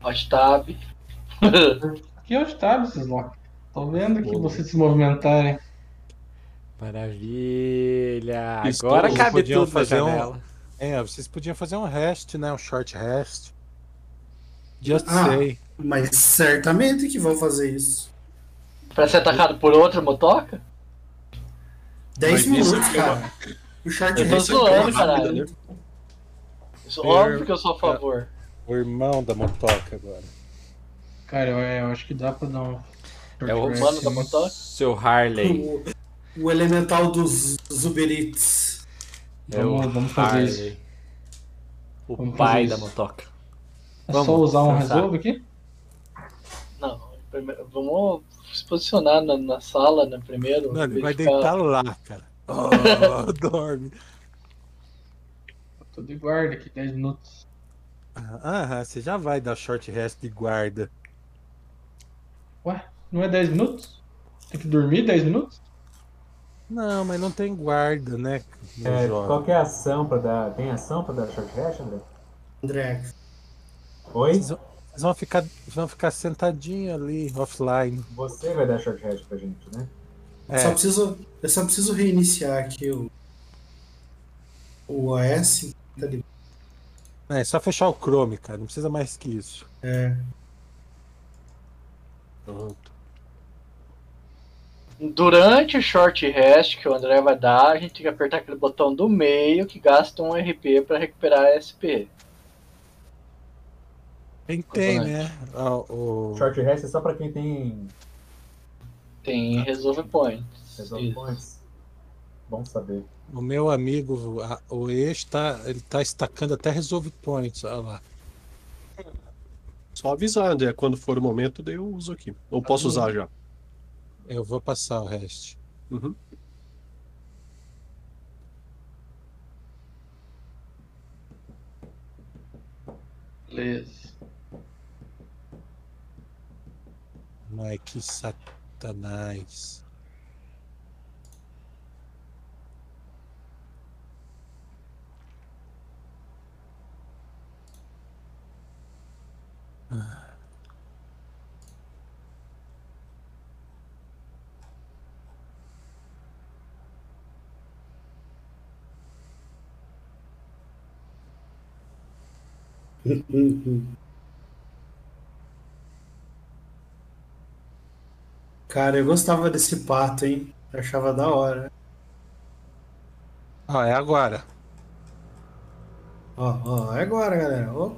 S4: Hot Tab.
S5: Aqui é o estado, esses lá. Tô vendo que
S6: Boa.
S5: vocês se movimentarem.
S2: Maravilha!
S6: Estou-
S2: Agora cabe
S3: Podiam
S2: tudo na
S3: fazer um-
S2: janela.
S3: É, vocês podiam fazer um rest, né? Um short rest. Just
S7: Ah.
S3: say.
S7: Mas certamente que vão fazer isso.
S4: pra ser atacado por outra motoca?
S7: 10
S6: Mas isso
S7: minutos,
S6: foi uma-
S7: cara. O short
S4: Eu tô
S7: rest é
S4: zoando,
S7: rápido.
S4: caralho.
S6: né?
S4: Isso, óbvio que eu sou a favor.
S3: O irmão da motoca agora.
S5: Cara, eu, eu acho que dá pra dar um. assim.
S2: É o
S5: short
S4: Mano
S5: rest.
S4: da motoca?
S2: Seu Harley.
S7: O, o elemental dos, dos Uber Eats.
S2: É o
S5: Vamos- vamos fazer
S2: Harley. O
S5: Vamos
S2: pai
S5: fazer
S2: da
S5: isso.
S2: motoca.
S5: É
S2: Vamos,
S5: só usar um
S2: pensar.
S5: resolve aqui?
S4: Não, primeiro- vamos se posicionar na, na sala né, primeiro.
S3: Mano, ele vai
S4: verificar.
S3: deitar lá, cara. Oh, dorme.
S5: Tô de guarda aqui, 10 minutos.
S3: Aham, você já vai dar short rest de guarda.
S5: Ué, não é 10 minutos? Tem que dormir 10 minutos?
S3: Não, mas não tem guarda, né? no
S1: É,
S3: jogo.
S1: qual que é a ação pra dar. Tem ação pra dar short rest, André?
S7: André,
S1: Oi?
S3: Vocês vão ficar, vocês vão ficar sentadinho ali, offline.
S1: Você vai dar short rest pra gente, né?
S3: É,
S7: só preciso, eu só preciso reiniciar aqui o, o OS. Tá ligado?
S3: é só fechar o Chrome, cara. Não precisa mais que isso.
S7: É.
S6: Pronto.
S4: Durante o short rest que o André vai dar, a gente tem que apertar aquele botão do meio que gasta um RP pra recuperar SP.
S3: Tem, tem, né? Ah, o-
S1: Short rest é só pra quem tem
S3: Ah.
S4: Tem resolve points.
S1: resolve points. Bom saber.
S3: O meu amigo, a- o ex, tá, ele tá estacando até resolve points. Olha lá.
S6: Só avisar, André. Quando for o momento, daí eu uso aqui. Ou posso usar já.
S3: Eu vou passar o resto.
S6: Uhum.
S4: Beleza.
S3: Mas que satanás.
S7: Cara, eu gostava desse pato, hein? Eu achava da hora.
S3: Ó, é agora.
S7: Ó, ó, é agora, galera. Ó,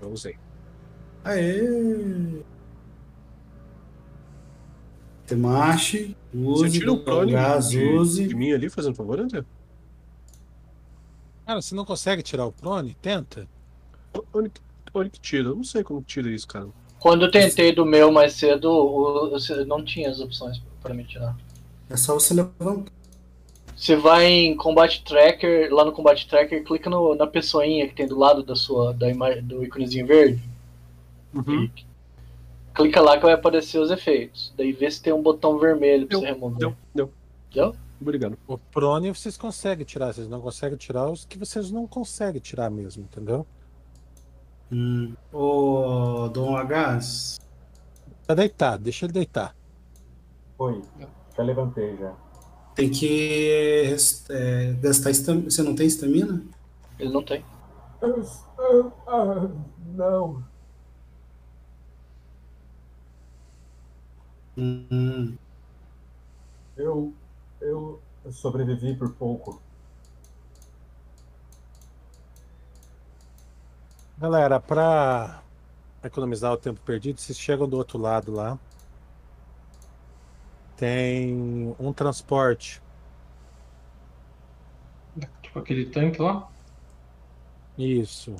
S6: Eu usei.
S7: aê! Temashi,
S6: Você
S7: use,
S6: tira o prone
S7: gás,
S6: de, de
S7: use.
S6: mim ali, fazendo favor, André?
S3: Cara, você não consegue tirar o prone? Tenta.
S6: Onde que, onde que tira? Eu não sei como que tira isso, cara.
S4: Quando eu tentei do meu mais cedo, o- o- não tinha as opções pra me tirar.
S7: É só você levantar.
S4: Você vai em Combat Tracker, lá no Combat Tracker, clica no- na pessoinha que tem do lado da sua da ima- do íconezinho verde.
S6: Uhum.
S4: Clica lá que vai aparecer os efeitos. Daí vê se tem um botão vermelho pra
S6: Deu,
S4: você remover.
S6: Deu, deu.
S4: Deu?
S6: Obrigado. É
S3: O prone vocês conseguem tirar. Vocês não conseguem tirar os que vocês não conseguem tirar mesmo, entendeu?
S7: Hum. Ô, Dom Hs,
S3: Tá deitado, deixa ele deitar.
S1: Oi. Já levantei já.
S7: tem que res- é, gastar estamina. Você não tem estamina?
S4: Ele não tem.
S1: não.
S7: Hum.
S1: Eu. Eu sobrevivi por pouco.
S3: Galera, pra economizar o tempo perdido, vocês chegam do outro lado lá. Tem um transporte.
S5: Tipo aquele tanque lá.
S3: Isso.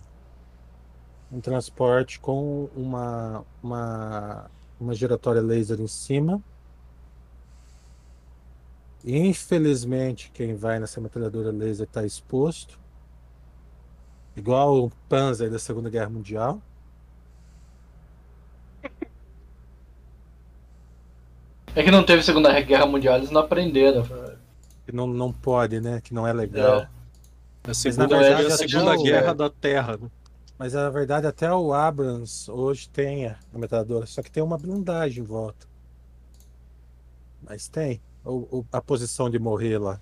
S3: Um transporte com uma, uma, uma giratória laser em cima. Infelizmente, quem vai nessa metralhadora laser está exposto. Igual o Panzer da Segunda Guerra Mundial.
S4: É que não teve Segunda Guerra Mundial, eles não aprenderam.
S3: Que não, não pode, né? Que não é legal.
S6: A
S3: na
S6: segunda,
S3: verdade,
S6: é a
S3: já
S6: segunda
S3: tinha um- o-
S6: guerra da Terra. né?
S3: Mas na verdade, até o Abrams hoje tem a a metralhadora, só que tem uma blindagem em volta. Mas tem. O- o- a posição de morrer lá.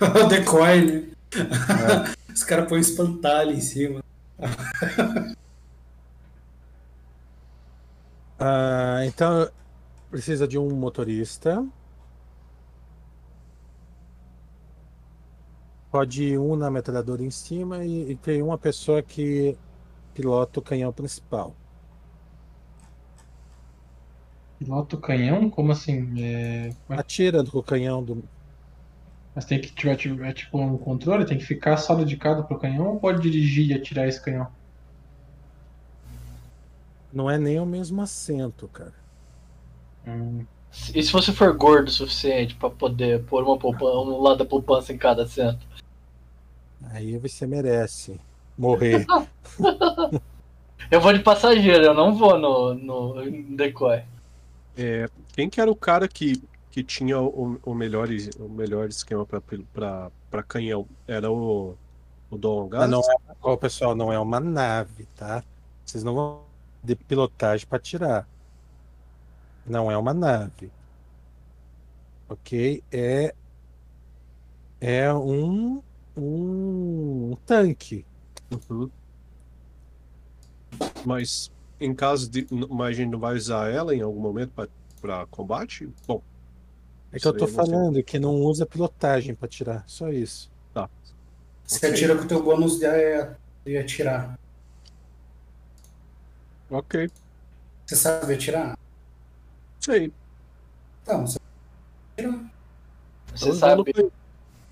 S7: O decoy, né?
S6: É.
S7: Os caras põem espantalho em cima.
S3: Ah, então precisa de um motorista. Pode ir um na metralhadora em cima e, e tem uma pessoa que pilota o canhão principal.
S5: Pilota o canhão? Como assim? É, como é-
S3: Atira com o canhão do.
S5: Mas tem que tiver tipo, é tipo um controle? Tem que ficar só dedicado pro canhão ou pode dirigir e atirar esse canhão?
S3: Não é nem o mesmo assento, cara.
S5: Hum,
S4: E se você for gordo o suficiente pra poder pôr uma poupança, um lado da poupança em cada centro?
S3: Aí você merece morrer.
S4: Eu vou de passageiro, eu não vou no, no em decoy.
S6: É, quem que era o cara que, que tinha o, o melhor, o melhor esquema pra- pra pra canhão? Era o, o Dom
S3: Mas
S6: Gás?
S3: não é, ó, pessoal, não é uma nave, tá? Vocês não vão de pilotagem para tirar. Não é uma nave. Ok? É é um um, tanque.
S6: Uhum. Mas em caso de. n- Mas a gente não vai usar ela em algum momento pra, pra combate? Bom.
S3: É que eu tô
S6: isso aí não sei.
S3: falando que não usa pilotagem pra tirar, só isso.
S7: Você atira com o teu bônus de, de atirar.
S6: Ok.
S7: Você sabe atirar?
S6: Sei.
S7: Então, você
S6: Eu
S4: Você
S6: não
S4: sabe.
S6: sei.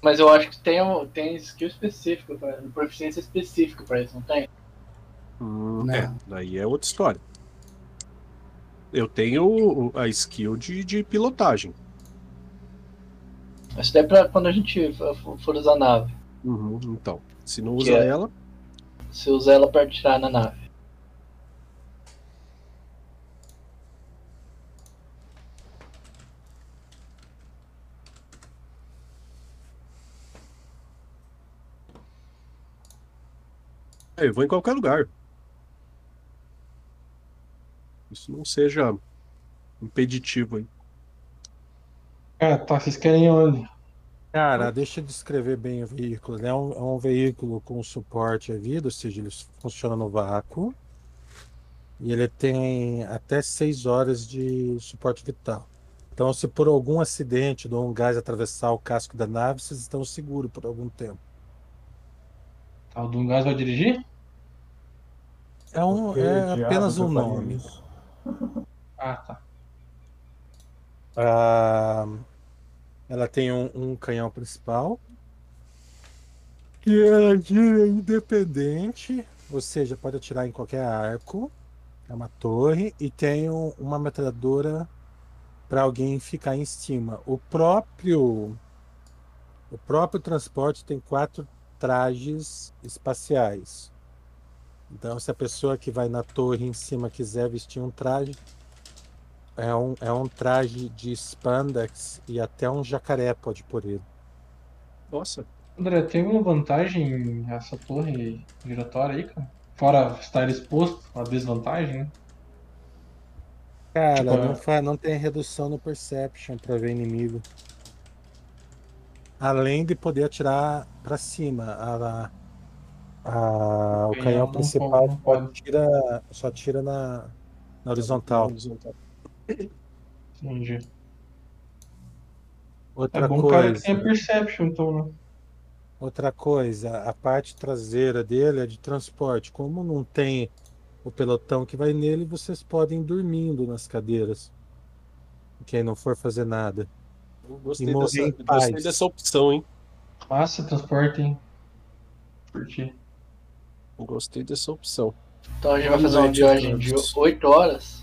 S4: Mas eu acho que tem, um- tem skill específico, pra, proficiência específica pra isso, não tem?
S6: Hum,
S3: Né?
S7: Não.
S6: é, daí é outra história. Eu tenho o- o- a skill de, de pilotagem.
S4: Isso daí é pra quando a gente for, for usar a nave.
S6: Então, se não usa
S4: é?
S6: ela,
S4: Você usa ela pra atirar na nave.
S6: eu vou em qualquer lugar. Isso não seja impeditivo aí.
S5: Ah, tá, vocês querem onde?
S3: Cara, deixa eu descrever bem o veículo. Ele é um, é um veículo com suporte à vida, ou seja, ele funciona no vácuo. E ele tem até 6 horas de suporte vital. Então, se por algum acidente de um gás atravessar o casco da nave, vocês estão seguros por algum tempo.
S5: Tá, o Dungas vai dirigir?
S3: É, um,
S1: Por que
S3: é
S1: diabo
S3: apenas
S1: você tá
S3: um
S1: faria
S3: nome.
S1: isso?
S5: Ah, tá.
S3: Ah, ela tem um, um canhão principal. E ela gira independente, ou seja, pode atirar em qualquer arco. É uma torre. E tem um- uma metralhadora para alguém ficar em cima. O próprio, o próprio transporte tem quatro trajes espaciais. Então, se a pessoa que vai na torre em cima quiser vestir um traje, é um, é um traje de spandex e até um jacaré pode pôr ele.
S6: Nossa, tá
S5: André, tem alguma vantagem essa torre giratória aí, cara? Fora estar exposto à desvantagem, né?
S3: Cara,
S5: Tipo,
S3: não,
S5: é-
S3: fa- não tem redução no perception pra ver inimigo. Além de poder atirar pra cima. A, a- o
S5: canhão
S3: canhão
S5: não
S3: principal
S5: pode- não
S3: só,
S5: pode.
S3: tira, só tira na, na horizontal.
S5: Entendi.
S3: Outra
S5: É bom o cara
S3: coisa.
S5: que tenha perception, então, né?
S3: Outra coisa, a parte traseira dele é de transporte. Como não tem o pelotão que vai nele, vocês podem ir dormindo nas cadeiras. Quem não for fazer nada.
S6: eu
S3: E
S6: gostei,
S3: morrer
S6: dessa,
S3: em
S6: gostei
S3: paz.
S6: dessa opção, hein?
S5: Massa, transporte, hein? Curti.
S6: Eu gostei dessa opção.
S4: Então a gente vai fazer uma viagem de 8 horas.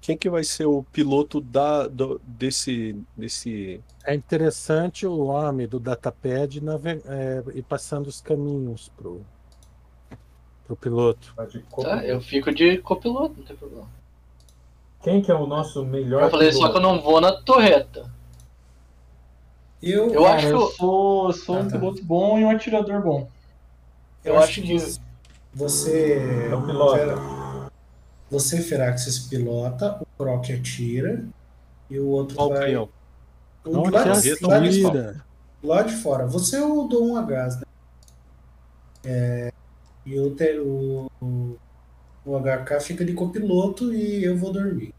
S6: Quem que vai ser o piloto da, do- desse, desse.
S3: É interessante o homem do datapad nave- é, ir passando os caminhos pro, pro piloto.
S1: Tá de co-
S4: Tá? Eu fico de copiloto, não tem problema.
S1: Quem que é o nosso melhor
S4: Eu falei assim, só que eu não vou na torreta.
S7: Eu,
S4: Eu
S5: Cara,
S4: acho-
S5: eu sou, eu sou
S7: Ah,
S5: um
S7: tá.
S5: piloto bom e um atirador bom.
S4: eu acho que-
S7: você- Você.
S1: É o pilota.
S7: Você, Feraxis, pilota, o Croc atira e o outro
S6: Qual o
S7: vai.
S6: canhão?
S7: O
S3: Não um
S7: lá,
S3: te
S7: de, lá,
S6: atira.
S7: de,
S3: assumira.
S7: lá de fora. Você é o Dom a gás, né? É, e o, te- o, o HK fica de copiloto e eu vou dormir.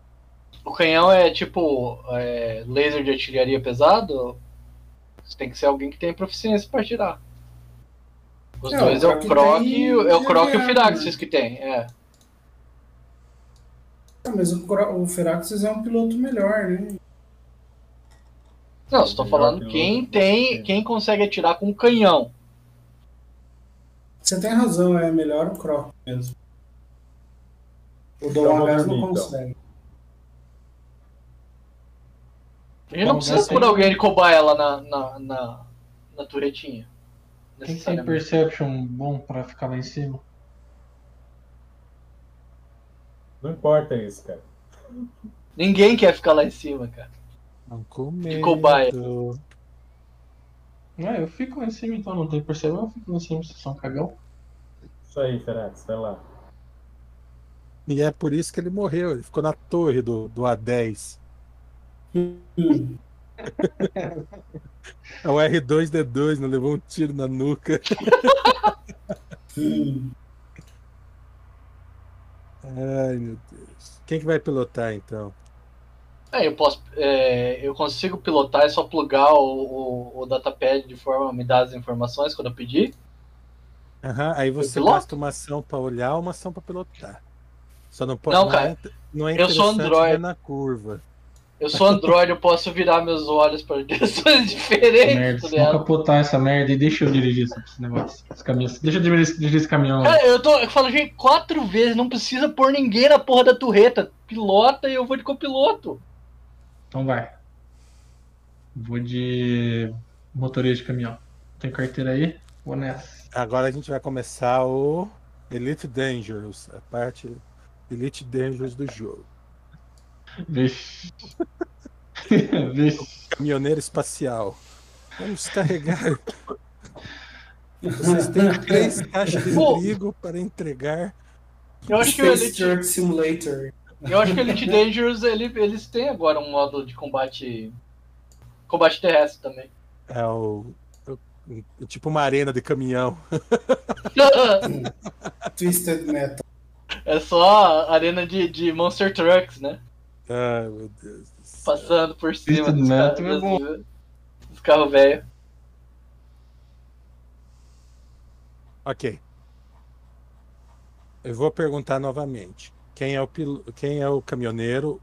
S4: O canhão é tipo é, laser de artilharia pesado? Você tem que ser alguém que tem proficiência pra tirar. Os
S7: É,
S4: dois é
S7: o
S4: o
S7: Croc
S4: Croc
S7: tem
S4: e o- é o Croc e o
S7: artilharia,
S4: Firaxis
S7: né?
S4: que tem, é.
S7: Ah, mas o, Cro- o Feraxis é um piloto melhor, né?
S4: Não, estou
S1: Melhor
S4: falando
S1: piloto
S4: quem
S1: que
S4: tem,
S1: tem.
S4: quem consegue atirar com um canhão.
S7: Você tem razão, é melhor o Croc mesmo. O Dom
S1: Então, vou
S7: a gás não
S1: dormir, então.
S7: consegue.
S4: A gente não
S5: Bom,
S4: precisa
S5: essa
S4: por
S5: aí-
S4: alguém de cobaia lá na, na, na, na turretinha.
S5: Quem que tem
S4: Necessariamente.
S5: perception bom pra ficar lá em cima?
S1: Não importa isso, cara.
S4: Ninguém quer ficar lá em cima, cara.
S3: Não com
S4: cobaia.
S3: medo.
S5: É, eu fico lá em cima, então não tem perception, eu fico lá em cima, vocês são um cagão.
S1: Isso aí, Ferax, vai lá.
S3: E é por isso que ele morreu. Ele ficou na torre do, do A10. É o né? R2D2, não levou um tiro na nuca.
S7: Hum.
S3: Ai, meu Deus. Quem que vai pilotar então?
S4: É, eu posso. é, eu consigo pilotar, é só plugar o, o, o datapad de forma a me dar as informações quando eu pedir.
S3: Aham, aí você
S4: piloto?
S3: gasta uma ação pra olhar, uma ação pra pilotar. Só não pode.
S4: Não,
S3: é
S4: cara,
S3: inte- não é
S4: eu sou
S3: interessante
S4: Android.
S3: ver na curva.
S4: Eu sou Android, eu posso virar meus olhos para direções
S5: Merda,
S4: diferentes, tá
S5: se não
S4: ligado?
S5: capotar essa merda e deixa eu dirigir esse negócio, esse caminhão. Deixa eu dirigir esse, dirigir esse caminhão.
S4: Cara, eu, tô, eu falei gente, quatro vezes, não precisa pôr ninguém na porra da turreta. Pilota e eu vou de copiloto.
S5: Então vai. Vou de motorista de caminhão. Tem carteira aí? Vou nessa.
S3: Agora a gente vai começar o Elite Dangerous, a parte Elite Dangerous do jogo.
S5: Vixe. Vixe.
S3: Caminhoneiro espacial. Vamos carregar. Vocês têm três caixas de
S4: Pô.
S3: trigo para entregar.
S4: Eu acho que o
S7: Space
S4: Elite,
S7: Truck Simulator.
S4: eu acho que o Elite Dangerous ele, eles têm agora um modo de combate. Combate terrestre também.
S3: É o, o- tipo uma arena de caminhão.
S7: Twisted Metal.
S4: é só a arena de, de Monster Trucks, né?
S3: Ai, Ah, meu Deus do céu.
S4: Passando por cima
S5: Isso
S4: dos,
S5: mesmo,
S4: ca-
S5: é
S4: dos-
S5: bom.
S4: dos carros velhos.
S3: Ok. Eu vou perguntar novamente. Quem é o, pil... Quem é o caminhoneiro?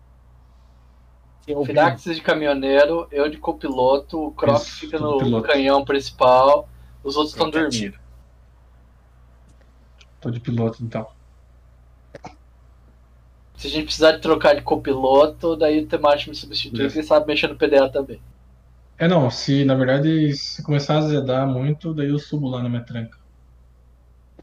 S5: Eu vi.
S4: Fidaxis de caminhoneiro, eu de copiloto, o Croc
S5: Isso,
S4: fica
S5: tudo
S4: no
S5: piloto.
S4: canhão principal, os outros estão
S6: Croc
S4: dormindo.
S5: Tô de piloto então.
S4: Se a gente precisar de trocar de copiloto, daí o Temate me substitui,
S5: Beleza.
S4: quem sabe mexer no PDA também.
S5: É não, se na verdade se começar a zedar muito, daí eu subo lá na minha tranca.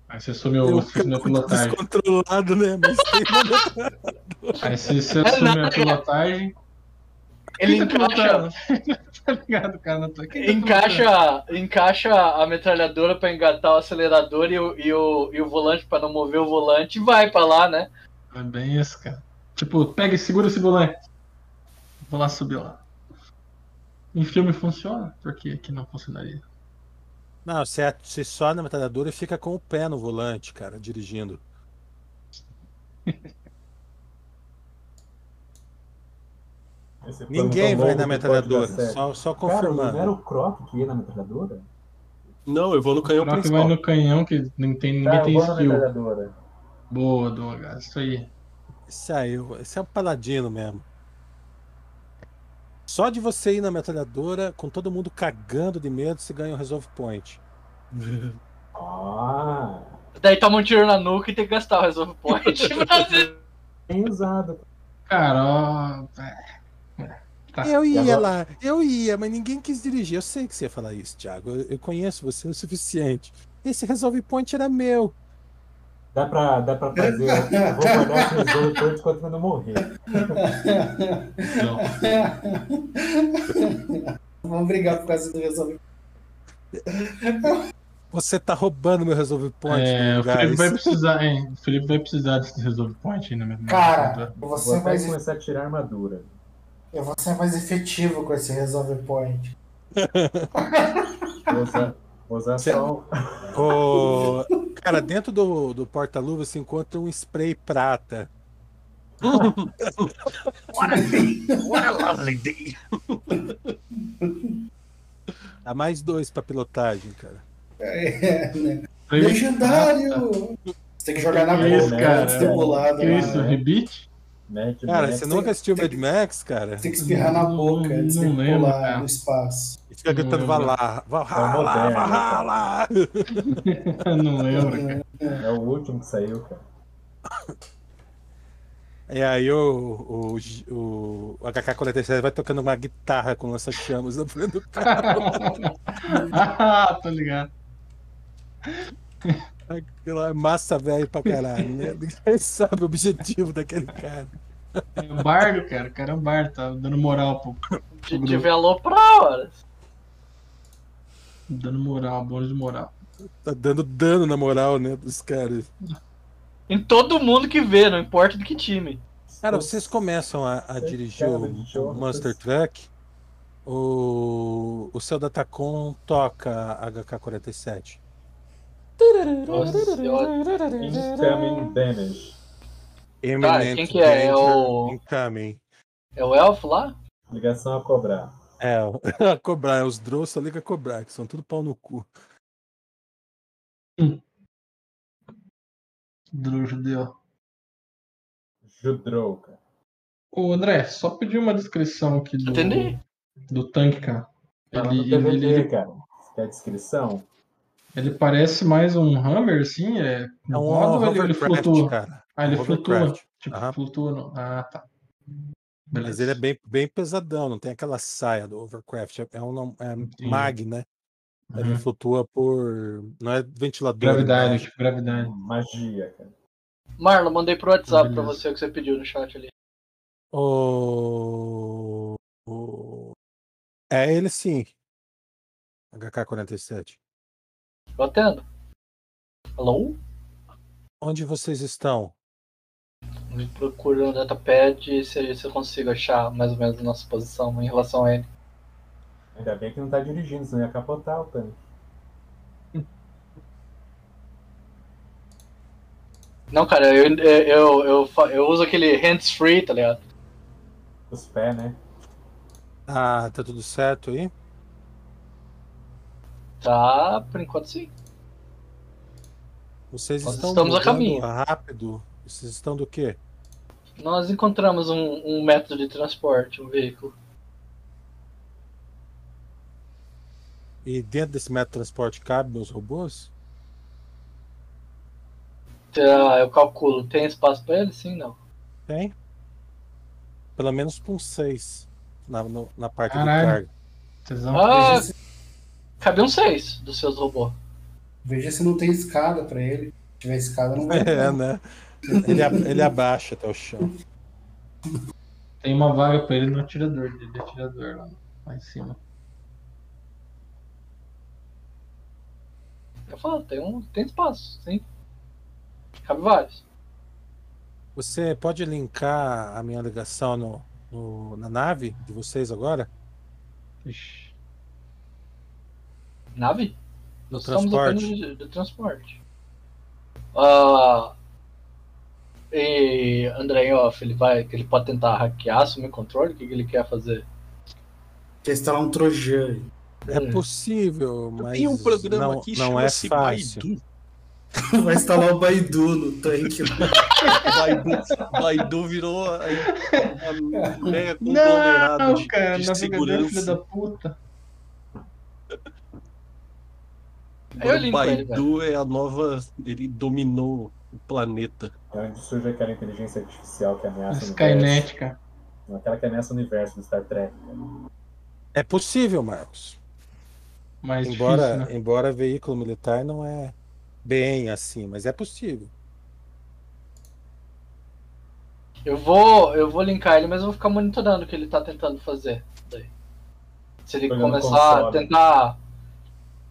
S5: Aí você assume
S3: Eu
S5: o
S3: fico
S5: assume a
S3: muito
S5: pilotagem.
S3: descontrolado, né? Mas tem uma-
S5: Aí se você assume a pilotagem.
S4: Ele
S5: Quem tá
S4: encaixa,
S5: pilotando? tá ligado, cara? Não tô... Quem tá
S4: encaixa, encaixa a metralhadora pra engatar o acelerador e o, e o, e o volante pra não mover o volante e vai pra lá, né?
S5: pilotando? É bem isso, cara. Tipo, pega e segura esse volante. Vou lá subir lá. Em filme funciona? Porque aqui não funcionaria.
S3: Não, você, at- você só na metralhadora e fica com o pé no volante, cara, dirigindo.
S1: Esse plano
S3: Ninguém
S1: tão
S3: vai
S1: longo que
S3: na
S1: pode
S3: metralhadora,
S1: dar certo.
S3: só, só
S1: Cara, não era
S3: confirmando.
S1: o Croc que ia na metralhadora?
S6: Não, eu vou no canhão
S5: O que vai
S6: principal.
S5: no canhão que não tem, ninguém
S1: Tá, eu
S5: tem
S1: vou na
S5: skill.
S1: metralhadora.
S5: Boa, Douglas. Isso aí.
S3: Isso aí, eu- esse é um paladino mesmo. Só de você ir na metralhadora, com todo mundo cagando de medo, você ganha um resolve point.
S1: Ah,
S4: Daí toma um tiro na nuca e tem que gastar o Resolve Point. Mas
S1: bem usado.
S5: Cara, ó. é. É. Tá.
S3: Eu
S1: Ah, E
S3: ia
S1: agora?
S3: lá, eu ia, mas ninguém quis dirigir. Eu sei que você ia falar isso, Thiago. Eu, eu conheço você o suficiente. Esse resolve point era meu.
S1: Dá pra, dá pra fazer. Eu vou guardar esses dois pontos enquanto eu não morrer.
S5: Não.
S7: Vamos brigar por causa do resolver.
S3: Você tá roubando meu resolve point.
S5: É,
S3: do
S5: o
S3: lugar.
S5: Felipe vai
S3: Isso-
S5: precisar, hein? O Felipe vai precisar desse resolve point ainda mesmo. tá?
S7: Cara, eu vou,
S1: Vou
S7: ser
S1: até
S7: mais,
S1: começar a tirar armadura.
S7: eu vou ser mais efetivo com esse resolve point.
S1: Vou usar, vou usar só.
S3: Ô, Cara, dentro do, do porta-luva se encontra um spray prata.
S6: What a lovely day.
S3: Dá mais dois pra pilotagem, cara.
S7: É, né?
S5: Felipe-
S7: Legendário! Você tem que jogar na
S5: Que
S7: boca,
S5: isso, cara?
S7: destemulado.
S5: Que isso,
S7: Você
S5: rebite?
S1: Mete,
S3: Cara,
S1: mete.
S3: você nunca assistiu Mad Max, cara?
S7: tem que espirrar na
S5: Não-
S7: boca,
S5: não lembro, cara.
S7: destemulado no espaço.
S3: E fica gritando,
S5: Hum.
S3: vai lá, vai
S1: É moderno, né,
S3: lá, vai lá.
S5: Eu não lembro, cara.
S1: É o último que saiu, cara.
S3: E aí o, o, o, o HK-47 vai tocando uma guitarra com lança-chamas na frente do cara.
S5: ah, tô ligado.
S3: Aquilo é massa velho pra caralho, né? Ninguém sabe o objetivo daquele cara.
S5: É um bardo, cara. O cara é um bardo, tá dando moral, pô.
S4: se tiver aloprar, hora.
S5: Dando moral, bônus de moral.
S3: Tá dando dano na moral, né, dos caras.
S4: Em todo mundo que vê, não importa de que time.
S3: Cara, vocês começam a, a
S5: É,
S1: Esse
S3: dirigir
S1: cara de
S3: o, o
S5: né?
S1: Jonas.
S3: Monster Truck, o, o seu Datacom toca HK-47.
S4: Nossa é senhora.
S1: Incoming damage.
S3: Eminent
S4: quem que é? É
S3: danger
S4: o-
S3: incoming.
S4: É o elfo lá?
S1: Ligação a cobrar.
S3: É, o- a cobrar, é os Drow só liga a cobrar, que são tudo pau no cu.
S5: Drogo judeu.
S1: Judrouca.
S5: Ô, André, só pedir uma descrição aqui do,
S4: Entendi.
S5: do tanque, cara.
S1: Tá no
S5: Ele, ele,
S1: DVD,
S5: ele,
S1: cara. Você quer descrição?
S5: ele parece mais um hammer, assim? É,
S3: É um
S5: roda ou ele, ele
S3: hovercraft,
S5: flutua?
S3: cara.
S5: Ah, ele
S3: Um
S5: flutua.
S3: hovercraft.
S5: Tipo,
S3: Aham.
S5: flutua. Não. Ah, tá. Beleza.
S3: Mas ele é bem, bem pesadão, não tem aquela saia do Overcraft. É um é
S5: Entendi.
S3: mag, né? Ele
S5: Uhum.
S3: flutua por. Não é ventilador. né?
S5: Gravidade, tipo, gravidade.
S1: Magia, cara.
S4: Marlon, mandei pro WhatsApp pra
S5: Beleza.
S4: você o que você pediu no chat ali.
S3: O... o- É ele sim. HK47.
S4: Eu atendo. Alô?
S3: Onde vocês estão?
S4: Me procura no datapad se, se eu consigo achar mais ou menos a nossa posição em relação a ele.
S1: Ainda bem que não tá dirigindo, senão ia capotar o tanque.
S4: Não, cara, eu, eu, eu, eu, fa- eu uso aquele hands-free, tá ligado?
S1: Os pés, né?
S3: Ah, tá tudo certo aí?
S4: Tá, por enquanto sim.
S3: Vocês
S4: Nós
S3: estão
S4: estamos a
S3: mudando
S4: caminho.
S3: rápido? Vocês estão do quê?
S4: Nós encontramos um, um método de transporte, um veículo.
S3: E dentro desse método de transporte cabe os robôs?
S4: Tá, eu calculo, tem espaço pra ele? Sim, não.
S3: Tem? Pelo menos com seis na, no- na parte
S5: Caralho.
S3: do carga.
S5: Tesão.
S4: Ah,
S7: Veja, se,
S4: cabe um 6 dos seus robôs.
S7: veja se não tem escada pra ele. Se tiver escada, não vai.
S3: É, né? Ele, a- ele abaixa até o chão.
S5: Tem uma vaga pra ele no atirador dele, atirador lá, lá em cima.
S4: Eu falo, tem, um, tem espaço, sim. Cabe vários.
S3: Você pode linkar a minha ligação no- no- na nave de vocês agora?
S5: Ixi.
S4: Nave?
S3: No
S4: Estamos
S3: transporte?
S4: apenas de, de transporte. Ah, e Andrei Off, ele vai. Ele pode tentar hackear, assumir controle? O que, que ele quer fazer?
S7: Quer instalar um trojan.
S3: É possível, mas
S6: Tem um programa
S3: não,
S6: aqui
S3: não é
S6: chama-se
S3: fácil.
S6: Baidu.
S7: Vai instalar o Baidu no tanque.
S6: Baidu. Baidu virou a- a- a- né, conglomerado
S5: Não,
S6: de,
S5: cara,
S6: de
S5: navegador filho da
S6: segurança.
S5: puta.
S4: Eu
S6: O
S4: ligo pra ele, velho.
S6: Baidu é a nova. Ele dominou o planeta.
S1: É onde surge aquela inteligência artificial que ameaça o universo.
S5: Skynet, cara.
S1: Não, Aquela que ameaça o universo do Star Trek. cara.
S3: É possível, Marcos.
S5: Mas
S3: Embora,
S5: difícil, né?
S3: embora veículo militar não é bem assim, mas é possível.
S4: Eu vou, eu vou linkar ele, mas eu vou ficar monitorando o que ele tá tentando fazer. daí. Se ele
S1: Olhando o
S4: começar a
S1: console.
S4: tentar.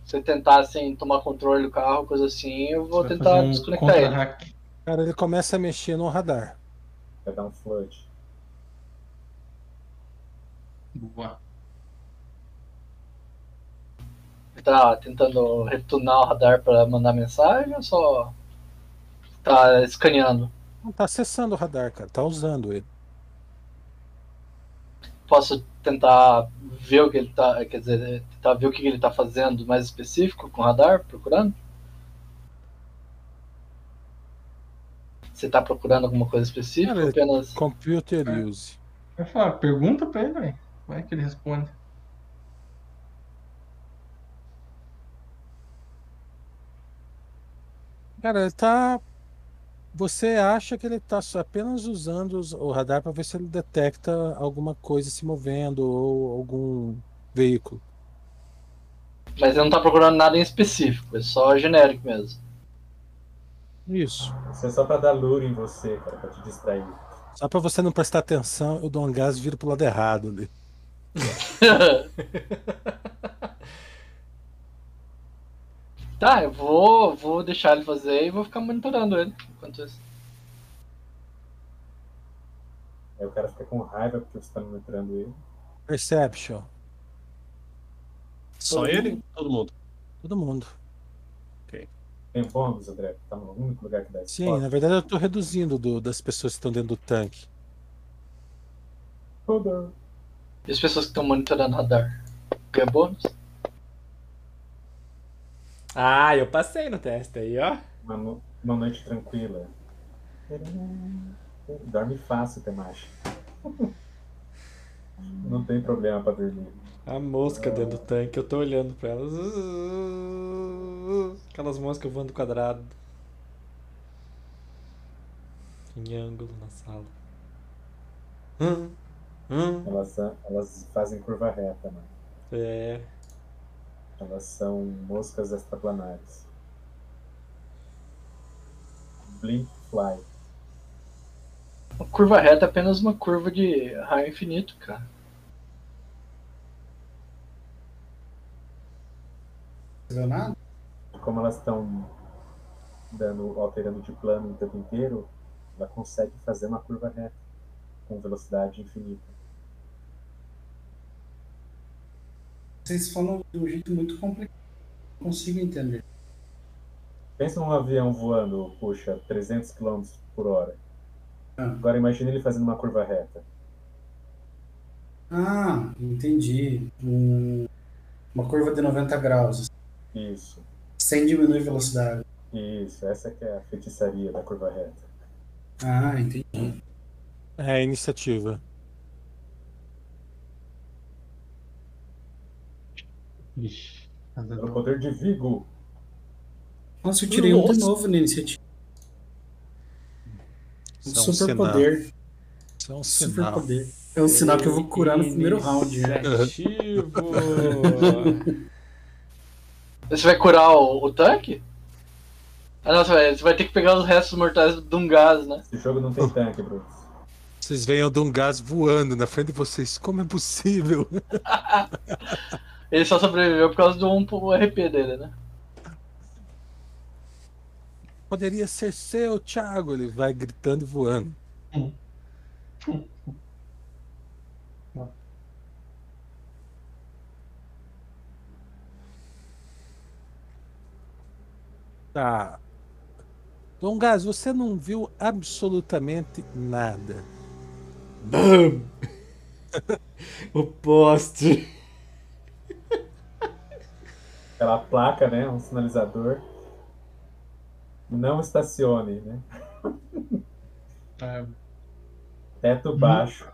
S4: Se ele tentar assim, tomar controle do carro, coisa assim, eu vou
S5: Você vai
S4: tentar
S5: fazer um
S4: desconectar ele.
S5: contra-hack.
S3: Cara, ele começa a mexer no radar.
S1: Vai dar um flood.
S5: Boa.
S4: Tá tentando retunar o radar pra mandar mensagem ou só tá escaneando?
S3: Não tá acessando o radar, cara. Tá usando ele.
S4: Posso tentar ver o que ele tá. Quer dizer, tentar ver o que ele tá fazendo mais específico com o radar, procurando? Você tá procurando alguma coisa específica
S3: Cara,
S4: ou apenas.
S3: Computer use.
S5: Vai falar, pergunta pra ele, velho. Vai que ele responde.
S3: Cara, ele tá. Você acha que ele tá só apenas usando os- o radar para ver se ele detecta alguma coisa se movendo ou algum veículo.
S4: Mas ele não tá procurando nada em específico, é só genérico mesmo.
S3: Isso.
S1: Isso é só pra dar lure em você, cara, pra te distrair.
S3: Só para você não prestar atenção, eu dou um gás e viro pro lado errado né? ali.
S4: tá, eu vou, vou deixar ele fazer e vou ficar monitorando ele enquanto isso.
S1: Aí o cara fica com raiva porque você tá monitorando ele.
S3: Perception.
S6: Só ele? Todo mundo.
S3: Todo mundo.
S6: Ok.
S1: Tem bombas, André? Tá no único lugar que dá esse
S3: Sim,
S1: foco.
S3: na verdade eu tô reduzindo do- das pessoas que estão dentro do tanque.
S1: Toda-
S4: E as pessoas que estão monitorando radar? Ganha bônus?
S2: Ah, eu passei no teste aí, ó.
S1: Uma, no- uma noite tranquila. Dorme fácil, Temashi. Não tem problema pra dormir.
S2: A mosca dentro do tanque, eu tô olhando pra elas. Aquelas moscas voando quadrado. Em ângulo na sala. Hum, hum,
S1: Elas, são- elas fazem curva reta, mano.
S2: é.
S1: Elas são moscas extraplanares. Blink Fly.
S4: Uma curva reta é apenas uma curva de raio infinito, cara.
S7: Não viu nada?
S1: Como elas estão dando, alterando de plano o tempo inteiro, ela consegue fazer uma curva reta com velocidade infinita.
S7: Vocês falam de um jeito muito complicado. Não consigo entender.
S1: Pensa num avião voando, puxa, 300 km por hora.
S7: Ah.
S1: Agora imagine ele fazendo uma curva reta.
S7: Ah, entendi. Um- uma curva de 90 graus.
S1: Isso,
S7: Sem diminuir a velocidade.
S1: isso. Essa que é a feitiçaria da curva reta.
S7: Ah, entendi.
S3: É a iniciativa.
S5: Ixi, nada
S1: Pelo
S5: do...
S1: poder de Vigo,
S7: Nossa, eu tirei um de novo na iniciativa. Um
S3: Isso é um
S7: superpoder.
S3: Isso é um
S7: Super
S3: sinal.
S7: poder. É um sinal que eu vou curar no primeiro round. né?
S2: Iniciativo.
S4: Você vai curar o, o tanque? Ah, não, você vai, você vai ter que pegar os restos mortais de um gás, né?
S1: esse jogo não tem tanque, Bruce.
S3: Vocês veem de um gás voando na frente de vocês. Como é possível?
S4: Ele só sobreviveu por causa do 1 pro RP dele, né?
S3: Poderia ser seu, Thiago. Ele vai gritando e voando. Tá. Dom Gás, você não viu absolutamente nada.
S2: Bam! O poste.
S1: Aquela placa, né? Um sinalizador. Não estacione, né?
S5: Ah,
S1: Teto baixo.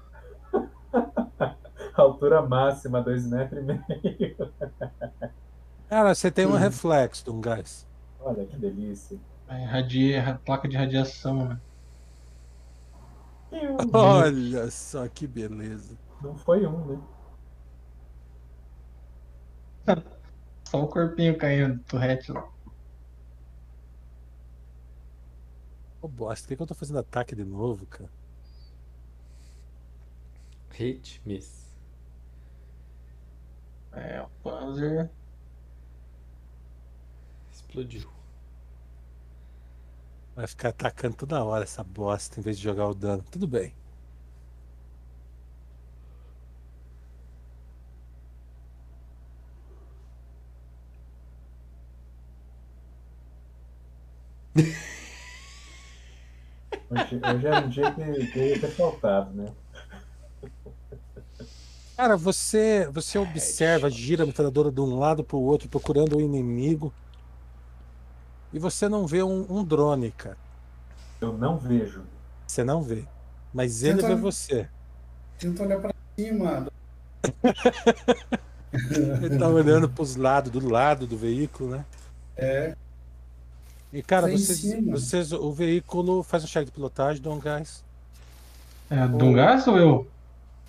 S1: Altura máxima, 2,5 metros e meio.
S3: Cara, você tem um reflexo, Dom Gás.
S1: Olha que delícia.
S5: é, radia- placa de radiação, né?
S3: Olha só que beleza.
S1: Não foi um, né?
S5: Só o corpinho caindo do turrete lá.
S3: Ô bosta, por que, que eu tô fazendo ataque de novo, cara?
S2: Hit, miss.
S5: É, o Panzer.
S2: Explodiu.
S3: Vai ficar atacando toda hora essa bosta em vez de jogar o dano. Tudo bem.
S1: Hoje, hoje era um dia que que eu ia ter faltado, né?
S3: Cara, você, você observa, gira a metralhadora de um lado pro outro, procurando o inimigo. E você não vê um, um drone, cara.
S1: Eu não vejo.
S3: Você não vê. Mas ele
S7: Tenta-
S3: vê você.
S7: Tenta olhar pra cima.
S3: Ele tá olhando pros lados, do lado do veículo, né?
S7: É.
S3: E, cara,
S7: Tá em
S3: vocês,
S7: cima.
S3: vocês- o veículo faz um cheque de pilotagem, Dom Gás.
S5: É, Dungas ou eu?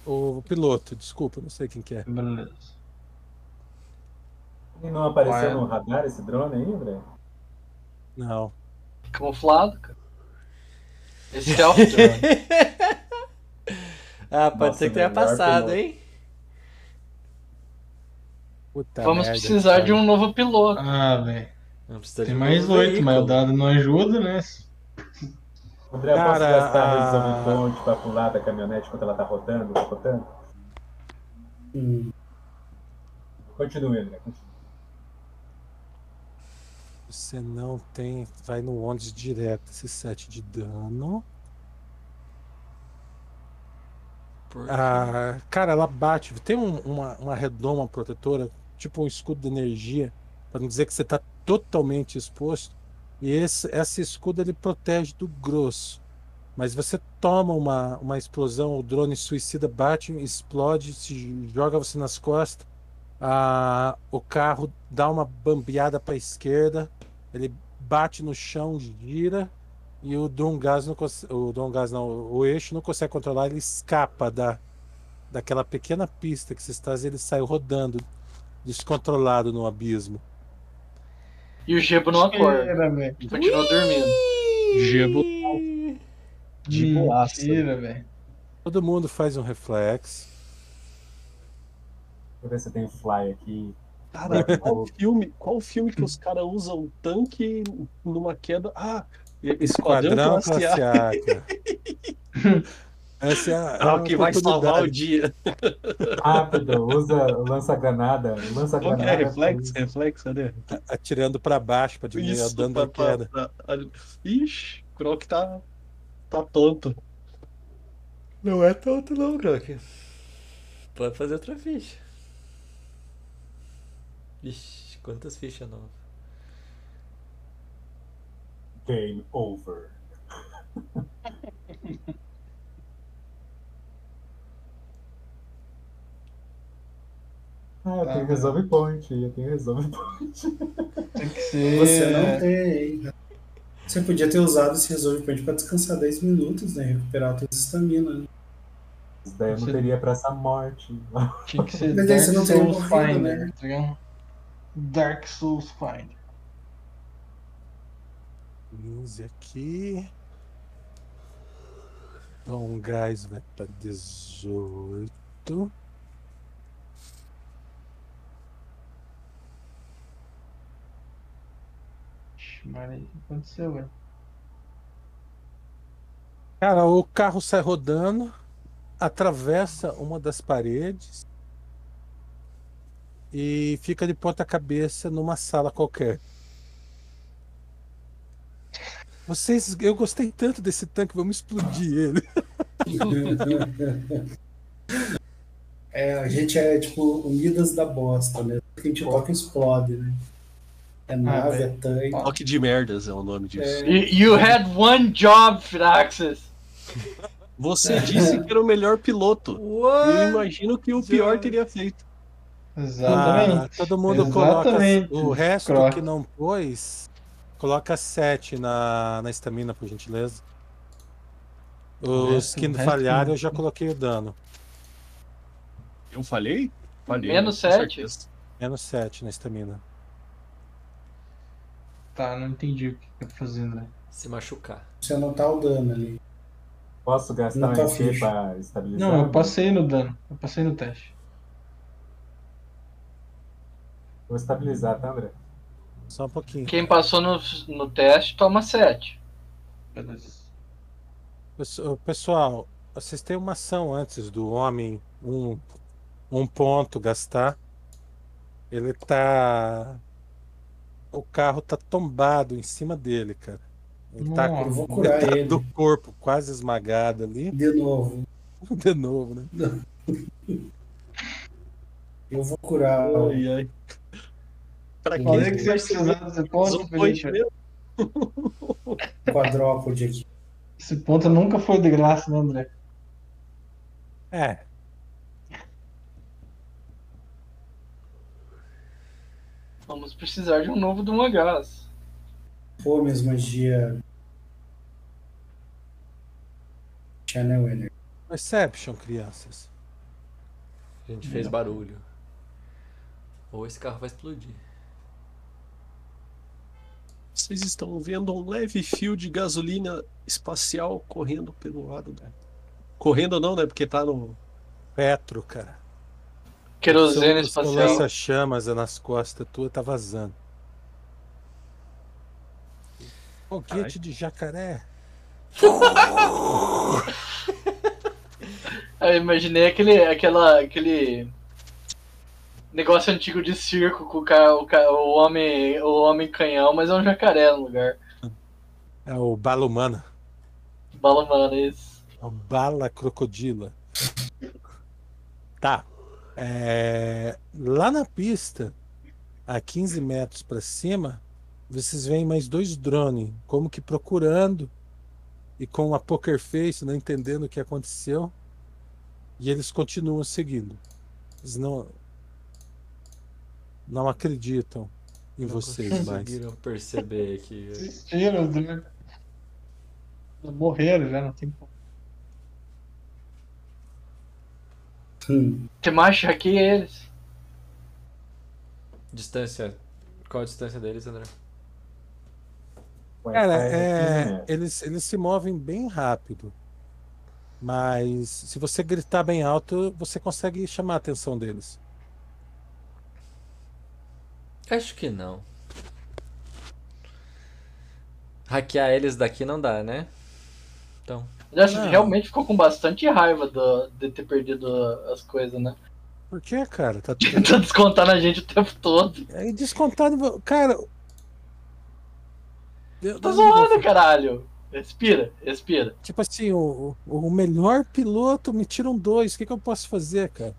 S3: O piloto, desculpa, não sei quem que é.
S5: Beleza.
S1: E não apareceu
S5: Ué.
S1: no radar esse drone aí, André?
S3: Não.
S4: Camuflado, cara. Esse é stealth drone.
S2: Ah, pode
S1: Nossa,
S2: ser que tenha
S1: melhor
S2: passado,
S1: piloto.
S2: hein?
S3: Puta
S4: Vamos
S3: merda,
S4: precisar
S3: cara.
S4: de um novo piloto.
S5: Ah, velho.
S2: Não precisa de
S5: Tem
S2: um
S5: mais
S2: novo
S5: oito, mas o
S2: veículo.
S5: dado não ajuda, né?
S1: André, eu posso
S3: Cara,
S1: gastar um a
S3: a-
S1: revisão
S6: ah.
S1: do ponte pra pular da caminhonete enquanto ela tá rodando, capotando? Continue, André. continue.
S3: Você não tem. Vai no onde direto esse 7 de dano.
S2: Por-
S3: Ah, cara, ela bate. Tem um- uma, uma redoma protetora, tipo um escudo de energia, para não dizer que você está totalmente exposto. E esse, esse escudo ele protege do grosso. Mas você toma uma, uma explosão, o drone suicida bate, explode, se joga você nas costas. Ah, o carro dá uma bambeada para a esquerda, ele bate no chão, gira. E o Drongás não cons- o Drongás não, o eixo não consegue controlar, ele escapa da daquela pequena pista que se está, ele sai rodando descontrolado no abismo.
S4: E o Gebo não acorda.
S5: Mentira, velho.
S4: Continua dormindo.
S6: Gebo. De boaça.
S5: Mentira, velho.
S3: Todo mundo faz um reflexo.
S1: Deixa eu ver se tem fly aqui.
S6: Cara, qual filme, qual filme que os caras usam um tanque numa queda? Ah, Esquadrão
S3: Quadrão
S6: Classe
S3: classe A,
S6: A.
S3: cara. Essa é a,
S6: Ah, o
S3: a
S6: que vai salvar o
S3: oportunidade.
S6: dia.
S1: Rápido, usa, lança granada, lança
S6: Qual que
S1: granada.
S6: é? Reflexo? Reflexo, cadê?
S3: atirando para baixo para diminuir o
S6: Isso,
S3: dano
S6: pra,
S3: da
S6: pra,
S3: queda.
S6: pra, Ixi, o Croc tá, tá tonto.
S2: Não é tanto não, Croc. Pode fazer outra ficha. Ixi, quantas fichas novas.
S1: Game over. Ah, eu tenho
S5: Ah.
S1: resolve point, eu tenho resolve point.
S5: Tem que ser.
S7: Você
S5: É.
S7: não tem. Você podia ter usado esse resolve point pra descansar 10 minutos, né? Recuperar a tua estamina. né?
S1: Isso daí eu não
S5: Você-
S1: teria pra essa morte.
S5: Tinha que ser
S7: Mas daí
S5: Dark
S7: você não teria
S5: Souls
S7: morrido, né?
S5: Finder, tá ligado? Dark Souls Finder.
S3: 15 aqui. Bom, Um gás vai para 18.
S5: Ixi, Maria, o que aconteceu, velho?
S3: Cara, o carro sai rodando, atravessa uma das paredes e fica de ponta-cabeça numa sala qualquer. Vocês, eu gostei tanto desse tanque, vamos explodir ele.
S7: É, a gente é tipo Unidas da Bosta, né? Tudo que a gente toca explode, né? É nave, é
S5: velho.
S7: tanque.
S6: Croc de merdas é o nome disso.
S4: You, you had one job, Firaxis.
S6: Você disse que era o melhor piloto. Eu
S2: What?
S6: imagino que o pior teria feito.
S3: Ah,
S5: Exatamente.
S3: todo mundo coloca
S5: Exatamente.
S3: o resto
S5: Croc.
S3: que não pôs, coloca 7 na na estamina, por gentileza.
S5: O
S3: Os
S5: resto-
S3: que
S5: o resto-
S3: falharam, eu já coloquei o dano.
S6: Eu falhei? Falhei.
S4: Menos
S6: com
S4: sete?
S6: certeza.
S3: Menos 7 na estamina.
S5: Tá, não entendi o que tá fazendo, né?
S2: Se machucar.
S7: Você não tá o dano ali.
S1: Posso gastar
S7: Não
S1: um
S7: tá
S1: MP
S7: ficha.
S1: pra estabilizar?
S5: Não, eu passei no dano. Eu passei no teste.
S1: Vou estabilizar, tá, André?
S3: Só um pouquinho.
S4: Quem passou no, no teste toma 7.
S5: Beleza.
S3: Pesso- Pessoal, vocês têm uma ação antes do homem, um, um ponto gastar. Ele tá. O carro tá tombado em cima dele, cara. Ele tá
S5: Nossa.
S7: Eu vou
S3: com
S7: curar
S3: metade
S7: ele.
S3: do corpo quase esmagado ali.
S7: De novo.
S3: De novo, né?
S7: Eu vou curar.
S6: Ai, ai. Pra que
S5: Falei que você ia
S6: Mas
S5: precisar desse
S6: usou
S5: ponto,
S6: um point
S5: Felipe.
S6: mesmo?
S7: quadrópode aqui.
S5: Esse ponto nunca foi de graça, né, André?
S3: É.
S4: Vamos precisar de um novo de um gás.
S7: Pô, minhas magia. Channel Energy.
S3: Perception, crianças.
S2: A gente
S4: Hum.
S2: fez barulho. Ou esse carro vai explodir.
S6: Vocês estão vendo um leve fio de gasolina espacial correndo pelo lado da. Correndo não, né? Porque tá no.
S3: Petro, cara.
S4: Querosene
S3: Seu- seu
S4: espacial.
S3: lança-chamas nas costas tua tá vazando. Foguete de jacaré.
S4: Eu imaginei aquele, aquela, aquele Negócio antigo de circo com o, ca... o, ca... o homem o homem canhão, mas é um jacaré no lugar.
S3: É o bala humana.
S4: Bala humana, isso.
S3: É o bala crocodila. Tá. É, Lá na pista, a 15 metros para cima, vocês veem mais dois drones, como que procurando e com a poker face, não entendendo o que aconteceu. E eles continuam seguindo. Eles não não acreditam em vocês mais.
S2: Conseguiram perceber que.
S5: Desistiram, né? Morreram já, não tem como.
S4: Você macha aqui eles.
S2: Distância. Qual a distância deles, André?
S3: Cara,
S1: né?
S3: é, eles, eles se movem bem rápido. Mas se você gritar bem alto, você consegue chamar a atenção deles.
S2: Acho que não. Hackear eles daqui não dá, né? Então.
S4: Eu acho que
S3: Não.
S4: realmente ficou com bastante raiva do- de ter perdido as coisas, né?
S3: Por que, cara? Tá
S4: Tá descontando a gente o tempo todo.
S3: é descontado. vo- Cara. Eu-
S4: Tá
S3: eu-
S4: zoando, caralho. Respira, respira.
S3: Tipo assim, o, o o melhor piloto me tiram dois. O que, que eu posso fazer, cara?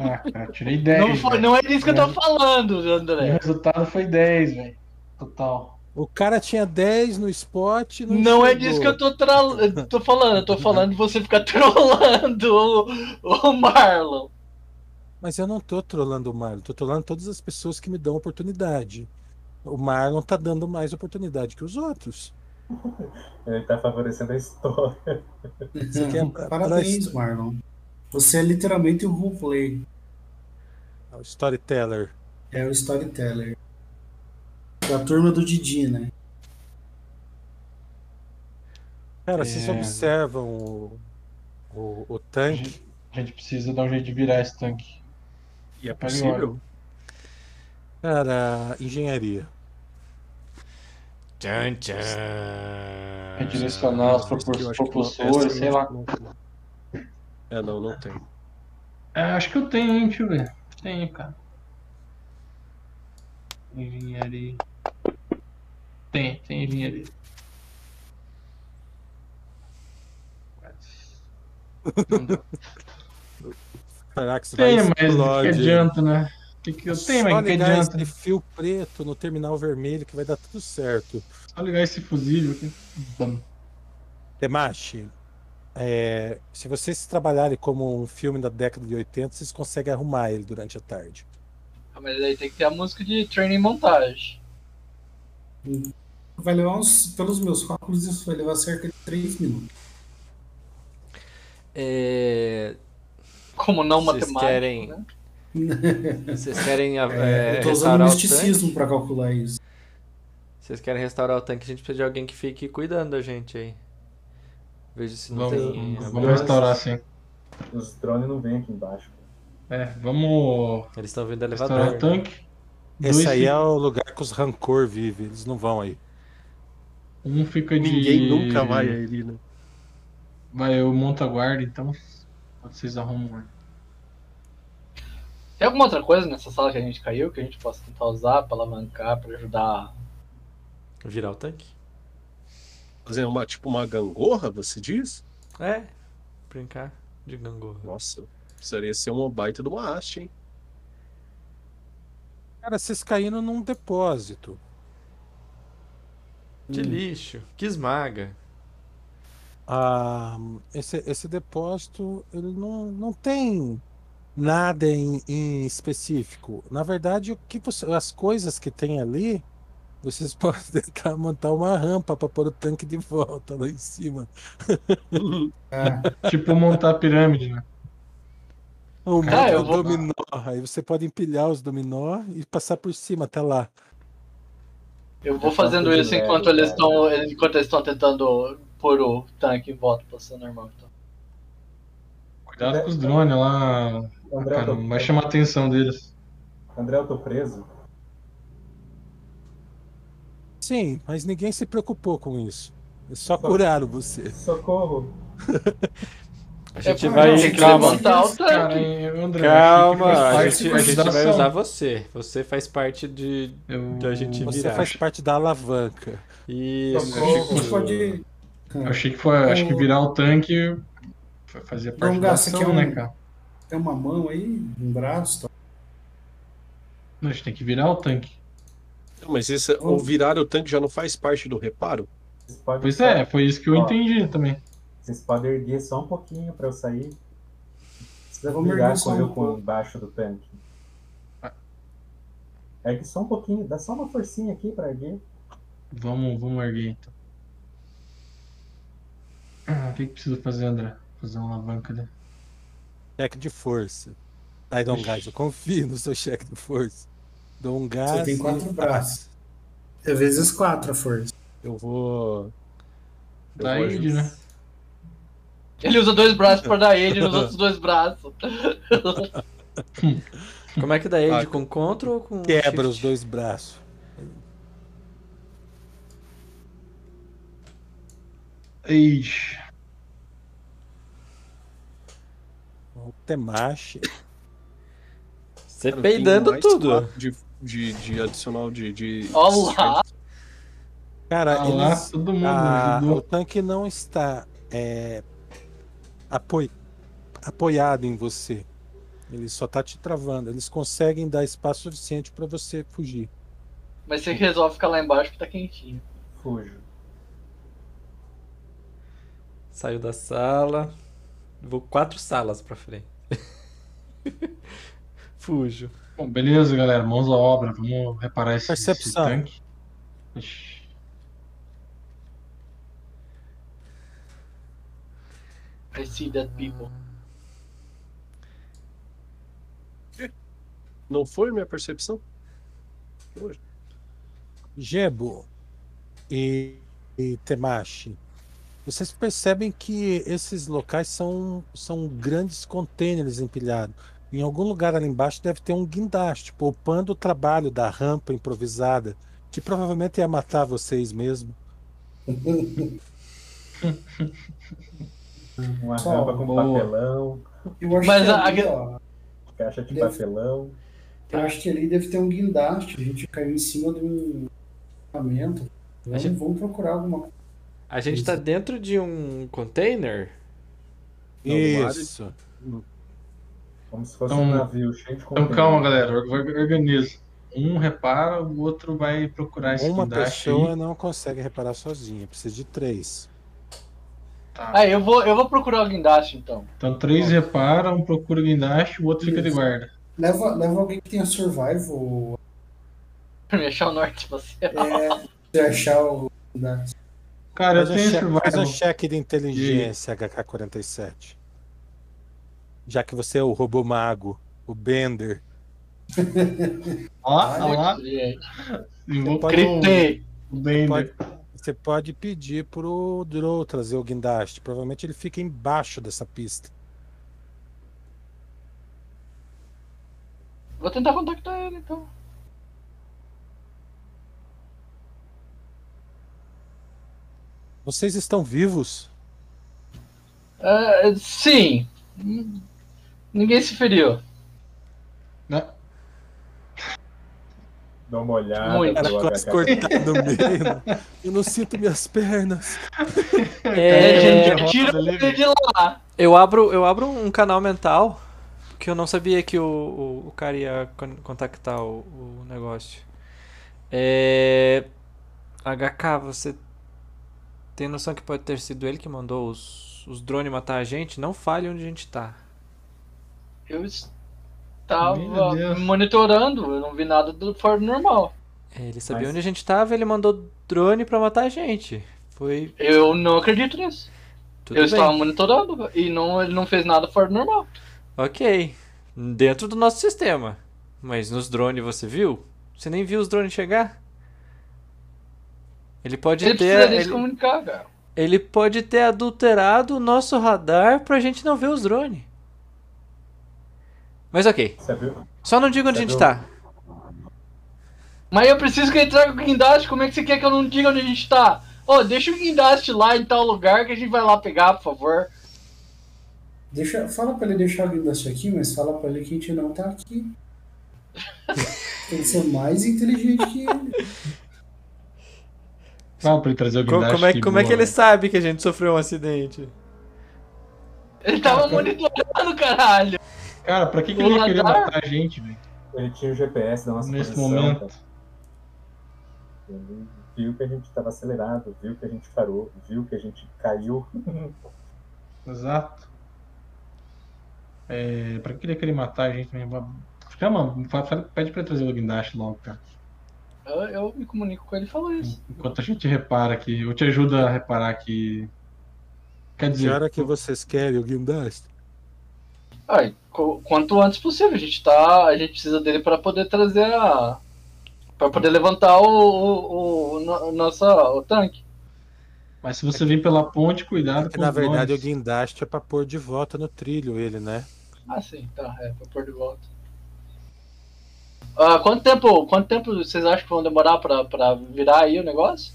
S5: Ah, cara, tirei 10.
S4: Não, foi-
S5: velho.
S4: não é disso que eu tô falando,
S5: Meu
S4: André.
S5: resultado foi 10, velho. Total.
S3: O cara tinha 10 no spot. e Não,
S4: Não é
S3: chegou.
S4: disso que eu tô, tra... eu tô falando. Eu tô falando de você ficar trolando o, o Marlon.
S3: Mas eu não tô trolando o Marlon, tô trolando todas as pessoas que me dão oportunidade. O Marlon tá dando mais oportunidade que os outros.
S1: Ele tá favorecendo a história.
S3: Você quer é pra-
S7: Parabéns,
S3: pra-
S7: Marlon. Você é literalmente um roleplay.
S3: É o storyteller.
S7: É o storyteller. Da turma do Didi, né?
S3: Cara,
S5: É.
S3: vocês observam o, o, o
S5: A
S3: tanque.
S5: gente, a gente precisa dar um jeito de virar esse tanque.
S6: E é
S5: Pega
S6: possível.
S3: Cara, engenharia.
S2: Tchan,
S3: Ah,
S2: tchan.
S5: Redirecionar os
S6: por isso que eu
S5: propul-
S6: acho que não-
S5: propulsores,
S6: essa
S5: sei lá.
S6: É, não, não tem.
S5: É, acho que eu tenho, hein? Deixa eu ver. Tenho, cara. Engenharia. Tem, tem engenharia. Mas- Não dá.
S3: Será que você vai
S5: Tem, mas o que
S3: explode?
S5: adianta, né? O que, que eu tenho, mas
S3: Só
S5: o que
S3: ligar
S5: adianta?
S3: esse fio preto no terminal vermelho que vai dar tudo certo.
S5: Só ligar esse fusível aqui. Bam.
S3: Temashi, é, se vocês trabalharem como um filme da década de 80, vocês conseguem arrumar ele durante a tarde.
S4: Ah, Mas aí tem que ter a música de training montagem.
S7: Vai levar uns. Pelos meus cálculos, isso vai levar cerca de 3 minutos.
S2: É,
S4: Como não
S2: Vocês
S4: matemática.
S2: querem-
S4: né?
S2: Vocês querem a- é,
S7: eu tô usando
S2: restaurar o tanque?
S7: misticismo pra calcular isso.
S2: Vocês querem restaurar o tanque? A gente precisa de alguém que fique cuidando da gente aí. Veja se não
S5: Vamos,
S2: tem.
S5: vamos restaurar sim.
S1: Os drones não vêm aqui embaixo.
S5: É, vamos
S2: Eles estão vindo do
S5: restaurar
S2: elevador.
S5: o tanque.
S3: Esse
S5: Dois
S3: aí
S5: fi-
S3: é o lugar que os rancor vivem, eles não vão aí.
S5: Um fica de.
S6: Ninguém nunca vai ali, né?
S5: Vai, eu monto a guarda, então. Vocês arrumam aí.
S4: Tem alguma outra coisa nessa sala que a gente caiu que a gente possa tentar usar pra alavancar, pra ajudar?
S2: Virar o tanque?
S6: Fazer uma, tipo, uma gangorra, você diz?
S2: É. Brincar de gangorra.
S6: Nossa, precisaria ser uma baita de uma haste, hein?
S3: Cara, vocês caíram num depósito.
S2: De
S7: Hum.
S2: lixo. Que esmaga.
S3: Ah, esse, esse depósito ele não, não tem nada em, em específico. Na verdade, o que você- as coisas que tem ali, vocês podem tentar montar uma rampa para pôr o tanque de volta lá em cima.
S7: Ah,
S5: Tipo, montar a pirâmide, né?
S3: Um monte
S4: Ah, eu
S3: de
S4: vou-
S3: dominó. Aí você pode empilhar os dominó e passar por cima até lá.
S4: Eu vou
S1: Eu
S2: Tá
S4: fazendo
S1: faço
S4: isso
S1: direto,
S4: enquanto eles
S1: cara.
S4: estão. Enquanto eles estão tentando pôr o tanque em volta pra ser normal. Então.
S5: Cuidado com os drones lá.
S1: André, eu
S5: Cara,
S1: tô,
S5: vai chamar a atenção deles.
S1: André, eu tô preso.
S3: Sim, mas ninguém É se preocupou com isso. Eles só curaram você.
S1: Socorro!
S2: A gente
S5: É,
S2: vai.
S5: não, tem que
S2: Calma,
S5: levantar
S4: o tanque.
S5: Cara, hein, André,
S2: calma. A
S5: acho que
S2: gente,
S5: faz
S2: a gente
S5: parte
S2: vai
S5: da ação.
S2: usar você. Você faz parte de.
S5: Eu,
S2: da Então gente
S3: Você
S2: virar.
S3: faz parte da alavanca.
S2: Isso.
S5: Eu achei
S7: A gente pode.
S5: eu achei que foi. Acho que virar o tanque fa- fazia parte da
S7: gasta
S5: ação,
S7: que é um-
S5: né, cara?
S7: Tem uma mão aí, um braço. Tá?
S5: Não, a gente tem que virar o tanque.
S6: Não, Mas esse,
S3: Hum.
S6: o virar o tanque já não faz parte do reparo?
S1: Vocês podem,
S5: Pois é, foi isso que eu
S1: Ó.
S5: entendi também.
S1: Vocês podem erguer só um pouquinho pra eu sair. Não precisa
S7: Vamos
S1: brigar
S7: erguer só
S1: com
S7: um
S1: eu com
S7: pouco.
S1: embaixo do tanque.
S5: Ah.
S1: Ergue só um pouquinho, dá só uma forcinha aqui pra erguer.
S5: Vamos, vamos erguer então. Ah, O que, que precisa fazer, André? Fazer uma alavanca, né?
S3: Cheque de força. Aí dá um gás. Eu confio no seu cheque de força. Dou um gás.
S7: Você tem
S3: e-
S7: quatro braços. É vezes quatro a força.
S6: Eu vou. Eu
S5: Da
S6: vou
S5: Id, né?
S4: Ele usa dois braços pra dar ele nos outros dois braços.
S2: Como é que dá aid?
S6: Ah,
S2: Com Ctrl ou com.
S3: Quebra os
S2: Shift?
S3: dois braços.
S5: Ixi.
S3: Um Temache.
S2: Você
S6: Cara, eu tenho
S2: peidando
S6: um mais
S2: tudo.
S6: quatro De, de, de adicional de. de
S4: Olá!
S3: Cara,
S7: Tá
S5: Ah lá,
S3: eles, Ah,
S5: todo
S7: Hum,
S5: mundo
S3: a- o
S5: ajudou.
S3: tanque não está é, apoi- apoiado em você. Ele só tá te travando. Eles conseguem dar espaço suficiente para você fugir.
S4: Mas você resolve ficar lá embaixo que tá quentinho.
S1: Fujo.
S2: Saiu da sala. Vou quatro salas pra frente. Fujo.
S5: Bom, beleza, galera. Mãos à obra. Vamos reparar esse, esse
S3: Percepção.
S5: tanque. Ixi.
S4: I see that people.
S6: Não foi minha percepção?
S3: Jebo e, e Temashi, vocês percebem que esses locais são, são grandes contêineres empilhados. Em algum lugar ali embaixo deve ter um guindaste, poupando o trabalho da rampa improvisada, que provavelmente ia matar vocês mesmo.
S1: Uma
S7: Só
S1: rampa com
S5: boa.
S1: papelão,
S7: Eu acho
S4: Mas
S7: que
S4: a-
S7: ali,
S4: a-
S7: ó,
S1: caixa de
S7: Deve-
S1: papelão.
S7: eu acho que ali deve ter um guindaste. A gente caiu em cima de um equipamento. Vamos,
S2: gente-
S7: vamos procurar alguma coisa.
S2: A gente tá dentro de um container?
S6: Não, no ar,
S3: Isso.
S1: Como se fosse
S5: Então-
S1: um navio cheio de
S5: Então
S1: contêiner.
S5: calma, galera. Or- or- Organiza. Um repara, o outro vai procurar esse
S3: Uma
S5: guindaste
S3: pessoa
S5: aí.
S3: não consegue reparar sozinha, precisa de três.
S5: Tá.
S4: Ah, eu vou, eu vou procurar o guindaste então.
S5: Então três repara, um procura o guindaste, o outro fica de
S7: Isso.
S5: guarda.
S7: Leva, leva alguém que tenha survival.
S4: Pra me achar o norte pra você.
S7: É, se achar o guindaste.
S5: Cara, eu
S3: Faz um
S5: tenho
S3: cheque- Faz um
S5: survival.
S3: cheque de inteligência, HK47. Já que você é o robô mago, o Bender.
S5: Ó, lá, ó lá.
S4: Muito gente.
S5: Invocou
S3: pode-
S4: Gritei.
S5: o Bender.
S3: Pode- Você pode pedir pro Drow trazer o guindaste. Provavelmente ele fica embaixo dessa pista.
S4: Vou tentar contactar ele então.
S3: Vocês estão vivos?
S4: Ah, sim. Hum, Ninguém se feriu.
S5: Né?
S1: Dá uma olhada
S4: Muito.
S3: Era
S1: pro
S3: quase
S1: HK.
S3: cortado no meio. Eu não sinto minhas pernas.
S5: É,
S2: É,
S5: gente,
S4: Tira
S5: roda ali,
S4: ele de lá.
S2: eu abro, eu abro um canal mental, porque eu não sabia que o, o, o cara ia con- contactar o, o negócio. É, HK, você tem noção que pode ter sido ele que mandou os, os drones matar a gente? Não fale onde a gente tá.
S4: Eu
S5: Meu
S4: estava
S5: Deus.
S4: monitorando, eu não vi nada do fora do normal.
S2: É, Ele sabia
S1: Mas-
S2: onde a gente tava, ele mandou drone pra matar a gente. Foi
S4: Eu não acredito nisso.
S2: tudo
S4: eu
S2: bem.
S4: estava monitorando e não, ele não fez nada fora do normal.
S2: Ok. Dentro do nosso sistema. Mas nos drones você viu? Você nem viu os drones chegar? Ele pode
S4: ele
S2: ter.
S4: precisa nem se
S2: ele-
S4: comunicar, cara.
S2: Ele pode ter adulterado o nosso radar pra gente não ver os drones. Mas ok.
S1: Sabe,
S2: Só não diga onde a gente tá.
S4: Mas eu preciso que ele traga o guindaste, como é que você quer que eu não diga onde a gente tá? Ô, deixa o guindaste lá em tal lugar que a gente vai lá pegar, por favor.
S7: Deixa, fala pra ele deixar o Guindaste aqui, mas fala pra ele que a gente não tá aqui. Tem que ser mais inteligente que ele.
S5: Fala pra ele trazer o
S2: Co- Como,
S5: guindaste.
S2: é, como é que
S5: boa.
S2: ele sabe que a gente sofreu um acidente?
S4: Ele tava monitorando, caralho.
S5: Cara, pra que, que ele ia querer
S4: Radar?
S5: matar a gente, velho?
S1: Ele tinha o GPS da nossa
S5: Nesse
S1: posição,
S5: momento.
S1: cara. Ele viu que a gente estava acelerado, viu que a gente parou, viu que a gente caiu.
S5: Exato. É, pra que queria querer matar a gente mesmo? Chama, fa- fa- pede pra ele trazer o guindaste logo, cara.
S4: Eu, eu me comunico com ele e falo isso.
S5: Enquanto a gente repara aqui, eu te ajudo a reparar que. Quer
S3: Que
S5: dizer,
S3: hora que vocês querem o guindaste?
S4: Ai, co- quanto antes possível. A gente tá. A gente precisa dele pra poder trazer a. Pra poder levantar o. o, o, no- nossa, o tanque.
S5: mas se você vir pela ponte, cuidado
S3: Que
S5: com
S3: na
S5: os
S3: verdade o
S5: bondes.
S3: guindaste é pra pôr de volta no trilho ele, né?
S4: Ah, sim, tá. É, pra pôr de volta. Ah, quanto tempo. Quanto tempo vocês acham que vão demorar pra, pra virar aí o negócio?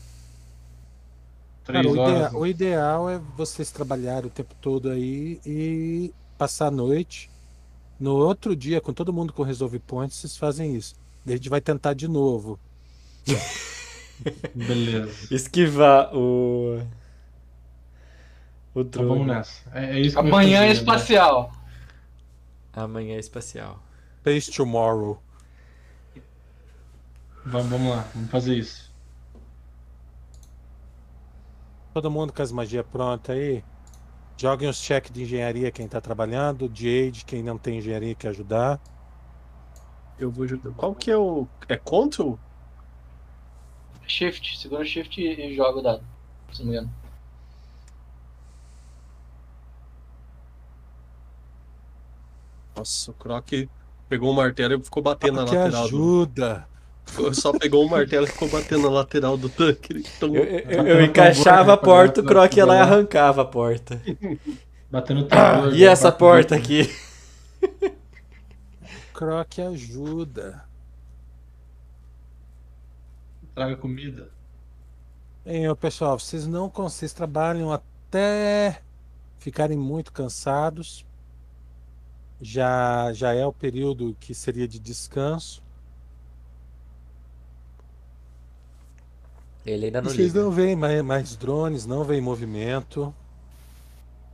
S5: Três
S3: Cara, o, idea-
S5: horas. né?
S3: o ideal é vocês trabalharem o tempo todo aí e passar a noite. No outro dia, com todo mundo com Resolve Points, vocês fazem isso. Daí A gente vai tentar de novo.
S5: Beleza.
S2: Esquivar o. O
S5: Então
S2: drone.
S5: vamos nessa. É, é isso que eu ia
S4: Amanhã
S5: fazer,
S4: é
S5: né?
S4: espacial.
S2: Amanhã é espacial.
S3: Face tomorrow.
S5: Vamos, vamos lá, vamos fazer isso.
S3: Todo mundo com as magias prontas aí. Joguem os cheques de engenharia quem tá trabalhando, de aid quem não tem engenharia que ajudar.
S6: Eu vou ajudar. Qual que é o. É control?
S4: Shift, segura o shift e, e joga o dado. Se não me engano.
S6: Nossa, o Croc pegou o martelo e ficou batendo na
S3: Ah, Que
S6: lateral. Do...
S3: ajuda!
S6: Só pegou o martelo e ficou batendo na lateral do tanque. Ele um tão-
S2: Eu, eu- eu- eu
S5: Batendo
S2: encaixava a
S5: tambor, né?
S2: porta, o Croc ia lá e
S5: Batendo-
S2: arrancava a porta.
S5: Tá Batendo o tambor,
S2: E essa
S5: batendo-
S2: porta aqui?
S3: Croc ajuda.
S5: Traga comida.
S3: Hein, ô, pessoal, vocês não con- vocês trabalham até ficarem muito cansados. Já já é o período que seria de descanso.
S2: Ele ainda não
S3: Vocês
S2: liga.
S3: não veem mais, mais drones, não veem movimento.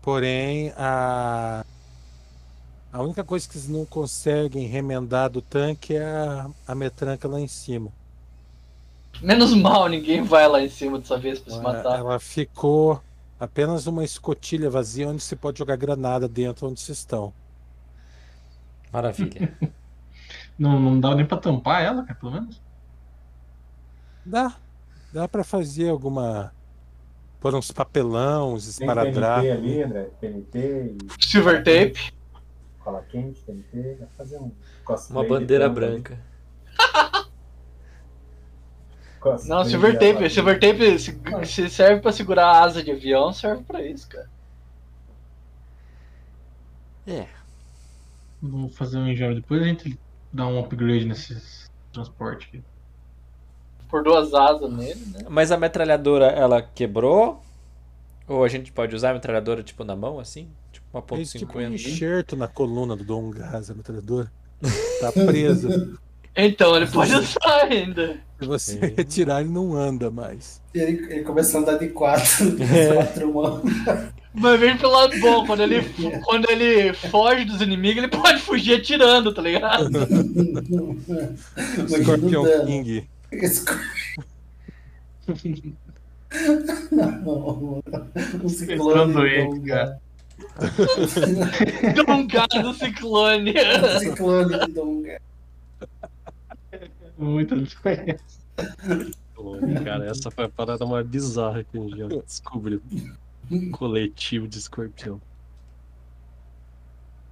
S3: Porém, a... a única coisa que eles não conseguem remendar do tanque é a, a metranca lá em cima.
S4: Menos mal, ninguém vai lá em cima dessa vez pra se
S3: Ela,
S4: matar.
S3: ela ficou apenas uma escotilha vazia onde se pode jogar granada dentro onde vocês estão.
S2: Maravilha.
S5: Não, não dá nem pra tampar ela, cara, pelo menos.
S3: Dá. Dá pra fazer alguma. Pôr uns papelão, uns
S1: Tem TNT
S3: esparadrapos.
S1: ali, André. TNT e
S4: Silver tape.
S1: cola quente, TNT. Vai fazer um cosplay.
S2: Uma
S1: de
S2: bandeira
S1: tampa né? ali.
S2: branca.
S1: Cosplay
S4: Não,
S1: de
S4: silver tape.
S1: armadura.
S4: Silver tape se, se serve pra segurar a asa de avião, serve pra isso, cara.
S2: É.
S5: Vamos fazer um engenho depois, a gente dá um upgrade nesse transporte aqui.
S4: Por duas asas nele, né?
S2: Mas a metralhadora, ela quebrou? Ou a gente pode usar a metralhadora, tipo, na mão, assim? Tipo, uma ponto
S3: Fez tipo um
S2: cinquenta.
S3: enxerto na coluna do Dom Gás, a metralhadora. Tá preso.
S4: Então, ele pode usar ainda.
S3: Se você
S6: É.
S2: Sim.
S3: retirar, ele não anda mais.
S7: Ele, ele começa a andar de quatro,
S2: É.
S7: quatro mãos.
S4: Mas veja pelo lado bom, quando ele, quando ele foge dos inimigos, ele pode fugir atirando, tá ligado?
S3: Scorpion
S7: dano.
S3: King.
S7: Não, um ciclone.
S5: Lembrando ele,
S7: um-
S5: cara.
S4: Dá um gás do ciclone.
S7: Um ciclone de Donga.
S5: Muito
S6: Ô, Cara, essa foi a parada mais bizarra que um a gente já descobriu. Coletivo de escorpião.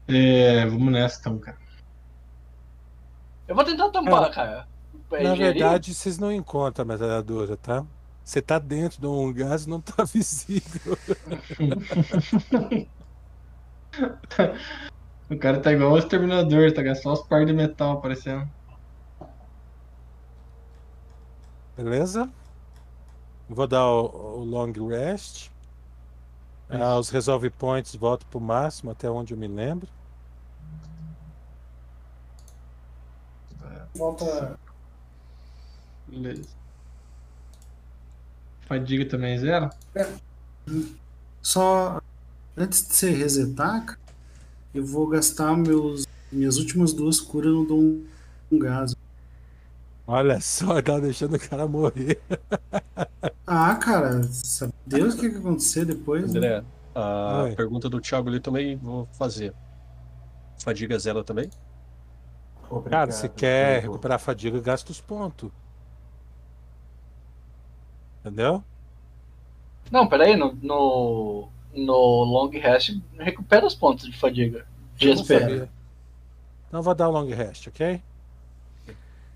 S5: É, vamos nessa então, cara.
S4: Eu vou tentar tampar, cara. É
S3: Na
S4: engenharia?
S3: verdade, vocês não encontram a metralhadora, tá? Você tá dentro de um gás não tá visível.
S5: O cara tá igual o exterminador, tá só os par de metal aparecendo.
S3: Beleza? Vou dar o, o long rest. Ah, os resolve points voltam pro máximo, até onde eu me lembro.
S7: Volta.
S5: Beleza. Fadiga também é zero?
S7: Só antes de você resetar, cara, eu vou gastar meus minhas últimas duas curas no Dom um Gaso.
S3: Olha só, tá deixando o cara morrer.
S7: Ah, cara, sabe Deus o que que acontecer depois? Né?
S6: André, a
S3: Oi.
S6: pergunta do Thiago ali também vou fazer. Fadiga zero também?
S1: Obrigado.
S3: Cara, se quer
S1: amigo.
S3: recuperar a fadiga, gasta os pontos. Entendeu?
S4: Não, peraí, no, no, no long rest recupera os pontos de fadiga. De
S7: Eu não
S4: SP.
S7: sabia.
S3: Então vou dar o long rest, ok?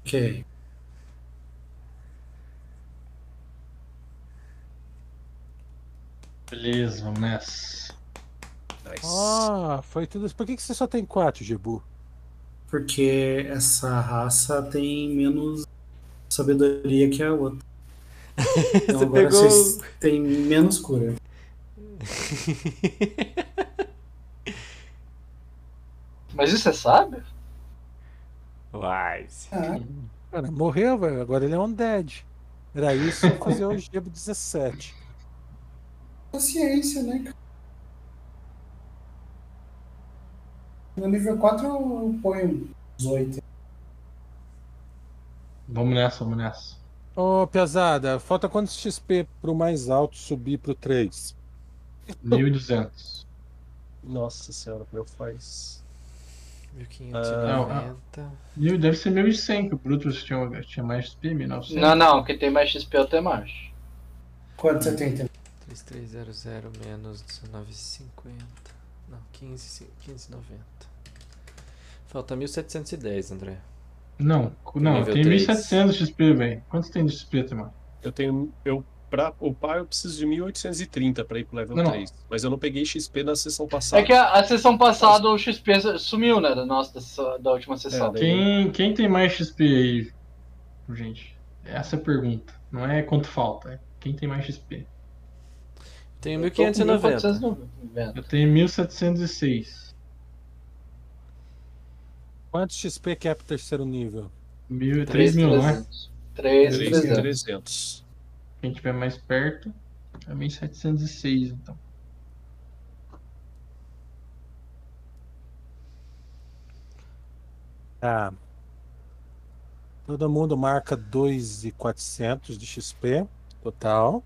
S7: Ok.
S5: Beleza, vamos nessa.
S6: Nice.
S3: Ah, foi tudo isso. Por que, que você só tem quatro, Gebu?
S7: Porque essa raça tem menos sabedoria que a outra. Então
S2: Você
S7: agora
S2: pegou-
S7: vocês têm menos cura.
S4: Mas isso é você sabe?
S2: Uai.
S7: Ah,
S3: Cara, morreu, velho. Agora ele é um dead. Era isso eu fazer o Gebo 17.
S7: paciência, né, cara? No nível 4 eu ponho 18.
S5: Vamos nessa, vamos nessa.
S3: Ô, Piazada, falta quantos XP pro mais alto subir pro 3?
S5: 1200.
S6: Nossa senhora, meu faz.
S2: 1590.
S5: Mil- Deve ser 1100, que o Brutus tinha, tinha mais SP, 1900.
S4: Não, não, quem tem mais XP eu tenho mais.
S7: Quanto você tem? Tem
S2: 3300 menos 1950. Não, 15, 1590. Falta 1710, André.
S5: Não, cu- não,
S2: Nível
S5: tem
S2: três.
S5: 1700 XP, velho. Quantos tem de XP, Temar?
S6: Eu tenho. Eu, pra upar, eu preciso de 1830 pra ir pro level
S5: Não, não.
S6: 3. Mas eu não peguei XP na sessão passada.
S4: É que a, a sessão passada o XP sumiu, né? Da nossa, da, sessão- da última sessão.
S6: daí-
S5: Quem, quem tem mais XP aí, gente? Essa é a pergunta. Não é quanto falta, é quem tem mais XP.
S2: Tenho
S4: Eu tô com
S2: 1590.
S4: 1490.
S5: Eu tenho 1706.
S3: Quantos XP que é pro terceiro nível?
S5: Mil- 3 mil, né?
S4: 3.300.
S6: 3.300.
S5: Quem tiver mais perto é 1706, então.
S3: Tá. Todo mundo marca 2,400 de XP total.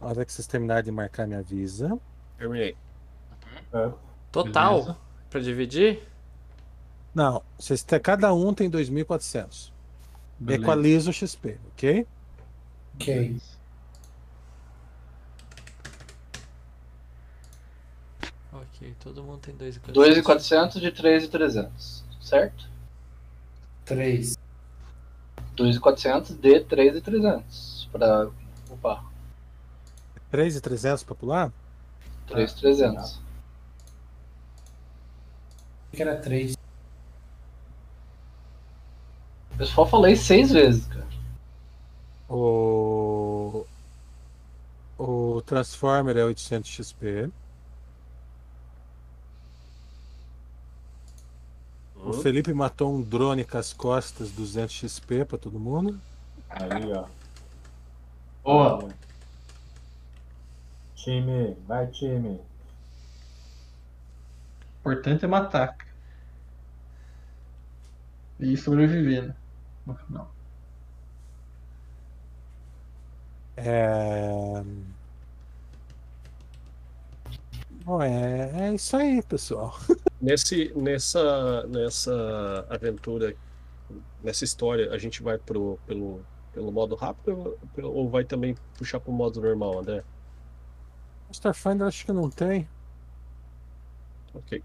S3: A hora que vocês terminarem de marcar, me avisa.
S6: Terminei.
S2: Total.
S5: Beleza.
S2: Pra dividir?
S3: Não, vocês te- cada um tem 2.400.
S5: Beleza.
S3: Equaliza o XP, ok?
S7: Ok.
S2: Ok, todo mundo tem 2,400.
S4: 2.400 de 3.300, certo?
S7: 3.
S4: 2.400 de 3.300 pra upar.
S3: 3,300 pra pular?
S4: 3.300.
S7: que era 3.
S4: O pessoal falei seis vezes, cara.
S3: O... o Transformer é 800 XP. O Felipe matou um drone com as costas, 200 XP pra todo mundo.
S1: Aí, ó.
S5: Boa.
S1: Time, vai time.
S5: O importante é matar. cara. E sobreviver, né? No final.
S3: É... Bom, é, é isso aí, pessoal.
S6: Nesse, nessa, nessa aventura, nessa história, a gente vai pro, pelo, pelo modo rápido ou- ou vai também puxar pro modo normal, André?
S3: Starfinder acho que não tem.
S6: Ok.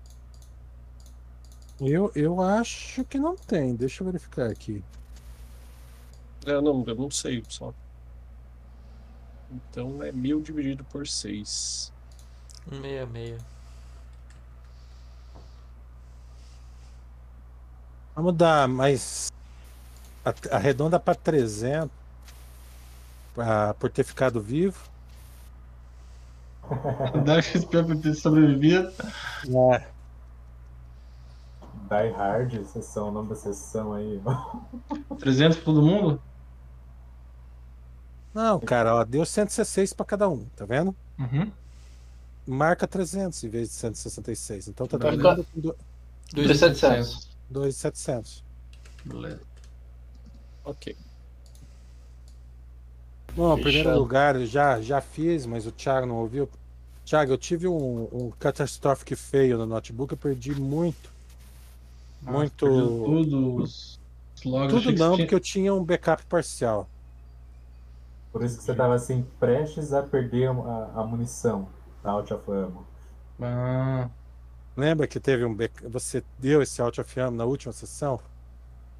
S3: Eu, eu acho que não tem. Deixa eu verificar aqui.
S6: Eu É, não, eu não sei, só. Então é mil dividido por seis.
S2: 166.
S3: Vamos dar mais. a- Arredonda pra 300. pra- por ter ficado vivo. Uhum.
S5: Dá XP pra ter sobrevivido.
S3: É,
S1: Die Hard, sessão, o nome da sessão aí.
S5: 300 pra todo mundo?
S3: Não, cara, ó, deu 116 pra cada um, tá vendo?
S5: Uhum.
S3: Marca 300 em vez de 166. Então tá
S5: Tá
S3: todo
S4: bom.
S3: mundo com do-
S4: 3.700.
S3: 2,700.
S5: Beleza.
S6: Ok.
S3: Bom, em primeiro
S4: Fechado.
S3: lugar, eu já, já fiz, mas o Thiago não ouviu. Thiago, eu tive um, um catastrophic fail no notebook, eu perdi muito.
S5: Ah,
S3: Muito-
S5: Perdeu Tudo, os os logs.
S3: Tudo
S5: achei que
S3: não,
S5: tinha-
S3: porque eu tinha um backup parcial.
S1: Por isso que você tava assim, prestes a perder a, a munição na Out of Ammo.
S5: Ah,
S3: Lembra que teve um backup, você deu esse out of ammo na última sessão?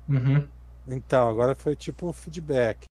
S5: uhum.
S3: Então, agora foi tipo um feedback.